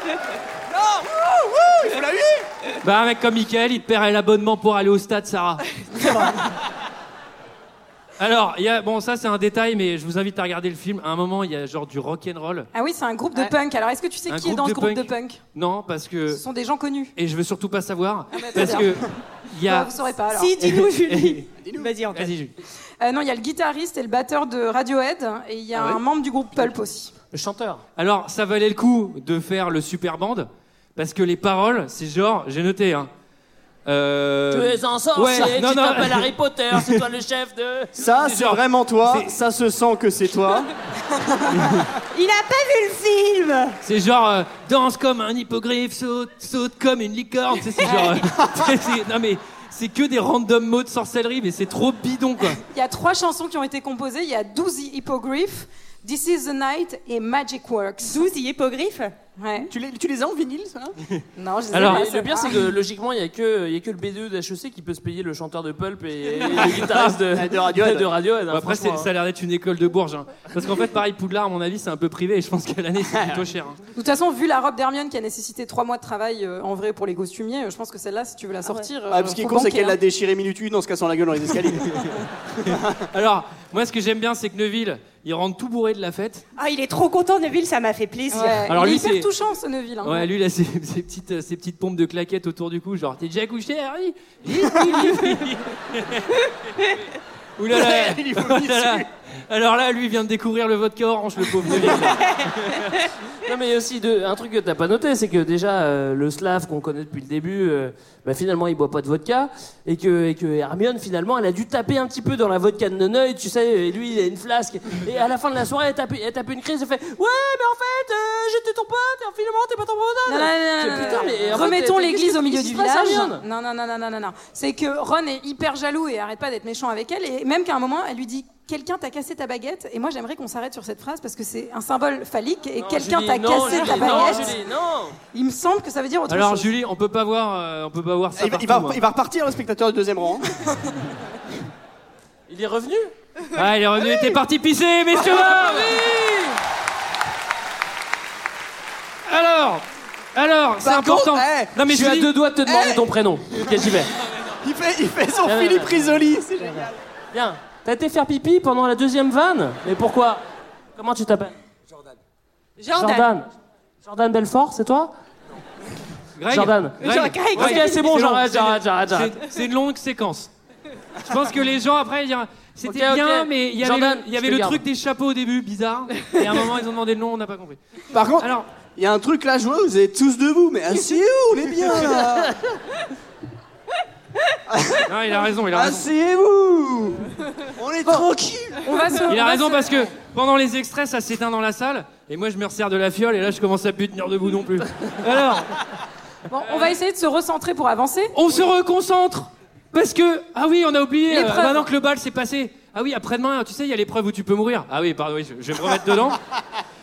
S6: Bah, un mec comme Michael, il paierait l'abonnement pour aller au stade, Sarah. Alors, il y a, bon, ça c'est un détail, mais je vous invite à regarder le film. À un moment, il y a genre du rock'n'roll.
S10: Ah oui, c'est un groupe de punk. Alors, est-ce que tu sais
S6: Un
S10: qui est
S6: groupe
S10: dans
S6: de
S10: ce groupe
S6: punk.
S10: de punk
S6: Non, parce que.
S10: Ce sont des gens connus.
S6: Et je veux surtout pas savoir.
S10: bah, très
S6: Parce
S10: bien.
S6: que. Il y
S10: Bah,
S6: a.
S10: vous saurez pas alors.
S12: Si, dis-nous, Julie. Vas-y, Antoine.
S6: Vas-y, Jules.
S10: Euh, non, il y a le guitariste et le batteur de Radiohead et il
S6: Ah
S10: y a un membre du groupe Pulp aussi.
S3: Le chanteur.
S6: Alors, ça valait le coup de faire le super band, parce que les paroles, c'est genre, j'ai noté, hein. Euh,
S3: Tu es un sorcier,
S6: Ouais, non,
S3: tu
S6: non.
S3: t'appelles Harry Potter, c'est toi le chef de...
S11: Ça, c'est
S6: genre-
S11: vraiment toi.
S6: c'est-
S11: Ça se sent que c'est toi.
S12: Il a pas vu le film
S6: C'est genre euh, danse comme un hippogriffe, saute, saute comme une licorne. Tu sais, C'est genre. euh, c'est- non mais C'est que des random mots de sorcellerie, mais c'est trop bidon, quoi.
S10: Il y a trois chansons qui ont été composées. Il y a 12 hippogriffes, This is the Night et Magic Works.
S12: 12 hippogriffes
S10: Ouais.
S11: Tu les, tu les as en vinyle, ça
S10: Non, je les ai
S9: Alors,
S10: pas,
S9: le
S10: ça
S9: pire,
S10: va.
S9: c'est que logiquement, il n'y a, que- il y a que le B2 d'HEC E qui peut se payer le chanteur de Pulp et, et le guitariste de,
S6: De Radiohead.
S9: de Radiohead, hein,
S6: Bon, après,
S9: franchement,
S6: c'est- ça a l'air d'être une école de Bourges. hein. Parce qu'en fait, pareil, Poudlard, à mon avis, c'est un peu privé et je pense qu'à l'année, c'est plutôt cher. hein.
S10: De toute façon, vu la robe d'Hermione qui a nécessité trois mois de travail euh, en vrai pour les costumiers, euh, je pense que celle-là, si tu veux la sortir. euh,
S11: Ah,
S6: Euh,
S11: parce qu'il est con, c'est qu'elle
S10: hein.
S6: hein.
S11: l'a déchiré minutue en se cassant la gueule dans les escaliers.
S6: Alors, moi, ce que j'aime bien, c'est que Neville, il rentre tout bourré de la fête.
S12: Ah, il est trop content, Neville, ça m'a fait plaisir.
S6: Alors,
S10: il est
S6: lui,
S10: hyper
S6: c'est-
S10: touchant, ce Neville.
S11: Ah
S10: hein.
S6: Ouais, lui, il a ses, ses petites, euh, ses petites pompes de claquettes autour du cou, genre, t'es déjà couché, Harry Hi, hi, hi. Ouh là là,
S11: Il lui faut le
S6: oh là là. Alors là, lui il vient de découvrir le vodka orange, le pauvre Neville.
S9: Non, mais il y a aussi deux- un truc que t'as pas noté, c'est que déjà euh, le slave qu'on connaît depuis le début, euh, bah, finalement il boit pas de vodka, et que, et que Hermione finalement elle a dû taper un petit peu dans la vodka de Neneuil, tu sais, et lui il a une flasque, et à la fin de la soirée elle tape, elle tape une crise, elle fait ouais mais en fait euh, j'étais ton pote, et finalement t'es pas ton pote.
S10: Non, non, non, non,
S9: C'est-
S10: non,
S9: putain,
S10: non.
S9: mais en fait,
S10: Remettons
S9: t'es-
S10: l'église
S9: qu'est-ce
S10: au
S9: qui
S10: milieu
S9: se
S10: du
S9: passe,
S10: village.
S9: Hermione
S10: Non, non, non, non, non, non, non. C'est que Ron est hyper jaloux et arrête pas d'être méchant avec elle. Et même qu'à un moment, elle lui dit Quelqu'un t'a cassé ta baguette. Et moi, j'aimerais qu'on s'arrête sur cette phrase parce que c'est un symbole phallique. Et quelqu'un
S9: Julie,
S10: t'a
S9: non,
S10: cassé ta
S9: Julie, non,
S10: baguette.
S9: Julie, non.
S10: Il me semble que ça veut dire autre
S6: Alors,
S10: chose.
S6: Julie, on peut pas voir, euh, on peut pas voir ça.
S11: Ah, il, va, il va-
S6: partout, hein.
S11: il va repartir, le spectateur du deuxième rang.
S9: Il est revenu
S6: Ah, il est revenu, il était parti pisser, messieurs dames Alors, alors, c'est
S11: Par
S6: important.
S11: contre, eh,
S6: non mais
S9: Je suis à
S6: Julie,
S9: deux doigts de te demander
S11: Eh
S9: ton prénom. Ok, j'y vais.
S11: Il fait, il fait son
S9: Ah, ouais,
S11: Philippe
S9: ouais.
S11: Risoli.
S9: Bien. T'as été faire pipi pendant la deuxième vanne Mais pourquoi Comment tu t'appelles
S12: Jordan.
S9: Jordan. Jordan Belfort, c'est toi
S6: Greg,
S9: Jordan.
S6: Greg,
S12: Genre, Greg,
S9: Ok,
S12: Greg.
S9: c'est bon,
S6: C'est long,
S9: j'arrête,
S6: c'est-
S9: j'arrête, j'arrête, j'arrête.
S6: c'est- c'est une longue séquence. Je pense que les gens après, ils diront, c'était
S9: Ok, ok.
S6: bien, mais il y avait
S9: Jordan,
S6: le, il y avait
S9: je te
S6: le
S9: garde.
S6: truc des chapeaux au début, bizarre. Et à un moment, ils ont demandé le nom, on n'a pas compris.
S11: Par contre,
S6: Alors,
S11: il y a un truc là, je vois, vous êtes tous debout, mais asseyez vous les bien là.
S6: non, il a raison,
S9: Ah,
S6: il a raison.
S11: Asseyez-vous On est tranquille
S10: On va se-
S6: Il
S10: on
S6: a
S10: va
S6: raison
S10: se-
S6: parce que pendant les extraits, ça s'éteint dans la salle, et moi je me resserre de la fiole, et là je commence à plus tenir debout non plus. Alors,
S10: Bon, on va essayer de se recentrer pour avancer.
S6: on se reconcentre parce que ah oui, on a oublié euh,
S10: L'épreuve.
S6: maintenant que le bal s'est passé. Ah oui, après-demain, tu sais, il y a l'épreuve où tu peux mourir. Ah oui, pardon, oui, je, je vais me remettre dedans.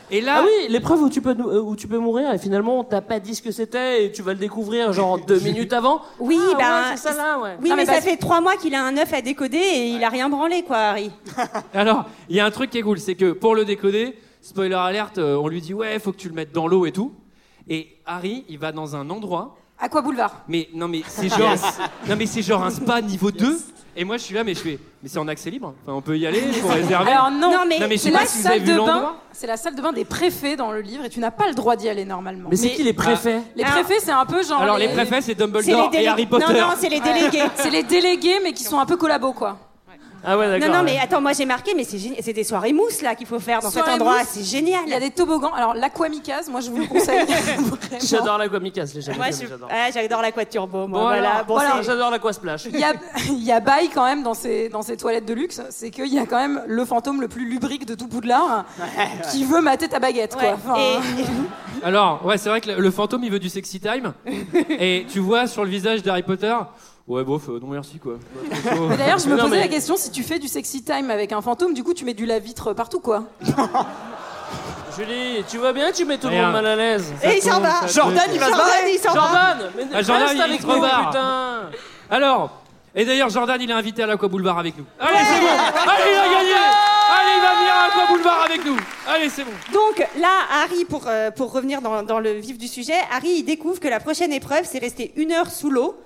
S6: Et là,
S9: Ah oui, l'épreuve où tu peux nous- euh, où tu peux mourir et finalement t'as pas dit ce que c'était et tu vas le découvrir genre deux minutes avant.
S12: Oui,
S9: Ah,
S12: ben.
S9: ouais, c'est ça là, ouais.
S12: Oui,
S10: Ah, mais
S12: mais, ça
S10: parce-
S12: fait trois mois qu'il a un œuf à décoder et il a rien branlé, quoi, Harry.
S6: Alors, il y a un truc qui est cool, c'est que pour le décoder, spoiler alerte, euh, on lui dit ouais, faut que tu le mettes dans l'eau et tout. Et Harry, il va dans un endroit,
S10: À quoi boulevard
S6: mais non mais c'est genre, non mais c'est genre un spa niveau 2. Et moi je suis là, mais je fais, mais c'est en accès libre, enfin, on peut y aller, faut réserver.
S10: Alors Ah non,
S12: Non, mais
S6: non mais je
S10: c'est
S6: sais pas
S10: la
S6: si vous avez
S10: salle
S6: vu
S10: de
S6: l'endroit.
S10: bain. C'est la salle de bain des préfets dans le livre et tu n'as pas le droit d'y aller normalement.
S9: Mais c'est qui les préfets
S10: Les préfets, c'est un peu genre.
S6: Ah. Alors les préfets, c'est Dumbledore et
S12: délé-
S6: Harry Potter.
S12: Non, non, c'est les délégués.
S10: C'est les délégués, mais qui sont un peu collabos, quoi.
S9: Ah ouais,
S12: Non,
S9: d'accord.
S12: non, mais
S9: ouais.
S12: attends, moi j'ai marqué, mais c'est gé- c'est des soirées mousse là qu'il faut faire dans cet
S10: Soirée
S12: endroit,
S10: mousse.
S12: c'est
S10: Il y a
S12: génial.
S10: des toboggans. Alors, l'aquamicase, moi, je vous le conseille. Vraiment.
S9: J'adore la Guamicas, les
S12: Moi,
S9: Guamicas,
S12: je- euh,
S9: j'adore.
S12: ouais, Ah, j'adore l'aquaturbo, moi.
S9: Bon,
S12: voilà,
S9: alors,
S12: bon,
S9: voilà,
S12: c'est-
S9: j'adore la Quasplash.
S10: Il y a, il y a bail quand même dans ces, dans ces toilettes de luxe, c'est qu'il y a quand même le fantôme le plus lubrique de tout Poudlard qui veut mater ta baguette,
S12: ouais.
S10: quoi. Enfin,
S12: Et-
S6: Alors, ouais, c'est vrai que le- le fantôme, il veut du sexy time. et tu vois sur le visage d'Harry Potter, ouais, bof, euh, non merci quoi. Pas trop chaud.
S10: Mais d'ailleurs, je me
S9: Non,
S10: posais
S9: mais-
S10: la question si tu fais du sexy time avec un fantôme, du coup, tu mets du lave-vitre partout, quoi.
S9: Julie, tu vois bien, tu mets tout le
S6: Rien.
S9: monde mal à l'aise.
S12: Et il s'en
S10: Ah,
S12: va.
S11: Jordan, il va se
S12: Jordan,
S11: barrer
S12: il s'en va.
S9: Jordan, mais
S6: Ah, Jordan,
S9: reste
S6: il
S9: avec
S6: se
S9: nous,
S6: rebarre.
S9: putain.
S6: Alors, et d'ailleurs, Jordan, il est invité à l'Aqua Boulevard avec nous. Allez, c'est bon Allez, il a gagné
S11: Ah
S6: Allez, il va venir à l'Aqua Boulevard avec nous Allez, c'est bon
S12: Donc là, Harry, pour, euh, pour revenir dans, dans le vif du sujet, Harry, il découvre que la prochaine épreuve, c'est rester une heure sous l'eau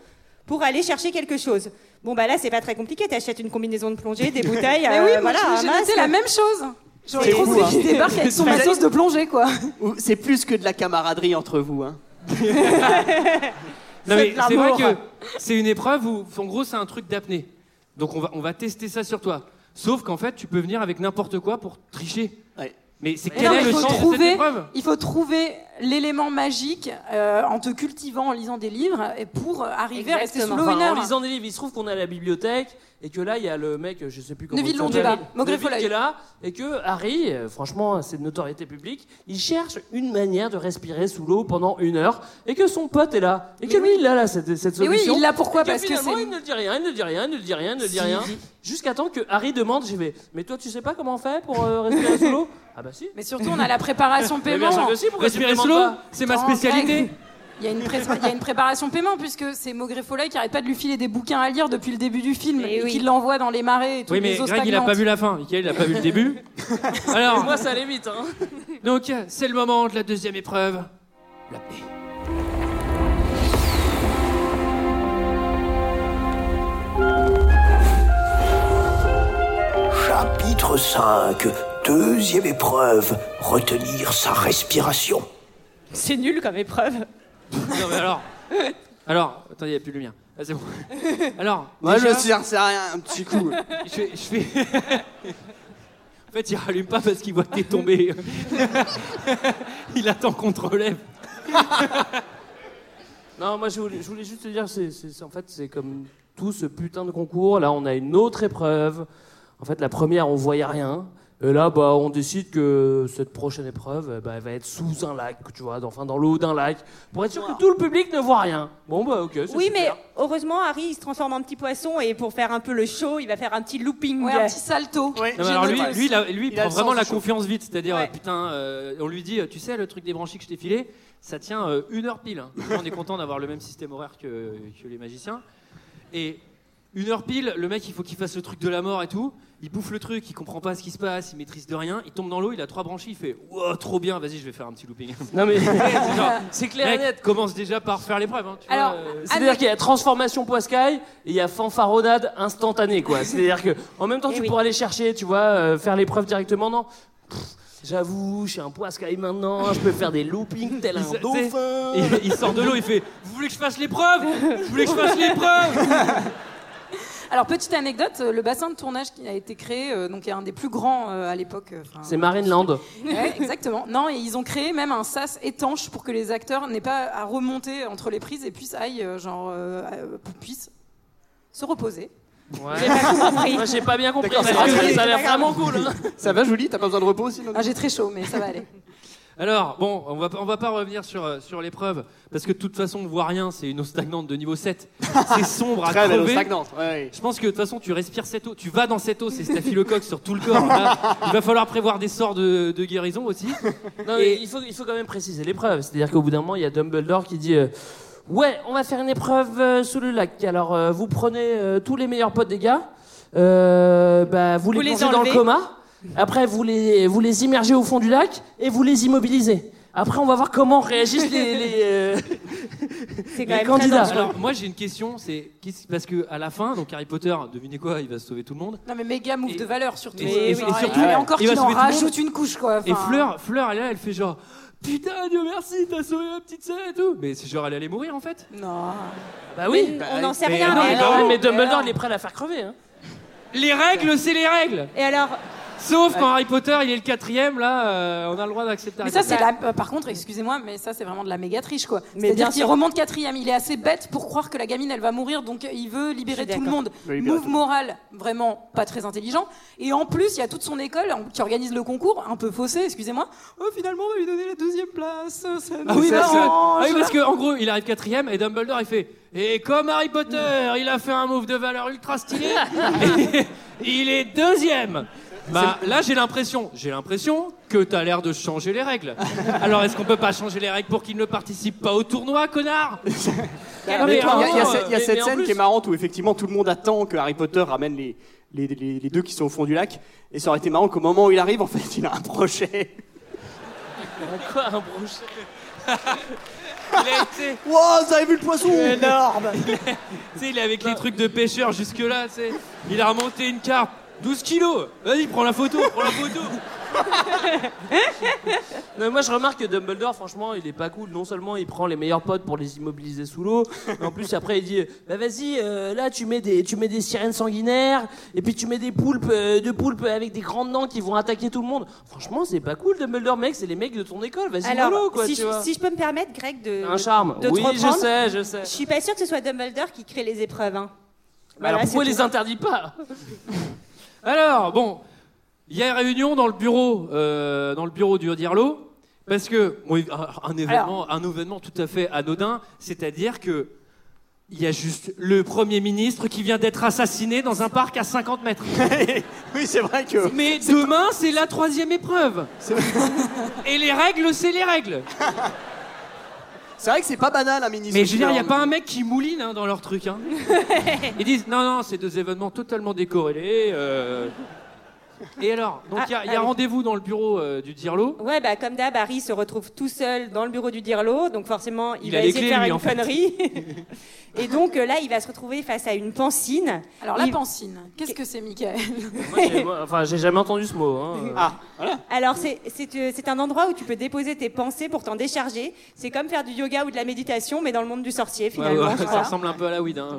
S12: pour aller chercher quelque chose. Bon, bah là, c'est pas très compliqué. T'achètes une combinaison de plongée, des bouteilles,
S10: Mais
S12: euh,
S10: oui, moi,
S12: voilà,
S10: j'ai
S12: un
S10: noté
S12: masque.
S10: la même chose. J'aurais
S11: C'est
S10: trop
S11: fou,
S10: voulu
S11: hein.
S10: qu'il débarque avec son
S11: Vous
S10: matos de plongée, quoi.
S11: Ou- C'est plus que de la camaraderie entre vous. Hein.
S6: Non, mais
S12: de l'amour.
S6: c'est vrai que c'est une épreuve où, en gros, c'est un truc d'apnée. Donc, on va, on va tester ça sur toi. Sauf qu'en fait, tu peux venir avec n'importe quoi pour tricher.
S11: Ouais.
S6: Mais c'est
S10: Mais non,
S6: quel est
S10: mais
S6: le
S10: il faut
S6: sens de cette
S10: trouver,
S6: épreuve
S10: il faut trouver l'élément magique euh, en te cultivant, en lisant des livres, et pour euh, arriver à rester sous l'eau
S9: Enfin,
S10: une heure.
S9: En lisant des livres, il se trouve qu'on est à la bibliothèque et que là, il y a le mec, je sais plus comment.
S10: Neville
S9: il s'appelle.
S10: Longueva, Maugrey
S9: Neville
S10: Follet.
S9: qui est là et que Harry, euh, franchement, c'est de notoriété publique, il cherche une manière de respirer sous l'eau pendant une heure et que son pote est là et que lui, il a là cette, cette
S10: Mais oui,
S9: solution.
S10: il l'a pourquoi
S9: Et
S10: Parce que
S9: finalement,
S10: c'est-
S9: il ne dit rien, il ne dit rien, il ne dit rien, il ne
S10: Si,
S9: dit rien.
S10: si.
S9: Jusqu'à temps que Harry demande, j'y vais. Mais toi, tu sais pas comment on fait pour euh, respirer sous l'eau Ah bah si.
S10: Mais surtout, on a la préparation
S9: Mais bien
S10: paiement.
S9: sûr que si, pourquoi tu me
S3: Respirer sous
S9: demandes
S3: l'eau,
S9: pas
S3: c'est ma
S10: Attends,
S3: spécialité.
S10: Greg, Il y, a une pré- il y a une préparation paiement puisque c'est Maugré Follet qui arrête pas de lui filer des bouquins à lire depuis le début du film
S9: Eh
S10: et, qui l'envoie dans les marais et toutes
S6: Oui, mais
S10: les eaux
S6: Greg, il a pas
S10: stagnantes.
S6: vu la fin. Michael, il a pas vu le début.
S9: Et
S6: Alors,
S9: moi, ça allait vite. Hein.
S6: donc, c'est le moment de la deuxième épreuve.
S1: Chapitre 5, deuxième épreuve, retenir sa respiration.
S12: C'est nul comme épreuve.
S6: Non, mais alors. Alors, attendez, il n'y a plus de lumière. Ah, c'est bon. Alors.
S11: Moi,
S6: déjà,
S11: je tire, c'est rien, un petit coup.
S6: je fais- je fais. en fait, il rallume pas parce qu'il voit que t'es tombé. il attend qu'on te relève.
S9: Non, moi je voulais, je voulais juste te dire, c'est, c'est- c'est- en fait, c'est comme tout ce putain de concours. Là, on a une autre épreuve. En fait, la première, on voyait rien. Et là, bah, on décide que cette prochaine épreuve, euh, bah, elle va être sous un lac, tu vois, dans- enfin dans l'eau d'un lac, pour être sûr que tout le public ne voit rien. Bon, bah, ok. c'est
S12: Oui, mais
S9: super.
S12: heureusement, Harry, il se transforme en petit poisson et pour faire un peu le show, il va faire un petit looping.
S10: Ouais, un petit salto.
S6: Non, mais alors lui, lui, il a- lui, il
S11: Il a
S6: prend
S11: le
S6: vraiment
S11: sens
S6: la
S11: du show.
S6: confiance vite. C'est-à-dire,
S12: Ouais.
S6: euh, putain, euh, on lui dit, euh, tu sais, le truc des branchies que je t'ai filé, ça tient euh, une heure pile. hein. on est content d'avoir le même système horaire que, que les magiciens. Et une heure pile, le mec, il faut qu'il fasse le truc de la mort et tout. Il bouffe le truc, il comprend pas ce qui se passe, il maîtrise de rien. Il tombe dans l'eau, il a trois branchies, il fait, wow, trop bien, vas-y, je vais faire un petit looping.
S9: Non, mais
S6: C'est genre,
S9: c'est clair et
S6: mec,
S9: net.
S6: commence déjà par faire l'épreuve. hein, tu vois,
S10: Alors,
S12: ah,
S6: euh,
S9: C'est-à-dire
S10: Avec-
S9: qu'il y a transformation poiscaille et il y a fanfaronnade instantanée, quoi. C'est-à-dire que en même temps,
S12: Eh
S9: tu
S12: oui.
S9: pourras aller chercher, tu vois, euh, faire l'épreuve directement, non Pff, J'avoue, je suis un poiscaille maintenant, Oh, je peux faire des loopings tel un
S6: Il se-
S9: dauphin.
S6: il, il sort de l'eau, il fait, vous voulez que je fasse l'épreuve Vous voulez que je fasse l'épreuve
S10: Alors petite anecdote, euh, le bassin de tournage qui a été créé, euh, donc est un des plus grands euh, à l'époque. euh, enfin,
S9: C'est Marineland.
S10: Ouais, exactement. Non, et ils ont créé même un sas étanche pour que les acteurs n'aient pas à remonter entre les prises et puissent aillent, euh, genre, euh, euh, puissent se reposer.
S9: J'ai pas compris. Moi, j'ai pas bien compris.
S11: D'accord,
S9: parce
S11: c'est
S9: que
S11: vrai.
S9: ça a l'air vraiment cool. hein.
S11: Ça va, Julie T'as pas besoin de repos sinon
S10: Ah, j'ai très chaud, mais ça va aller.
S6: Alors, bon, on va, pas- on va pas revenir sur, euh, sur l'épreuve, parce que de toute façon, on voit rien, c'est une eau stagnante de niveau 7. C'est sombre à
S11: Très belle eau
S6: crever.
S11: stagnante. ouais,
S6: Je pense que de toute façon, tu respires cette eau, tu vas dans cette eau, c'est staphylocoque sur tout le corps. Là, il va falloir prévoir des sorts de, de guérison aussi.
S9: Non, mais il, faut, il faut quand même préciser l'épreuve. C'est-à-dire qu'au bout d'un moment, il y a Dumbledore qui dit euh, Ouais, on va faire une épreuve euh, sous le lac. Alors, euh, vous prenez euh, tous les meilleurs potes des gars, euh, bah, vous,
S12: Vous
S9: les
S12: les
S9: plongez dans le
S12: enlevez.
S9: coma, après, vous les, vous les immergez au fond du lac et vous les immobilisez. Après, on va voir comment réagissent les, les, euh, les
S12: C'est quand même
S9: candidats.
S12: très dangereux.
S6: Alors, moi, j'ai une question, c'est qu'est-ce- parce que à la fin, donc Harry Potter, devinez quoi, il va sauver tout le monde.
S10: Non, mais méga move
S6: Et-
S10: de valeur, surtout.
S6: et- et- et
S10: Genre,
S6: surtout,
S10: il fallait encore
S6: il va
S10: qu'il en
S6: sauver tout le monde.
S10: rajoute une couche, quoi.
S6: Et
S10: Enfin,
S6: Fleur, Fleur, elle est là, elle fait genre. Putain, Dieu merci, t'as sauvé ma petite sœur et tout. Mais c'est genre, elle allait mourir en fait.
S10: Non.
S6: Bah oui.
S12: On n'en sait
S6: mais-
S12: rien,
S6: non,
S12: mais,
S9: Mais,
S12: alors-
S9: mais Dumbledore, il est prêt à la faire crever. hein.
S6: Les règles, c'est les règles.
S12: Et alors,
S6: Sauf quand Harry Potter, il est le quatrième, là, euh, on a le droit d'accepter.
S10: Mais
S6: Harry
S10: ça,
S6: Potter.
S10: c'est la... euh, Par contre, excusez-moi, mais ça, c'est vraiment de la méga triche, quoi.
S12: Mais bien
S10: C'est-à-dire qu'il
S12: sûr.
S10: remonte quatrième. Il est assez bête pour croire que la gamine, elle va mourir, donc il veut libérer
S12: Je suis
S10: tout le monde.
S11: veut libérer
S10: Move
S11: tout le
S10: moral, vraiment pas très intelligent. Et en plus, il y a toute son école en- qui organise le concours, un peu faussé, excusez-moi. Oh, finalement, on va lui donner la deuxième place. ça
S6: Ah
S10: nous
S6: oui, parce que, ah
S10: arrange.
S6: oui, parce que, en gros, il arrive quatrième et Dumbledore, il fait. Et comme Harry Potter, il a fait un move de valeur ultra stylé, et il est deuxième. Bah, là, j'ai l'impression, j'ai l'impression que t'as l'air de changer les règles. Alors, est-ce qu'on peut pas changer les règles pour qu'il ne participe pas au tournoi, connard
S11: Bah, Mais
S6: Non, Bah, mais
S11: il y a, il y a
S6: vraiment,
S11: cette- il y a
S6: mais-
S11: cette
S6: mais en
S11: scène
S6: plus-
S11: qui est marrante où effectivement tout le monde attend que Harry Potter ramène les, les, les- les deux qui sont au fond du lac. Et ça aurait été marrant qu'au moment où il arrive, en fait, il a un brochet.
S9: Quoi, un brochet Il a été.
S11: Wow, Oh, vous avez vu le poisson Énorme
S6: Tu sais, il est avec les trucs de pêcheur jusque-là, tu sais. Il a remonté une
S12: Bah,
S6: carte. 12 kilos Vas-y, prends la photo, prends la photo
S9: Non, moi, je remarque que Dumbledore, franchement, il est pas cool. Non seulement il prend les meilleurs potes pour les immobiliser sous l'eau, mais en plus, après, il dit Bah, vas-y, euh, là, tu mets, des, tu mets des sirènes sanguinaires, et puis tu mets des poulpes, euh, de poulpes avec des grandes dents qui vont attaquer tout le monde. Franchement, c'est pas cool, Dumbledore, mec, c'est les mecs de ton école. Vas-y, mollo,
S12: Alors,
S9: quoi,
S12: si,
S9: tu
S12: je-
S9: vois.
S12: si je peux me permettre, Greg, de.
S9: Un charme.
S12: de te
S9: Oui, je
S12: reprendre,
S9: sais, je sais.
S12: Je suis pas sûre que ce soit Dumbledore qui crée les épreuves. Hein.
S9: Alors,
S12: Voilà,
S9: pourquoi
S12: c'est
S9: les
S12: tout.
S9: interdit pas
S6: Alors, bon, il y a une réunion dans le bureau, euh, dans le bureau du Dirlo, parce que bon, un, un événement, un événement tout à fait anodin, c'est-à-dire que il y a juste le premier ministre qui vient d'être assassiné dans un parc à 50 mètres.
S11: oui, c'est vrai que.
S6: Mais demain, c'est la troisième épreuve. Et les règles, c'est les règles.
S11: C'est vrai que c'est pas banal, hein, un ministre.
S6: Mais je veux dire, il n'y a pas un mec qui mouline hein, dans leur truc. hein. Ils disent non, non, c'est deux événements totalement décorrélés. euh. Et alors Donc il y a,
S12: Ah,
S6: il y a
S12: ah oui.
S6: rendez-vous dans le bureau euh, du Dirlo.
S12: Ouais, bah, comme d'hab, Harry se retrouve tout seul dans le bureau du Dirlo, donc forcément, il,
S6: Il a
S12: va
S6: les
S12: essayer
S6: clés,
S12: de faire
S6: lui, en
S12: une
S6: fait.
S12: connerie. et donc euh, là, il va se retrouver face à une pancine.
S10: Alors, la
S12: Il-
S10: pancine, qu'est-ce que c'est, Michael
S9: Moi, j'ai- moi, Enfin, j'ai jamais entendu ce mot. hein.
S12: Ah. Alors, c'est- c'est euh, c'est un endroit où tu peux déposer tes pensées pour t'en décharger. C'est comme faire du yoga ou de la méditation, mais dans le monde du sorcier,
S6: Ouais,
S12: finalement.
S6: ouais,
S12: je
S6: ça
S12: crois.
S6: ressemble un peu à la weed. hein.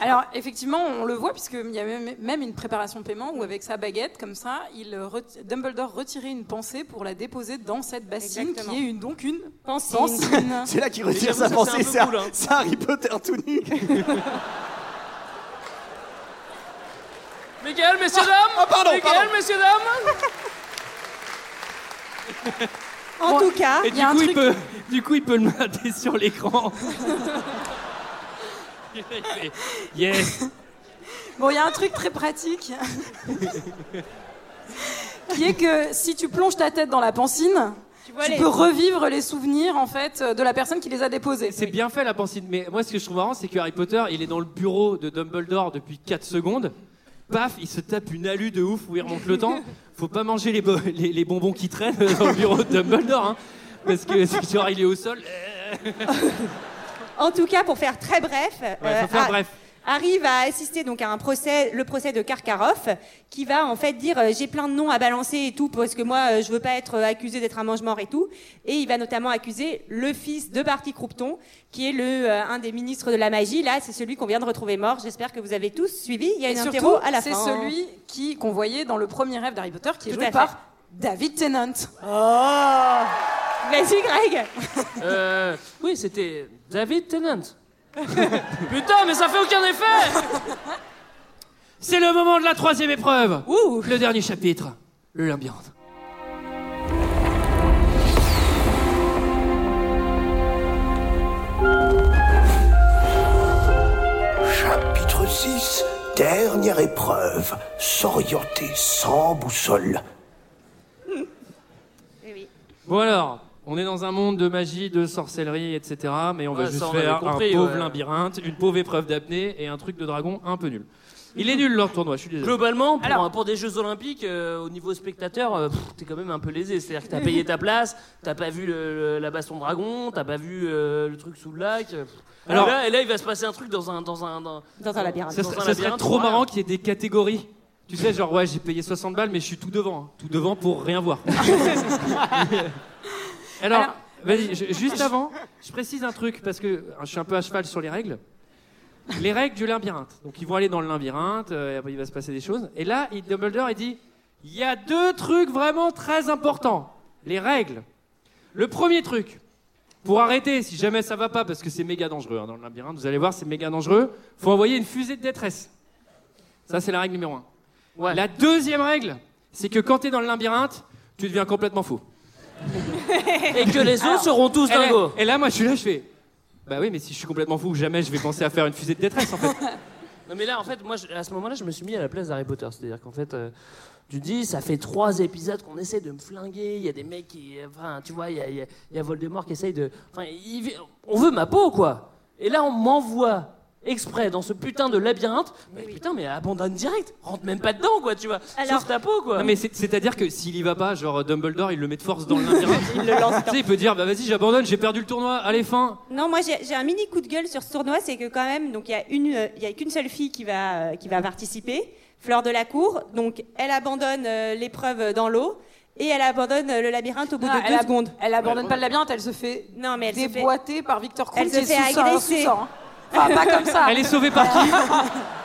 S10: Alors, effectivement, on le voit, puisqu'il y a même même une préparation de paiement où, avec sa baguette, comme ça, il reti- Dumbledore retirait une pensée pour la déposer dans cette bassine,
S12: Exactement.
S10: qui est une- donc une
S12: Pancine.
S10: pancine.
S11: C'est là qu'il
S10: Mais
S11: retire
S10: j'avoue,
S11: sa
S10: ça,
S11: pensée,
S10: c'est
S11: c'est
S10: un peu cool, hein.
S11: c'est Harry Potter tout nu.
S9: Michael, messieurs, dames
S11: Ah, pardon,
S9: Michael,
S11: pardon.
S9: messieurs, dames
S12: En tout cas,
S6: Et
S12: il y
S6: du
S12: a un
S6: coup, il
S12: truc.
S6: peut, du coup, il peut le mater sur l'écran. yes.
S10: Bon, il y a un truc très pratique. qui est que si tu plonges ta tête dans la pancine, tu,
S12: vois les-
S10: peux revivre les souvenirs, en fait, euh, de la personne qui les a déposés.
S6: C'est bien fait la pensée. Mais moi, ce que je trouve marrant, c'est que Harry Potter, il est dans le bureau de Dumbledore depuis 4 secondes. Paf, il se tape une alu de ouf où il remonte le temps. Faut pas manger les, bo- les, les bonbons qui traînent dans le bureau de Dumbledore. hein. parce que c'est genre, il est au sol.
S12: En tout cas, pour faire très bref, euh,
S6: Ouais, faut faire
S9: Ah.
S12: Har-
S6: bref.
S12: Harry va assister donc à un procès, le procès de Karkaroff, qui va en fait dire euh, j'ai plein de noms à balancer et tout parce que moi euh, je veux pas être euh, accusé d'être un mange-mort et tout. Et il va notamment accuser le fils de Barty Croupton, qui est le euh, un des ministres de la magie. Là, c'est celui qu'on vient de retrouver mort. J'espère que vous avez tous suivi. Il y a
S10: Et
S12: une
S10: surtout,
S12: interro à la fin.
S10: c'est celui qui- qu'on voyait dans le premier rêve d'Harry Potter, qui est
S12: Tout
S10: joué
S12: à fait.
S10: par David Tennant.
S12: Vas-y, Greg.
S9: Euh, Oui, c'était David Tennant. Putain, mais ça fait aucun effet
S6: C'est le moment de la troisième épreuve.
S12: Ouh.
S6: Le dernier chapitre. Le labyrinthe.
S1: Chapitre 6, dernière épreuve, s'orienter sans boussole.
S6: Bon alors, on est dans un monde de magie, de sorcellerie, etc. Mais on va
S9: Ouais,
S6: juste
S9: ça, on
S6: faire
S9: avait compris,
S6: un pauvre
S9: ouais.
S6: labyrinthe, une pauvre épreuve d'apnée et un truc de dragon un peu nul. Il est nul leur tournoi, je suis désolé.
S9: Globalement, pour,
S10: Alors-
S9: pour des Jeux Olympiques, euh, au niveau spectateur, euh, pff, t'es quand même un peu lésé. C'est-à-dire que t'as payé ta place, t'as pas vu le- le- la baston dragon, t'as pas vu euh, le truc sous le lac. euh, pff.
S6: Alors-
S9: et, là, et là, il va se passer un truc dans un. Dans un, dans,
S12: Dans un labyrinthe.
S6: Ah Ça,
S9: dans
S6: serait-
S9: un
S6: ça serait
S9: labyrinthe,
S6: trop
S9: voilà.
S6: marrant qu'il y ait des catégories. Tu sais, genre, ouais, j'ai payé 60 balles, mais je suis tout devant. hein. Tout devant pour rien voir. Alors,
S10: Alors-
S6: vas-y, je- juste avant, je précise un truc, parce que euh, je suis un peu à cheval sur les règles. Les règles du labyrinthe. Donc, ils vont aller dans le labyrinthe, euh, et après, il va se passer des choses. Et là, il- Dumbledore, il dit il y a deux trucs vraiment très importants. Les règles. Le premier truc, pour arrêter, si jamais ça va pas, parce que c'est méga dangereux hein, dans le labyrinthe, vous allez voir, c'est méga dangereux, faut envoyer une fusée de détresse. Ça, c'est la règle numéro un.
S9: Ouais.
S6: La deuxième règle, c'est que quand t'es dans le labyrinthe, tu deviens complètement fou.
S9: Et que les autres seront tous
S6: Et là,
S9: dingos.
S6: eh ben, et là, moi, je suis là, je fais. Bah oui, mais si je suis complètement fou, jamais je vais penser à faire une fusée de détresse, en fait.
S9: Non mais là en fait moi je- à ce moment-là je me suis mis à la place d'Harry Potter, c'est-à-dire qu'en fait euh, tu te dis ça fait trois épisodes qu'on essaie de me flinguer, il y a des mecs qui enfin tu vois il y a, il y a- il y a Voldemort qui essaye de enfin il- on veut ma peau quoi. Et là on m'envoie exprès dans ce putain de labyrinthe, mais putain mais abandonne direct, rentre même pas dedans quoi tu vois,
S12: Alors-
S9: sauf ta peau quoi.
S6: Non, mais c'est- c'est-à-dire que s'il y va pas, genre Dumbledore, il le met de force dans le labyrinthe.
S12: Il le lance.
S6: Tu sais, il peut dire, bah vas-y, j'abandonne, j'ai perdu le tournoi, allez, fin.
S12: Non, moi j'ai j'ai un mini coup de gueule sur ce tournoi, c'est que quand même, donc il y a une, euh, il y a qu'une seule fille qui va, euh, qui va participer. Fleur de la cour. Donc, elle abandonne euh, l'épreuve dans l'eau et elle abandonne euh, le labyrinthe au bout
S10: Ah,
S12: de
S10: elle
S12: deux
S10: ab-
S12: secondes.
S10: Elle abandonne pas le labyrinthe, elle se fait
S12: non, mais elle se fait-
S10: déboîter par Victor
S12: Elle
S10: Croutier.
S12: se fait
S10: sous-sort,
S12: agresser.
S10: sous-sort, hein.
S9: Ah,
S10: Enfin, pas comme ça.
S6: Elle est sauvée par qui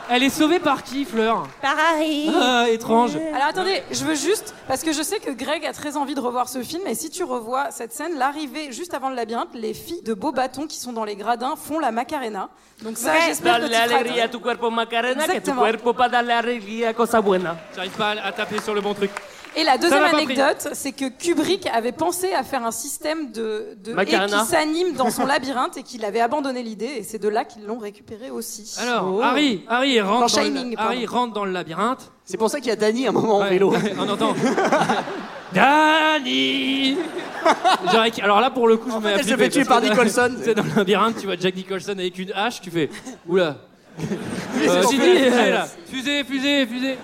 S6: Elle est sauvée par qui, Fleur
S12: Par Harry. Euh.
S6: Ah, étrange.
S10: Alors attendez, je veux juste, parce que je sais que Greg a très envie de revoir ce film, et si tu revois cette scène, l'arrivée juste avant le labyrinthe, les filles de beau bâton qui sont dans les gradins font la macarena. Donc ça,
S6: Bah,
S10: j'espère que
S9: Dale
S10: tu feras
S9: alegría a
S10: attention.
S9: tu cuerpo Macarena, que tu
S10: Exactement.
S9: cuerpo para darle alegría a cosa buena.
S6: J'arrive pas à à taper sur le bon truc.
S10: Et la deuxième
S6: Ça m'a pas pris.
S10: anecdote, c'est que Kubrick avait pensé à faire un système de, de et
S6: Macarena.
S10: qui s'anime dans son labyrinthe et qu'il avait abandonné l'idée, et c'est de là qu'ils l'ont récupéré aussi.
S6: Alors,
S10: Oh.
S6: Harry, Harry rentre,
S10: Dans
S6: dans
S10: Shining,
S6: le,
S10: pardon.
S6: Harry rentre dans le labyrinthe.
S11: C'est pour ça qu'il y a Dany à un moment en vélo.
S6: On entend. Danny Genre, Alors là, pour le coup, je mets
S11: fait,
S6: à
S11: elle se
S6: flipper,
S11: fait tuer par
S6: parce que-
S11: Nicholson.
S6: Tu sais, dans le labyrinthe, tu vois Jack Nicholson avec une hache, tu fais Oula
S9: c'est
S6: Euh,
S9: son
S6: j'ai
S9: fusée,
S6: dit,
S9: euh,
S6: là. Fusée, fusée, fusée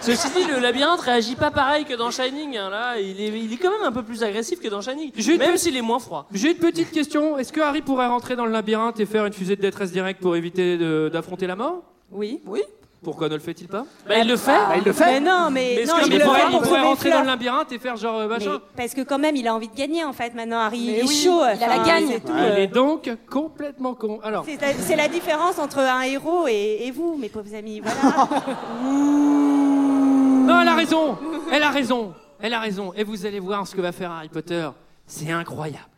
S9: Ceci dit, le labyrinthe réagit pas pareil que dans Shining. hein, Là, il est, il est quand même un peu plus agressif que dans Shining,
S6: J'ai une
S9: même
S6: pe-
S9: s'il est moins froid.
S6: J'ai une petite question. Est-ce que Harry pourrait rentrer dans le labyrinthe et faire une fusée de détresse directe pour éviter de- d'affronter la mort
S12: Oui.
S10: Oui.
S6: Pourquoi ne le fait-il pas
S9: Bah, il le fait.
S12: Bah, il le fait. Mais non, mais-
S6: est-ce
S12: non,
S6: que-
S12: il
S6: mais
S12: le
S6: pourrait-
S12: fait
S6: il
S12: pour
S6: pourrait
S12: sauver
S6: rentrer
S12: Fleur.
S6: dans le labyrinthe et faire genre euh,
S12: Mais
S6: machin.
S12: parce que quand même, il a envie de gagner en fait maintenant. Harry, il est
S10: oui,
S12: chaud.
S10: il a la
S12: enfin,
S10: gagne.
S12: c'est tout,
S6: Il
S12: euh,
S6: Ah, est donc complètement con. Alors,
S12: c'est la- C'est la différence entre un héros et, et vous, mes pauvres amis. Voilà.
S6: non, elle a raison. Elle a raison. Elle a raison. Et vous allez voir ce que va faire Harry Potter. C'est incroyable.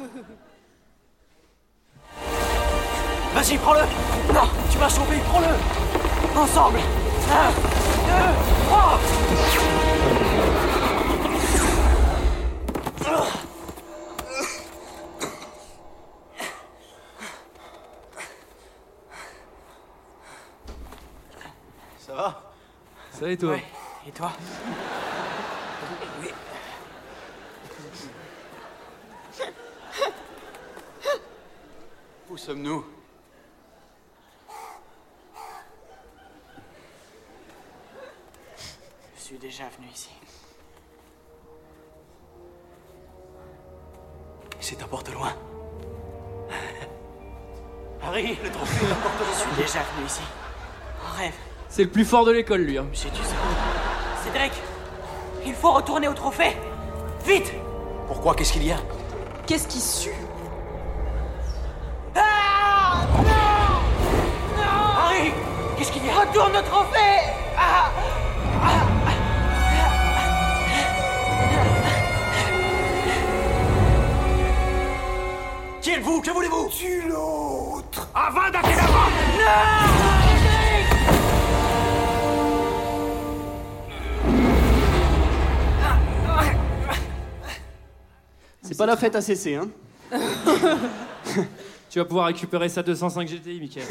S14: Vas-y, prends-le Non, tu vas sauver, prends-le Ensemble Un, deux, trois
S6: Ça va Ça et toi
S14: Et toi
S5: Où sommes-nous
S14: Je suis déjà venu ici. C'est t'importe loin. Harry, le trophée t'importe loin. Je suis déjà venu ici. En rêve,
S6: C'est le plus fort de l'école, lui. hein.
S14: j'ai dû ça. Cédric, il faut retourner au trophée. Vite Pourquoi Qu'est-ce qu'il y a
S10: Qu'est-ce qui sue
S14: Harry Qu'est-ce qu'il y a Retourne au trophée Ah
S1: Qui êtes-vous Que voulez-vous Tu l'autre
S14: Avant d'attaquer l'avant
S11: C'est pas la fête à cesser, hein.
S6: Tu vas pouvoir récupérer sa 205 GTI, Michael.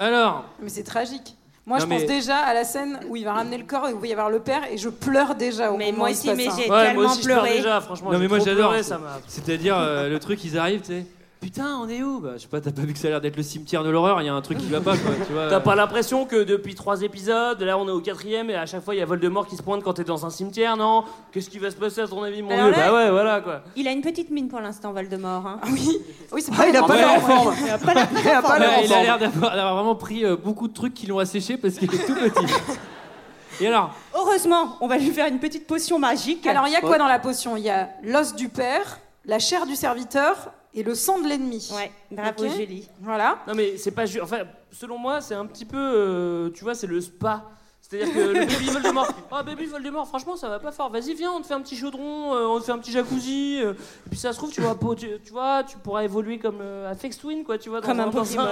S6: Alors,
S10: Mais c'est tragique. Moi,
S6: Non,
S10: je pense
S6: mais-
S10: déjà à la scène où il va ramener le corps et où il va y avoir le père, et je pleure déjà au
S12: Mais
S10: moment
S12: moi
S10: où il se
S12: aussi,
S10: passe
S12: mais
S10: ça.
S12: j'ai
S9: Ouais,
S12: tellement
S9: moi aussi, je pleure
S12: pleuré.
S9: déjà. Franchement,
S6: non
S9: j'ai
S6: mais moi
S9: trop
S6: j'adore.
S9: pleuré,
S6: ça.
S9: ça m'a.
S6: C'est-à-dire euh, le truc, ils arrivent, tu sais. Putain, on est où Bah, je sais pas, t'as pas vu que ça a l'air d'être le cimetière de l'horreur. Il y a un truc qui va pas, quoi. Tu vois.
S9: Euh, T'as pas l'impression que depuis trois épisodes, là on est au quatrième et à chaque fois il y a Voldemort qui se pointe quand t'es dans un cimetière, non Qu'est-ce qui va se passer à ton avis, mon
S12: Alors
S9: vieux
S12: là-
S9: Bah ouais, voilà quoi.
S12: Il a une petite mine pour l'instant, Voldemort. hein.
S10: Oui, c'est
S11: Ah, il a pas l'air en forme. Il a pas
S6: Ouais,
S11: l'air en
S6: il a
S11: forme.
S6: l'air d'avoir d'avoir vraiment pris euh, beaucoup de trucs qui l'ont asséché parce qu'il est tout petit. Et alors
S12: Heureusement, on va lui faire une petite potion magique.
S10: Alors, il y a quoi dans la potion Il y a l'os du père, la chair du serviteur et le sang de l'ennemi.
S12: Ouais, bravo
S10: Ok.
S12: Julie.
S10: Voilà.
S9: Non mais c'est pas juste. Enfin, selon moi, c'est un petit peu. euh, tu vois, c'est le spa. C'est-à-dire que le baby Voldemort. Oh, baby Voldemort, franchement, ça va pas fort. Vas-y, viens, on te fait un petit chaudron, euh, on te fait un petit jacuzzi. euh, et puis ça se trouve, tu vois, po- tu, tu vois, tu pourras évoluer comme euh, à Fex Twin, quoi, tu vois. dans
S12: Comme un
S9: dans
S12: Pokémon.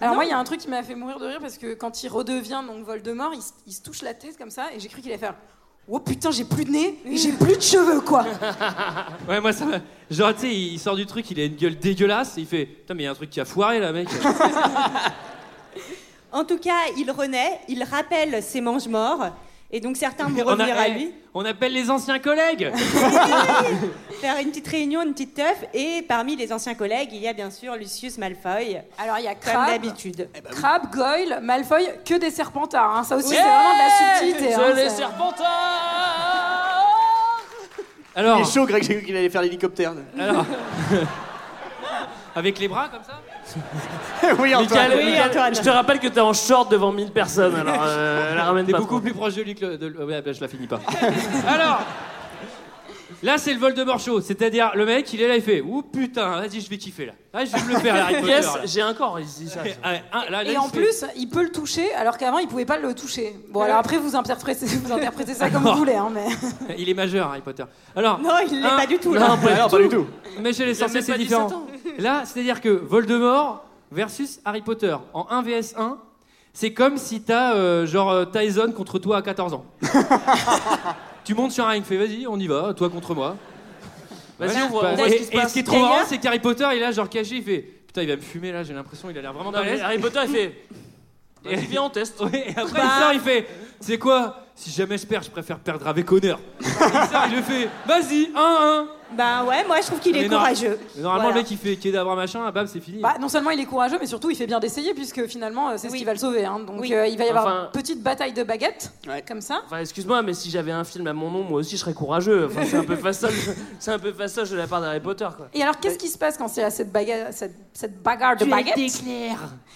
S10: Alors, moi, il y a un truc qui m'a fait mourir de rire parce que quand il redevient donc Voldemort, il se, il se touche la tête comme ça et j'ai cru qu'il allait faire Oh putain, j'ai plus de nez et j'ai plus de cheveux, quoi.
S6: Ouais, moi ça. m'a- Genre, tu sais, il il sort du truc, il a une gueule dégueulasse. Et il fait Putain, mais il y a un truc qui a foiré là, mec.
S12: En tout cas, il renaît, il rappelle ses mange-morts. Et donc certains vont
S6: On, a-
S12: revenir à
S6: eh,
S12: lui,
S6: on appelle les anciens collègues.
S12: faire une petite réunion, une petite teuf. Et parmi les anciens collègues, il y a bien sûr Lucius Malfoy,
S10: Alors, il y a
S12: comme
S10: Crabbe, Eh ben
S12: d'habitude.
S10: Crabbe, Goyle, Malfoy, que des serpentards. hein. Ça aussi, c'est vraiment de la subtilité. hein,
S9: Je les
S10: ça.
S9: serpentards
S6: Alors,
S11: Il est chaud, Greg, j'ai cru qu'il allait faire l'hélicoptère.
S6: alors. Avec les bras comme ça
S11: oui,
S9: Michael,
S11: Antoine.
S9: Michael, Je te rappelle que t'es en short devant 1000 personnes, alors euh, la ramène
S6: T'es
S9: pas
S6: beaucoup
S9: trop.
S6: plus proche de lui que le- de- ouais, bah, je la finis pas. Alors, là c'est le vol de Morchot, c'est-à-dire le mec il est là, il fait Ouh putain, vas-y, je vais kiffer là. Ah, je vais me le faire, Harry Potter.
S9: Yes,
S6: là.
S9: j'ai un corps, il se dit ça.
S6: Ah, ouais, ah, là, là,
S10: Et
S6: il
S10: en
S6: se fait-
S10: plus, il peut le toucher, alors qu'avant, il pouvait pas le toucher. Bon, alors après, vous interprétez, vous interprétez ça comme vous voulez, hein, mais.
S6: il est majeur, Harry Potter. Alors,
S10: Non, il l'est pas du tout, là.
S6: Non,
S10: Ah non, pas du tout.
S6: Mais chez les
S10: Il a
S6: sorciers,
S10: même
S6: c'est
S10: pas
S6: différent.
S10: 17 ans.
S6: Là, c'est-à-dire que Voldemort versus Harry Potter en 1 vs 1, c'est comme si t'as euh, genre euh, Tyson contre toi à 14 ans. tu montes sur un ring, fais vas-y, on y va, toi contre moi.
S9: Vas-y,
S6: Voilà.
S9: on voit- on voit
S6: et,
S9: ce qui se
S6: et
S9: passe.
S6: qui est trop marrant,
S9: D'ailleurs-
S6: c'est qu'Harry Potter, il est là, genre caché, il fait putain, il va me fumer là, j'ai l'impression, il a l'air vraiment
S9: Non, mais
S6: balèze.
S9: Harry Potter, il fait,
S6: Et
S9: Viens, on teste.
S6: Ouais, et après, il sort, il fait C'est quoi Si jamais je perds, je préfère perdre avec honneur. il sort, il le fait Vas-y, 1-1.
S12: Ben ouais, moi je trouve qu'il est
S6: Mais non-
S12: courageux.
S6: mais Normalement,
S12: Voilà.
S6: le mec, il fait Kedavra machin, bam, c'est fini.
S10: Bah, non seulement il est courageux, mais surtout il fait bien d'essayer, puisque finalement, euh, c'est ce qui va le sauver. hein. Donc, euh, il va y avoir
S9: Enfin-
S10: une petite bataille de baguettes, comme ça.
S9: Enfin, excuse-moi, mais si j'avais un film à mon nom, moi aussi je serais courageux. Enfin, c'est un peu fastoche, c'est un peu fastoche de la part d'Harry Potter, quoi.
S10: Et alors, qu'est-ce qui se passe quand il y a cette, baga- cette, cette bagarre de
S9: Tu as
S10: baguettes
S9: des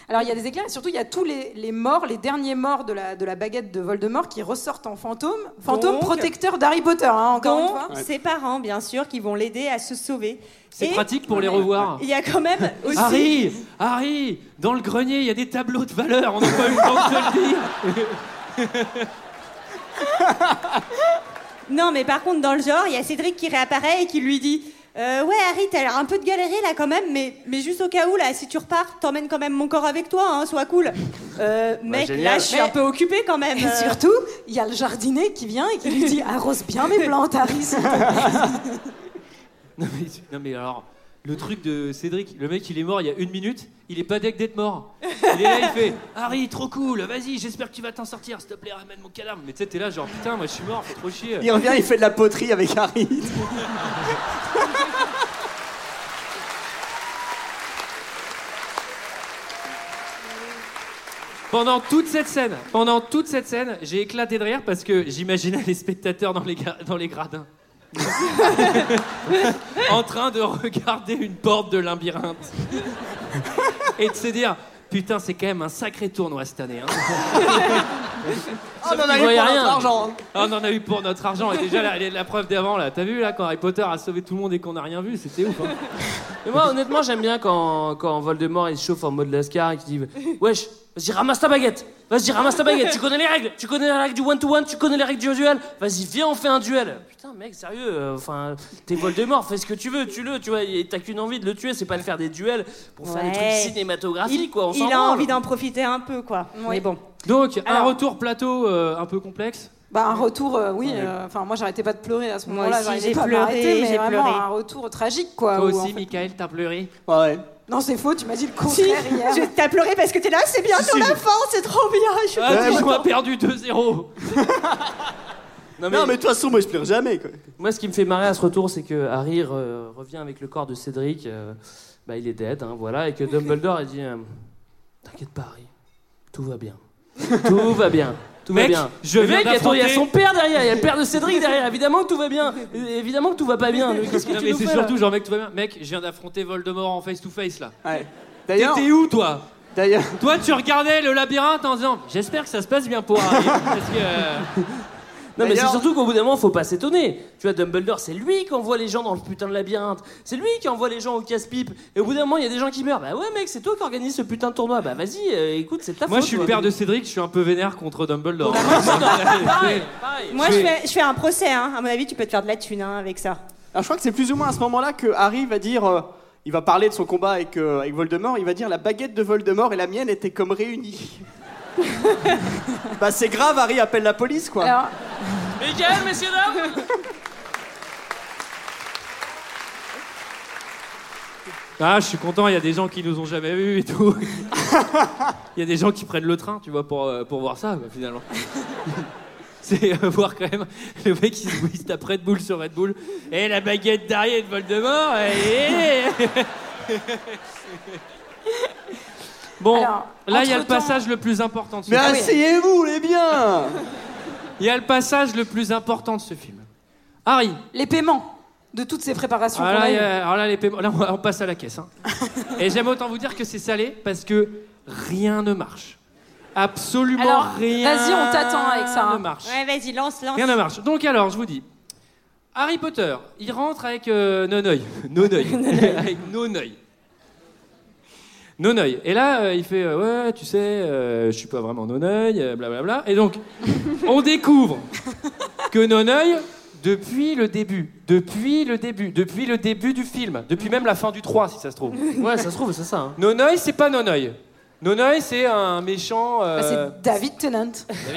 S10: Alors, il y a des éclairs et surtout, il y a tous les, les morts, les derniers morts de la, de la baguette de Voldemort qui ressortent en fantôme. Fantôme
S12: Donc-
S10: protecteur d'Harry Potter, hein, encore
S12: Donc,
S10: une fois.
S12: ses parents, bien sûr, qui vont l'aider à se sauver.
S6: C'est
S12: Et
S6: pratique pour les revoir.
S12: Il y a quand même aussi.
S6: Harry Harry Dans le grenier, il y a des tableaux de valeur, on n'a pas eu le temps de te le dire.
S12: Non, mais par contre, dans le genre, il y a Cédric qui réapparaît et qui lui dit Euh, Ouais, Harry, t'as l'air un peu de galérer là quand même, mais, mais juste au cas où, là, si tu repars, t'emmènes quand même mon corps avec toi, hein, sois cool. Euh,
S6: Bah,
S12: mec,
S10: génial.
S12: là, je suis un peu occupée quand même.
S10: Et
S12: euh.
S10: surtout, il y a le jardinier qui vient et qui lui dit Arrose bien mes plantes, Harry. s'il te plaît.
S6: Non mais, non, mais alors, le truc de Cédric, le mec, il est mort il y a une minute, il est pas deck d'être mort. Il est là, il fait Harry, trop cool, vas-y, j'espère que tu vas t'en sortir, s'il te plaît, ramène mon cadavre. Mais tu sais, t'es là, genre putain, moi je suis mort, faut trop chier.
S11: Il revient, il fait de la poterie avec Harry.
S6: Pendant toute cette scène, pendant toute cette scène, j'ai éclaté de rire parce que j'imaginais les spectateurs dans les, ga- dans les gradins. en train de regarder une porte de labyrinthe. Et de se dire, putain, c'est quand même un sacré tournoi cette année. hein.
S11: Ah, on en a
S6: Ils
S11: eu
S6: voyaient
S11: pour
S6: rien.
S11: notre argent, hein.
S6: Ah, on en a eu pour notre argent. Et déjà, la, la preuve d'avant, là, t'as vu, là, quand Harry Potter a sauvé tout le monde et qu'on n'a rien vu, c'était ouf. hein.
S9: Mais moi, honnêtement, j'aime bien quand, quand Voldemort il se chauffe en mode Lascar et qu'il dit Wesh, vas-y, ramasse ta baguette Vas-y, ramasse ta baguette Tu connais les règles Tu connais les règles du one-to-one Tu connais les règles du duel Vas-y, viens, on fait un duel Putain, mec, sérieux, euh, enfin, t'es Voldemort, fais ce que tu veux, tue-le, tu vois, et t'as qu'une envie de le tuer, c'est pas de faire des duels pour faire des
S12: Ouais.
S9: trucs cinématographiques,
S12: Il,
S9: quoi, on
S12: il
S9: s'en
S12: a
S9: branle.
S12: envie d'en profiter un peu, quoi. Mais bon.
S6: Donc,
S12: Alors-
S6: un retour plateau euh, un peu complexe.
S10: bah, un retour, euh, oui. euh, Enfin, moi, j'arrêtais pas de pleurer à ce
S12: Moi
S10: moment-là.
S12: aussi,
S10: j'arrivais
S12: j'ai
S10: pas à
S12: pleuré,
S10: m'arrêter, mais
S12: j'ai
S10: vraiment
S12: pleuré.
S10: un retour tragique, quoi.
S11: Ah,
S6: Toi
S10: où,
S6: aussi,
S10: en fait-
S6: Michael, t'as pleuré.
S11: Ouais.
S10: Non, c'est faux, tu m'as dit le
S12: Si,
S10: contraire hier.
S12: je- t'as pleuré parce que t'es là, c'est bientôt
S6: Si, si,
S12: la
S6: je-
S12: fin, c'est trop bien. Je suis
S6: Ah,
S12: trop
S6: tu m'as
S12: contente.
S6: perdu 2-0.
S11: Non, mais de toute façon, moi je pleure jamais. Quoi.
S9: Moi, ce qui me fait marrer à ce retour, c'est que Harry euh, revient avec le corps de Cédric. euh, bah, il est dead, hein, voilà, et que Dumbledore a dit euh, T'inquiète pas, Harry, tout va bien. Tout va bien. Tout va
S6: Mec,
S9: bien.
S6: je
S9: Le
S6: viens
S9: mec, il y a ton- il y a
S6: d'affronter-
S9: son père derrière, il y a le père de Cédric derrière. Évidemment que tout va bien. É- Évidemment que tout va pas bien. Mais Qu'est-ce que
S6: Non,
S9: tu
S6: mais
S9: nous
S6: c'est
S9: fais, là
S6: surtout genre mec, tout va bien. Mec, je viens d'affronter Voldemort en face to face là.
S11: Ouais. D'ailleurs,
S6: T'étais où toi
S11: d'ailleurs,
S6: Toi, tu regardais le labyrinthe en disant J'espère que ça se passe bien pour Harry. parce que. euh,
S9: Non, mais c'est
S11: D'ailleurs-
S9: surtout qu'au bout d'un moment, faut pas s'étonner. Tu vois, Dumbledore, c'est lui qui envoie les gens dans le putain de labyrinthe. C'est lui qui envoie les gens au casse-pipe. Et au bout d'un moment, il y a des gens qui meurent. Bah ouais, mec, c'est toi qui organise ce putain de tournoi. Bah vas-y, euh, écoute, c'est ta faute.
S6: Moi, je suis le
S9: quoi.
S6: père de Cédric, je suis un peu vénère contre Dumbledore.
S9: Pareil, pareil.
S12: Moi, je
S6: Je vais-
S12: fais, je fais un procès, hein. à mon avis, tu peux te faire de la thune hein, avec ça.
S11: alors, je crois que c'est plus ou moins à ce moment-là que Harry va dire. euh, il va parler de son combat avec, euh, avec Voldemort. Il va dire la baguette de Voldemort et la mienne étaient comme réunies. bah, c'est grave, Harry appelle la police quoi.
S10: Alors,
S9: Michael, messieurs, dames
S6: Ah, je suis content, il y a des gens qui nous ont jamais vus et tout. Il y a des gens qui prennent le train, tu vois, pour, euh, pour voir ça, bah, finalement. C'est euh, voir quand même le mec qui se whist après Red Bull sur Red Bull. Et la baguette d'Harry et de Voldemort. eh, Et... bon,
S10: Alors,
S6: là, il y a le
S10: entre-temps-
S6: passage le plus important de ce
S11: Mais
S9: Ah
S6: film.
S11: asseyez-vous, les biens
S6: Il y a le passage le plus important de ce film. Harry,
S10: les paiements. de toutes ces préparations
S6: Alors
S10: qu'on a
S6: là,
S10: eues.
S6: y a- alors là, les paiements- là, on on passe à la caisse. hein. Et j'aime autant vous dire que c'est salé parce que rien ne marche. Absolument
S10: Alors,
S6: rien.
S10: vas-y, on t'attend avec ça,
S6: Ne
S10: hein.
S6: marche.
S12: Ouais, vas-y, lance, lance.
S6: Rien ne marche. Donc alors, je vous dis, Harry Potter, il rentre avec euh, Nonoeil. Nonoeil. avec Nonoeil. Nonoeil. Et là, euh, il fait euh, Ouais, tu sais, euh, je suis pas vraiment Nonoeil, euh, blablabla. Et donc, on découvre que Nonoeil, depuis le début, depuis le début, depuis le début du film, depuis même la fin du 3, si ça se trouve.
S3: Ouais, ça se trouve, c'est ça. hein.
S6: Nonoeil, c'est pas Nonoeil. Nonoeil, c'est un méchant.
S3: Ah,
S10: Bah,
S6: euh,
S10: c'est David Tennant.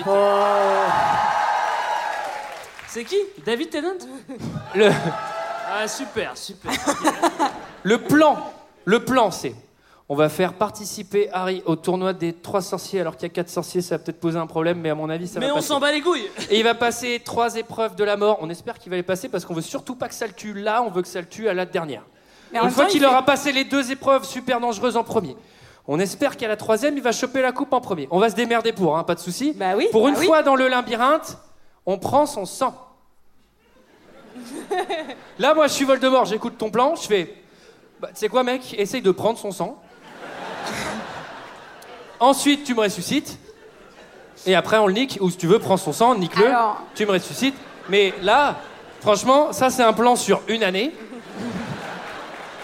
S9: Oh. C'est qui David Tennant
S6: le...
S9: Ah, super, super.
S6: Le plan, le plan, c'est on va faire participer Harry au tournoi des trois sorciers alors qu'il y a quatre sorciers, ça va peut-être poser un problème, mais à mon avis, ça
S9: Mais
S6: va
S9: on
S6: passer.
S9: s'en bat les couilles
S6: Et il va passer trois épreuves de la mort. On espère qu'il va les passer parce qu'on veut surtout pas que ça le tue là, on veut que ça le tue à la dernière.
S10: Mais en
S6: Une
S10: même
S6: fois
S10: temps, il
S6: qu'il
S10: fait-
S6: aura passé les deux épreuves super dangereuses en premier, on espère qu'à la troisième, il va choper la coupe en premier. On va se démerder pour, hein, pas de souci. pour
S10: bah
S6: une
S10: oui.
S6: fois dans le labyrinthe, on prend son sang. Là, moi, je suis Voldemort, j'écoute ton plan, je fais. Bah, tu sais quoi, mec, essaye de prendre son sang. Ensuite, tu me ressuscites. Et après, on le nique, ou si tu veux, prends son sang, nique-le,
S10: Alors.
S6: tu me ressuscites. Mais là, franchement, ça, c'est un plan sur une année,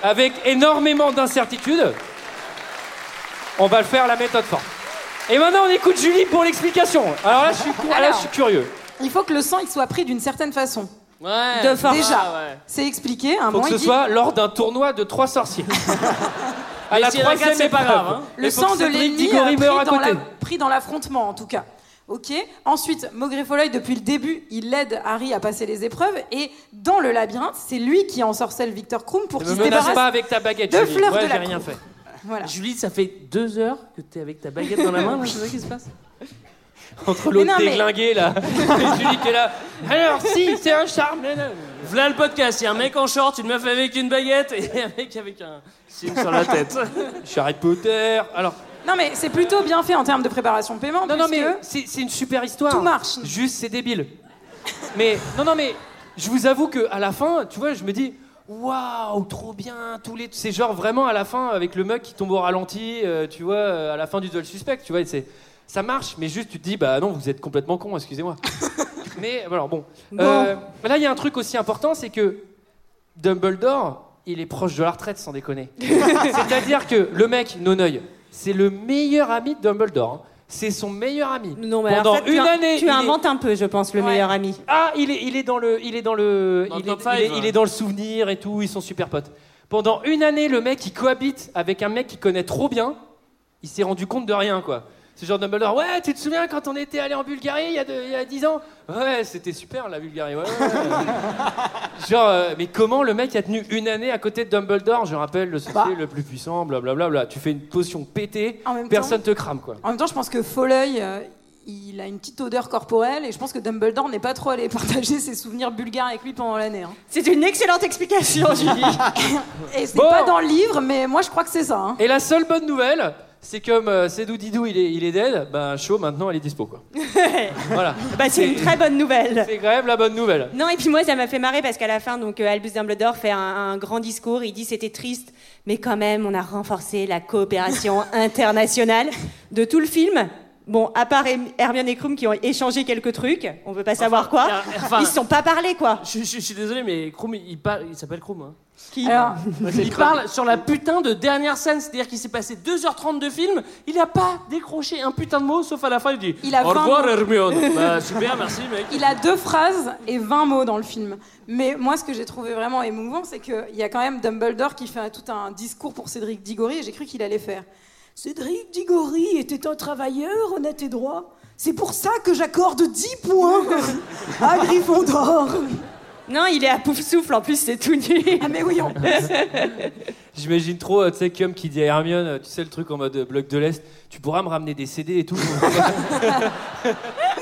S6: avec énormément d'incertitudes. On va le faire à la méthode forte. Et maintenant, on écoute Julie pour l'explication. Alors là, je suis, cou- là,
S10: Alors.
S6: je suis curieux.
S10: Il faut que le sang il soit pris d'une certaine façon.
S9: Ouais.
S10: De force. Déjà.
S9: Ah, ouais.
S10: C'est expliqué. Un
S6: Faut
S10: moment,
S6: que ce
S10: il dit-
S6: soit lors d'un tournoi de trois sorciers. à
S10: Ah,
S9: Mais
S6: la
S9: si elle la
S6: troisième,
S9: gagne, c'est pas
S6: épreuve.
S9: grave, hein.
S10: Le
S6: Et faut que
S10: sang de
S6: Cédric
S10: l'ennemi
S6: Diggory
S10: euh, pris,
S6: meure à
S10: dans la-
S6: côté.
S10: pris dans l'affrontement, en tout cas. Ok. Ensuite, Maugrey Folleuil, depuis le début, il aide Harry à passer les épreuves. Et dans le labyrinthe, c'est lui qui ensorcelle Victor Krum pour
S6: Ne
S10: qu'il
S6: me
S10: se
S6: menace
S10: débarrasse.
S6: pas avec ta baguette.
S10: de
S6: Julie.
S10: fleurs
S6: Moi,
S10: de la
S6: j'ai rien
S10: cour.
S6: fait.
S10: Voilà.
S9: Julie, ça fait deux heures que t'es avec ta baguette dans la main, là, c'est ça qui se passe
S6: Entre
S10: Mais
S6: l'autre
S10: non, mais-
S6: déglingué, là. Et Julie qui est là. Alors, si, c'est un charme.
S9: V'là le podcast, y'a un mec en short, une meuf avec une baguette et un mec avec un signe sur la tête.
S6: Je suis Harry Potter. Alors,
S10: Non, mais c'est plutôt bien fait en termes de préparation de paiement.
S6: non, non, mais
S10: puisque
S6: c'est c'est une super histoire.
S10: Tout marche.
S6: Juste, c'est débile. Mais, non, non, mais je vous avoue que à la fin, tu vois, je me dis. Waouh, trop bien, tous les. C'est genre vraiment à la fin avec le mec qui tombe au ralenti, euh, tu vois, euh, à la fin du duel suspect, tu vois, et c'est. Ça marche, mais juste tu te dis, bah non, vous êtes complètement con, excusez-moi. mais alors bon. Euh, là, il y a un truc aussi important, c'est que Dumbledore, il est proche de la retraite, sans déconner. C'est-à-dire que le mec, Nonoeil, c'est le meilleur ami de Dumbledore. hein. C'est son meilleur ami.
S12: Non, mais
S6: Pendant
S12: alors, en fait,
S6: une
S12: tu,
S6: année. il
S12: Tu
S6: est-
S12: inventes un peu, je pense, le
S10: Ouais.
S12: meilleur ami.
S6: Ah, il est, il est dans le, il est dans le,
S9: Dans le
S6: il, est,
S9: top five,
S6: il est- il est
S9: ouais.
S6: dans le souvenir et tout. Ils sont super potes. Pendant une année, le mec, il cohabite avec un mec qu'il connaît trop bien. Il s'est rendu compte de rien, quoi. C'est genre Dumbledore. Ouais, tu te souviens quand on était allé en Bulgarie il y a, de- il y a 10 ans Ouais, c'était super la Bulgarie. Ouais, ouais, ouais. genre, euh, mais comment le mec a tenu une année à côté de Dumbledore Je rappelle, le
S12: Bah.
S6: sorcier le plus puissant, blablabla. Tu fais une potion pétée,
S10: En même
S6: personne te crame, quoi.
S10: En même temps, je pense que Folleuil, euh, il a une petite odeur corporelle. Et je pense que Dumbledore n'est pas trop allé partager ses souvenirs bulgares avec lui pendant l'année. hein.
S12: C'est une excellente explication, Julie.
S10: Et c'est
S6: Bon.
S10: pas dans le livre, mais moi, je crois que c'est ça. hein.
S6: Et la seule bonne nouvelle, c'est comme euh, Cédou Didou, il est, il est dead, ben chaud maintenant, elle est dispo quoi. voilà.
S12: bah, c'est une très bonne nouvelle.
S6: C'est quand même la bonne nouvelle.
S12: Non, et puis moi, ça m'a fait marrer parce qu'à la fin, donc, euh, Albus Dumbledore fait un, un grand discours. Il dit c'était triste, mais quand même, on a renforcé la coopération internationale de tout le film. Bon, à part Herm- Hermione et Krum qui ont échangé quelques trucs, on veut pas savoir quoi.
S9: y
S10: euh,
S9: a- enfin-
S12: Ils se sont pas parlé, quoi.
S9: Je, je- je suis désolé, mais Krum, il, parle- il s'appelle Krum. hein.
S12: Qui-
S10: Alors,
S9: Il parle sur la putain de dernière scène, c'est-à-dire qu'il s'est passé 2h30 de film, il a pas décroché un putain de mot, sauf à la fin, il dit
S10: Il a
S9: Au
S10: vingt
S9: revoir
S10: mots.
S9: Hermione. bah, super, merci mec.
S10: Il a deux phrases et 20 mots dans le film. Mais moi, ce que j'ai trouvé vraiment émouvant, c'est qu'il y a quand même Dumbledore qui fait un- tout un discours pour Cédric Diggory et j'ai cru qu'il allait faire. Cédric Diggory était un travailleur, on a tes droits. C'est pour ça que j'accorde 10 points à Gryffondor.
S12: Non, il est à pouf souffle, en plus, c'est tout nu.
S10: Ah mais oui, en plus.
S6: J'imagine trop, euh, tu sais, Cum qui dit à Hermione, euh, tu sais le truc en mode euh, bloc de l'Est, tu pourras me ramener des CD et tout.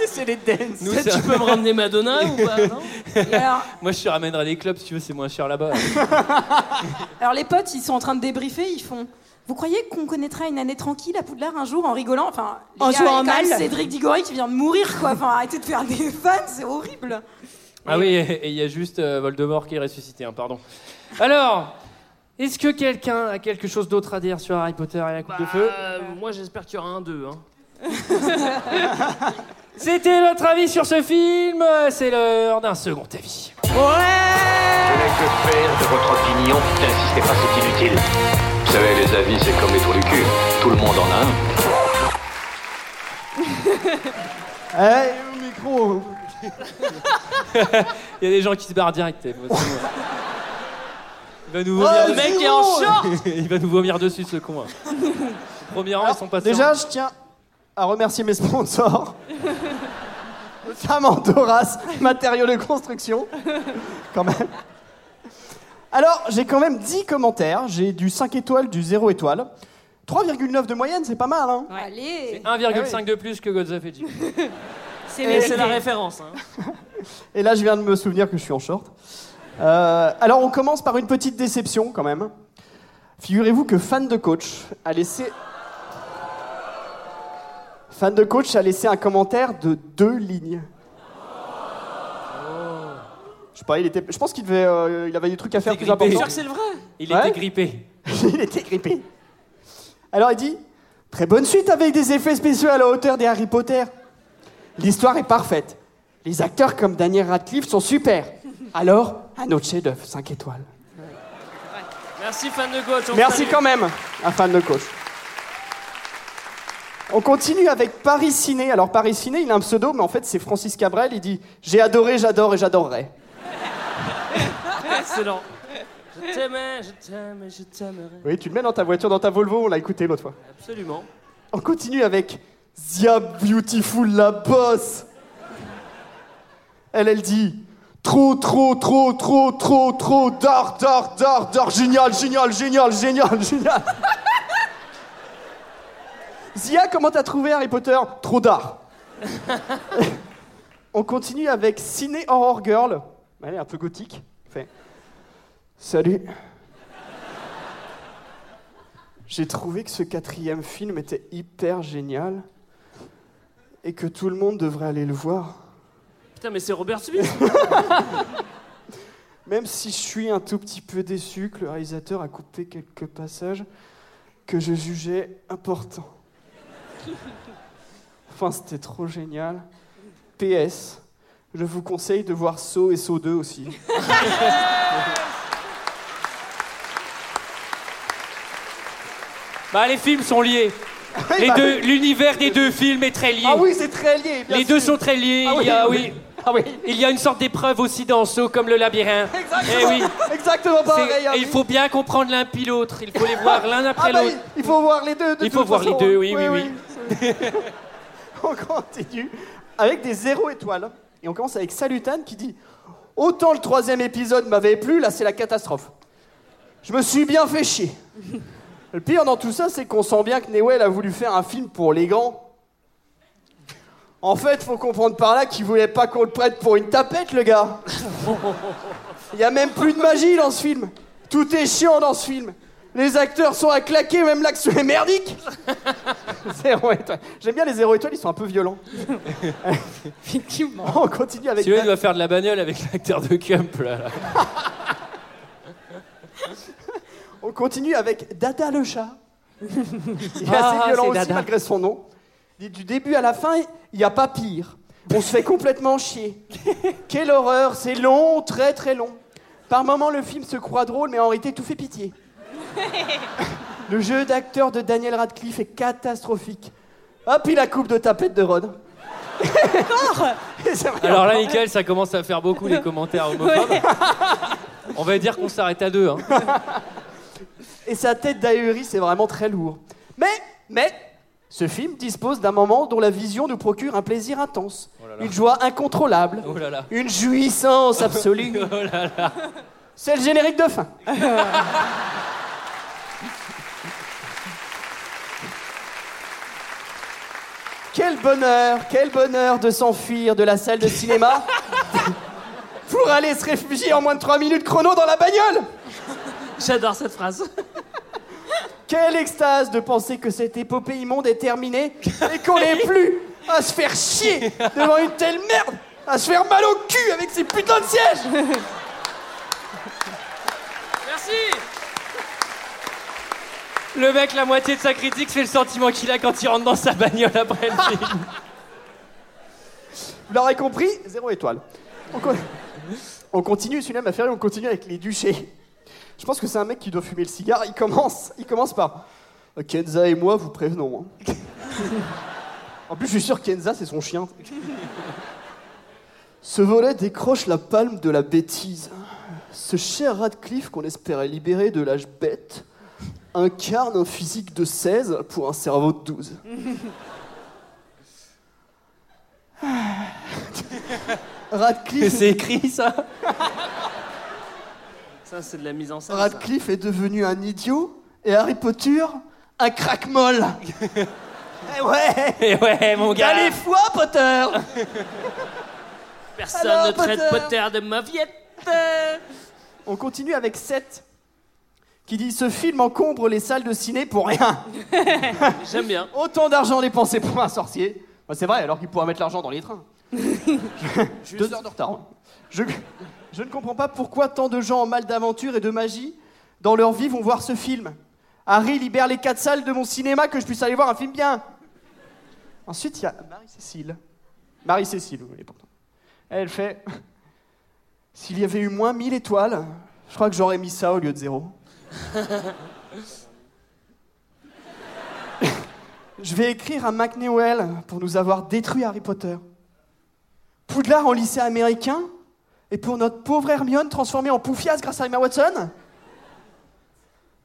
S11: C'est les dance.
S6: Nous,
S9: Peut-être
S6: c'est-
S9: tu peux me ramener Madonna ou pas non
S10: Et alors,
S6: Moi je te ramènerai des clubs si tu veux, c'est moins cher là-bas.
S10: alors les potes, ils sont en train de débriefer, ils font... Vous croyez qu'on connaîtra une année tranquille à Poudlard un jour en rigolant Enfin, les
S12: En
S10: gars, il
S12: jouant
S10: y a
S12: en
S10: quand même
S12: mal.
S10: Cédric Diggory qui vient de mourir, quoi. Enfin, arrêtez de faire des fans, c'est horrible.
S6: Ah oui, et et il y a juste euh, Voldemort qui est ressuscité, hein, pardon. Alors, est-ce que quelqu'un a quelque chose d'autre à dire sur Harry Potter et la coupe
S11: Bah,
S6: de feu
S9: moi, j'espère qu'il y aura un 2. Hein.
S6: C'était notre avis sur ce film, c'est l'heure d'un second avis.
S1: Je n'ai que faire de votre opinion. N'insistez pas, c'est inutile. Vous savez, les avis, c'est comme les trous du cul. Tout le monde en a un.
S11: Eh, au micro
S6: Il y a des gens qui se barrent direct. eh, moi, c'est moi. Il va nous
S11: Oh,
S6: vomir.
S11: le mec est en short
S6: Il va nous vomir dessus, ce con. hein. Premier rang, ils sont passés.
S11: Déjà, je tiens à remercier mes sponsors. Notamment Doras, matériaux de construction. Quand même. Alors, j'ai quand même 10 commentaires. J'ai du 5 étoiles, du 0 étoile. 3,9 de moyenne, c'est pas mal, hein
S10: Allez
S6: 1,5 de plus que Godzilla fait
S9: C'est
S11: mérité.
S9: c'est la référence. hein.
S11: Et là, je viens de me souvenir que je suis en short. Euh, alors, on commence par une petite déception quand même. Figurez-vous que fan de coach a laissé. Fan de coach a laissé un commentaire de deux lignes. Je sais pas, il était. Je pense qu'il devait, euh, il avait des trucs à faire plus
S6: grippé.
S11: importants.
S6: Sûr que c'est le vrai Il
S11: Ouais.
S6: était grippé.
S11: il était grippé. Alors il dit Très bonne suite avec des effets spéciaux à la hauteur des Harry Potter. L'histoire est parfaite. Les acteurs comme Daniel Radcliffe sont super.
S9: Ah.
S11: Alors, un autre chef-d'œuvre, 5 étoiles.
S9: Merci, fan de coach. on
S11: Merci
S9: salue.
S11: quand même, un fan de coach. On continue avec Paris Ciné. Alors Paris Ciné, il a un pseudo, mais en fait c'est Francis Cabrel. Il dit J'ai adoré, j'adore et j'adorerai.
S9: Excellent. Je t'aimais, je t'aime et je t'aimerai.
S11: Oui, tu le mets dans ta voiture, dans ta Volvo, on l'a écouté l'autre fois.
S9: Absolument.
S11: On continue avec Zia Beautiful la boss. Elle, elle dit trop, trop, trop, trop, trop, trop, d'art, d'art, d'art, d'art, génial, génial, génial, génial, génial. Zia, comment t'as trouvé Harry Potter Trop d'art. On continue avec Ciné Horror Girl. Elle est un peu gothique. Fait. Salut. J'ai trouvé que ce quatrième film était hyper génial et que tout le monde devrait aller le voir.
S9: Putain, mais c'est Robert Smith.
S11: Même si je suis un tout petit peu déçu que le réalisateur a coupé quelques passages que je jugeais importants. Enfin, c'était trop génial. PS, je vous conseille de voir Saw et Saw 2 aussi.
S6: Bah, les films sont liés. Les
S11: bah
S6: deux-
S11: oui.
S6: L'univers des deux films est très lié.
S11: Ah oui, c'est très lié. bien
S6: Les deux
S11: sûr.
S6: sont très liés.
S11: Ah
S6: il,
S11: oui,
S6: y a,
S11: oui.
S6: oui.
S11: Ah oui.
S6: il y a une sorte d'épreuve aussi dans Saut comme le labyrinthe. Eh oui.
S11: Exactement pareil.
S6: C'est-
S11: hein.
S6: et il faut bien comprendre l'un puis l'autre. Il faut les voir l'un après
S11: Ah bah,
S6: l'autre.
S11: il faut voir les deux. de
S6: Il
S11: toute
S6: faut voir
S11: façon.
S6: les deux, oui, oui, oui.
S11: on continue avec des zéro étoiles. hein. Et on commence avec Salutan qui dit Autant le troisième épisode m'avait plu, là c'est la catastrophe. Je me suis bien fait chier. Le pire dans tout ça, c'est qu'on sent bien que Newell a voulu faire un film pour les grands. En fait, faut comprendre par là qu'il voulait pas qu'on le prête pour une tapette, le gars. Il y a même plus de magie dans ce film. Tout est chiant dans ce film. Les acteurs sont à claquer, même l'action est merdique. Zéro étoile. J'aime bien les zéro étoiles, ils sont un peu violents. Effectivement. On continue avec.
S6: Celui-là il doit faire de la bagnole avec l'acteur de Camp. Là, là.
S11: On continue avec Dada le chat. Il est
S6: Ah,
S11: assez violent
S6: c'est
S11: aussi
S6: Dada.
S11: malgré son nom. Il dit, Du début à la fin, il n'y a pas pire. On se fait complètement chier. Quelle horreur, c'est long, très très long. Par moments, le film se croit drôle, mais en réalité, tout fait pitié. Le jeu d'acteur de Daniel Radcliffe est catastrophique. Hop, il la coupe de tapette de Rod. Et ça va.
S6: Alors là, Michael, ça commence à faire beaucoup les commentaires homophobes. On va dire qu'on s'arrête à deux. hein.
S11: et sa tête d'ahuri, c'est vraiment très lourd. Mais, mais, ce film dispose d'un moment dont la vision nous procure un plaisir intense, une joie incontrôlable,
S6: Oh là là.
S11: une jouissance absolue.
S6: Oh là là.
S11: C'est le générique de fin. quel bonheur, quel bonheur de s'enfuir de la salle de cinéma pour aller se réfugier en moins de 3 minutes chrono dans la bagnole.
S9: J'adore cette phrase.
S11: Quelle extase de penser que cette épopée immonde est terminée et qu'on n'est plus à se faire chier devant une telle merde à se faire mal au cul avec ces putains de sièges
S6: Merci Le mec, la moitié de sa critique, c'est le sentiment qu'il a quand il rentre dans sa bagnole après le film.
S11: Vous l'aurez compris, zéro étoile. On, con- on continue, celui-là m'a fait rire, on continue avec les duchés. Je pense que c'est un mec qui doit fumer le cigare, il commence, il commence par « Kenza et moi, vous prévenons. hein. En plus, je suis sûr que Kenza, c'est son chien. Ce volet décroche la palme de la bêtise. Ce cher Radcliffe qu'on espérait libérer de l'âge bête incarne un physique de 16 pour un cerveau de 12. Radcliffe.
S6: C'est écrit ça Ça, c'est de la mise en scène. ça.
S11: Radcliffe est devenu un idiot et Harry Potter un craquemolle. Eh ouais
S6: Eh ouais, mon gars.
S11: T'as les fois, Potter
S3: Personne
S11: Alors,
S3: ne traite
S11: Potter.
S3: Potter, de mauviette.
S11: On continue avec 7 qui dit ce film encombre les salles de ciné pour rien.
S6: J'aime bien.
S11: Autant d'argent dépensé pour un sorcier. Bah, c'est vrai, alors qu'il pourra mettre l'argent dans les trains. Je- Deux heures de retard. hein. Je, je ne comprends pas pourquoi tant de gens en mal d'aventure et de magie dans leur vie vont voir ce film. Harry libère les quatre salles de mon cinéma que je puisse aller voir un film bien. Ensuite, il y a Marie-Cécile. Marie-Cécile, vous voulez pourtant. Elle fait S'il y avait eu moins 1000 étoiles, je crois que j'aurais mis ça au lieu de zéro. Je vais écrire à McNewell pour nous avoir détruit Harry Potter. Poudlard en lycée américain et pour notre pauvre Hermione transformée en poufiasse grâce à Emma Watson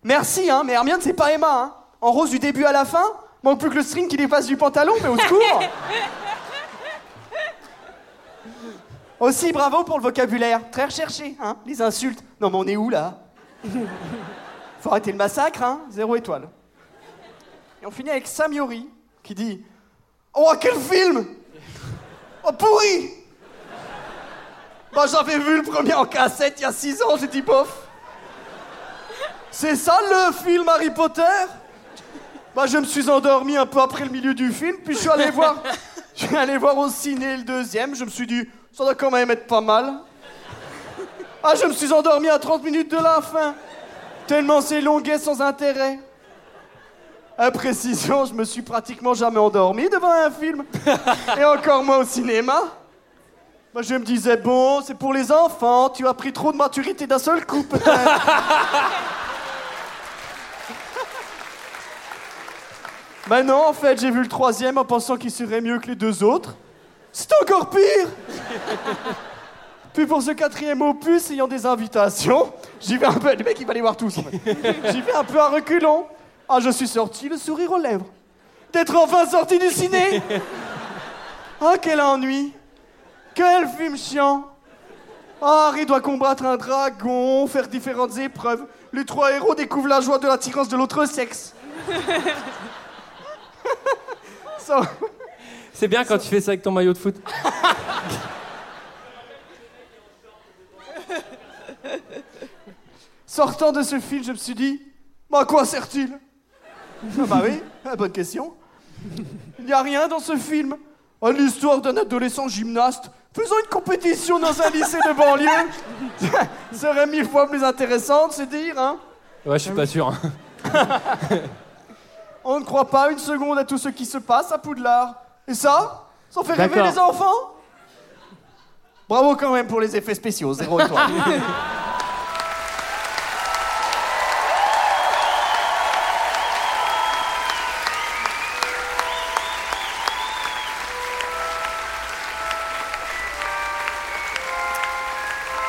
S11: Merci, hein, mais Hermione, c'est pas Emma, hein. En rose du début à la fin, manque plus que le string qui dépasse du pantalon, mais au secours Aussi, bravo pour le vocabulaire, très recherché, hein, les insultes. Non, mais on est où, là Faut arrêter le massacre, hein, zéro étoile. Et on finit avec Sam Yori, qui dit « Oh, quel film Oh, pourri Moi, j'avais vu le premier en cassette il y a six ans, j'ai dit « Bof !» C'est ça le film Harry Potter Bah je me suis endormi un peu après le milieu du film, puis je suis allé voir. Je suis allé voir au ciné le deuxième, je me suis dit, ça doit quand même être pas mal. Ah je me suis endormi à 30 minutes de la fin. Tellement c'est longuet sans intérêt. À précision, je me suis pratiquement jamais endormi devant un film. Et encore moins au cinéma. Moi je me disais, bon, c'est pour les enfants, tu as pris trop de maturité d'un seul coup peut-être. Bah non, en fait, j'ai vu le troisième en pensant qu'il serait mieux que les deux autres. C'est encore pire Puis pour ce quatrième opus, ayant des invitations, j'y vais un peu... Le mec, il va les voir tous, en fait. J'y vais un peu à reculons. Ah, je suis sorti, le sourire aux lèvres. D'être enfin sorti du ciné Ah, quel ennui Quel film chiant Ah, Harry doit combattre un dragon, faire différentes épreuves. Les trois héros découvrent la joie de l'attirance de l'autre sexe. Ça-
S6: C'est bien quand tu fais ça avec ton maillot de foot.
S11: Sortant de ce film, je me suis dit, mais à quoi sert-il Ah bah oui, ah, bonne question. Il n'y a rien dans ce film. Ah, L'histoire d'un adolescent gymnaste faisant une compétition dans un lycée de banlieue serait mille fois plus intéressante, c'est dire, hein
S6: Ouais, je suis pas sûr. hein.
S11: On ne croit pas une seconde à tout ce qui se passe à Poudlard. Et ça Sans faire rêver
S6: D'accord.
S11: les enfants Bravo quand même pour les effets spéciaux, zéro étoile.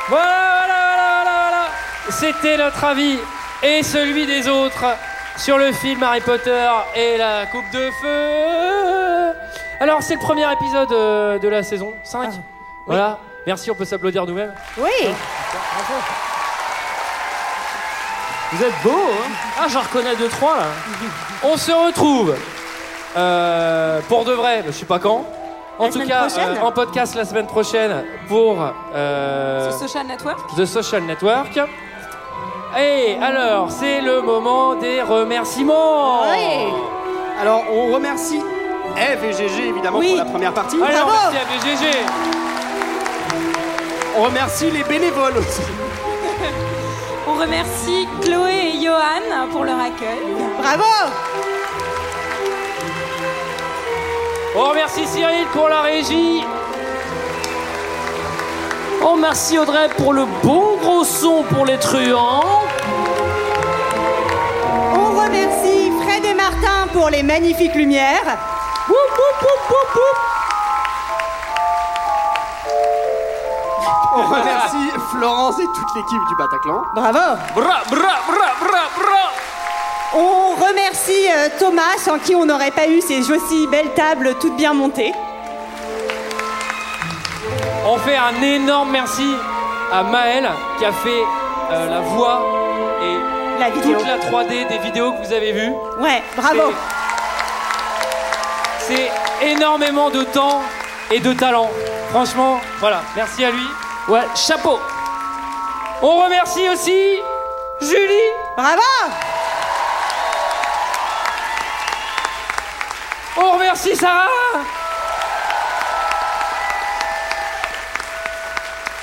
S6: Voilà, voilà, voilà, voilà, voilà. C'était notre avis et celui des autres sur le film Harry Potter et la Coupe de Feu. Alors, c'est le premier épisode euh, de la saison 5. Voilà. Merci, on peut s'applaudir nous-mêmes.
S16: Oui.
S6: Vous êtes beau, hein Ah, j'en reconnais deux, trois, là. On se retrouve euh, pour de vrai, je sais pas quand. En tout
S10: semaine
S6: cas, euh,
S10: prochaine
S6: en podcast la semaine prochaine pour euh,
S10: Sur Social Network.
S6: The Social Network. Et alors, c'est le moment des remerciements.
S11: Alors, on remercie Eve et GG évidemment
S6: Oui.
S11: pour la première partie.
S6: Allez, on remercie ABGG.
S11: on remercie les bénévoles aussi.
S10: On remercie Chloé et Johan pour leur accueil.
S12: Bravo
S6: On remercie Cyril pour la régie.
S9: On remercie Audrey pour le bon gros son pour les truands.
S12: On remercie Fred et Martin pour les magnifiques lumières. Woup, woup, woup, woup, woup.
S11: On remercie Florence et toute l'équipe du Bataclan.
S12: Bravo
S6: Bra, bra, bra, bra, bra
S12: On remercie euh, Thomas, sans qui on n'aurait pas eu ces aussi belles tables toutes bien montées.
S6: On fait un énorme merci à Maël qui a fait euh, la voix et
S12: la
S6: toute la 3D des vidéos que vous avez vues.
S12: Ouais, bravo.
S6: C'est énormément de temps et de talent. Franchement, voilà, merci à lui. Ouais, chapeau. On remercie aussi Julie.
S12: Bravo.
S6: On remercie Sarah.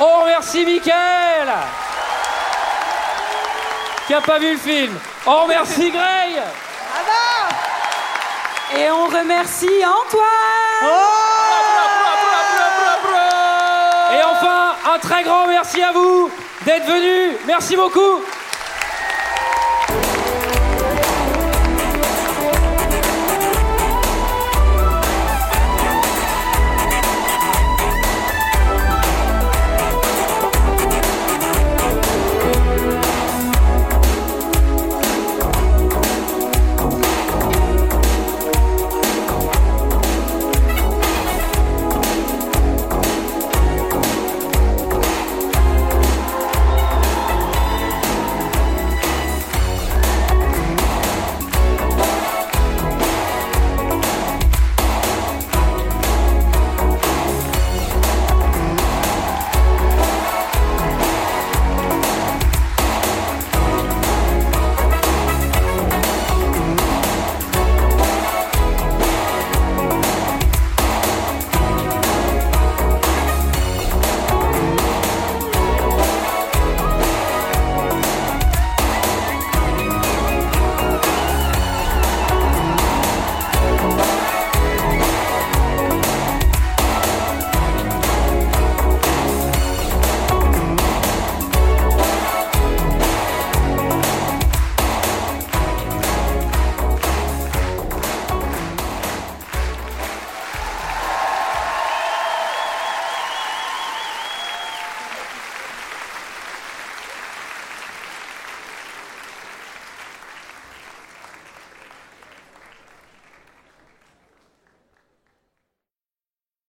S6: On remercie Mickaël qui a pas vu le film. On remercie Grey.
S10: Et on remercie Antoine
S6: Et enfin, un très grand merci à vous d'être venus. Merci beaucoup.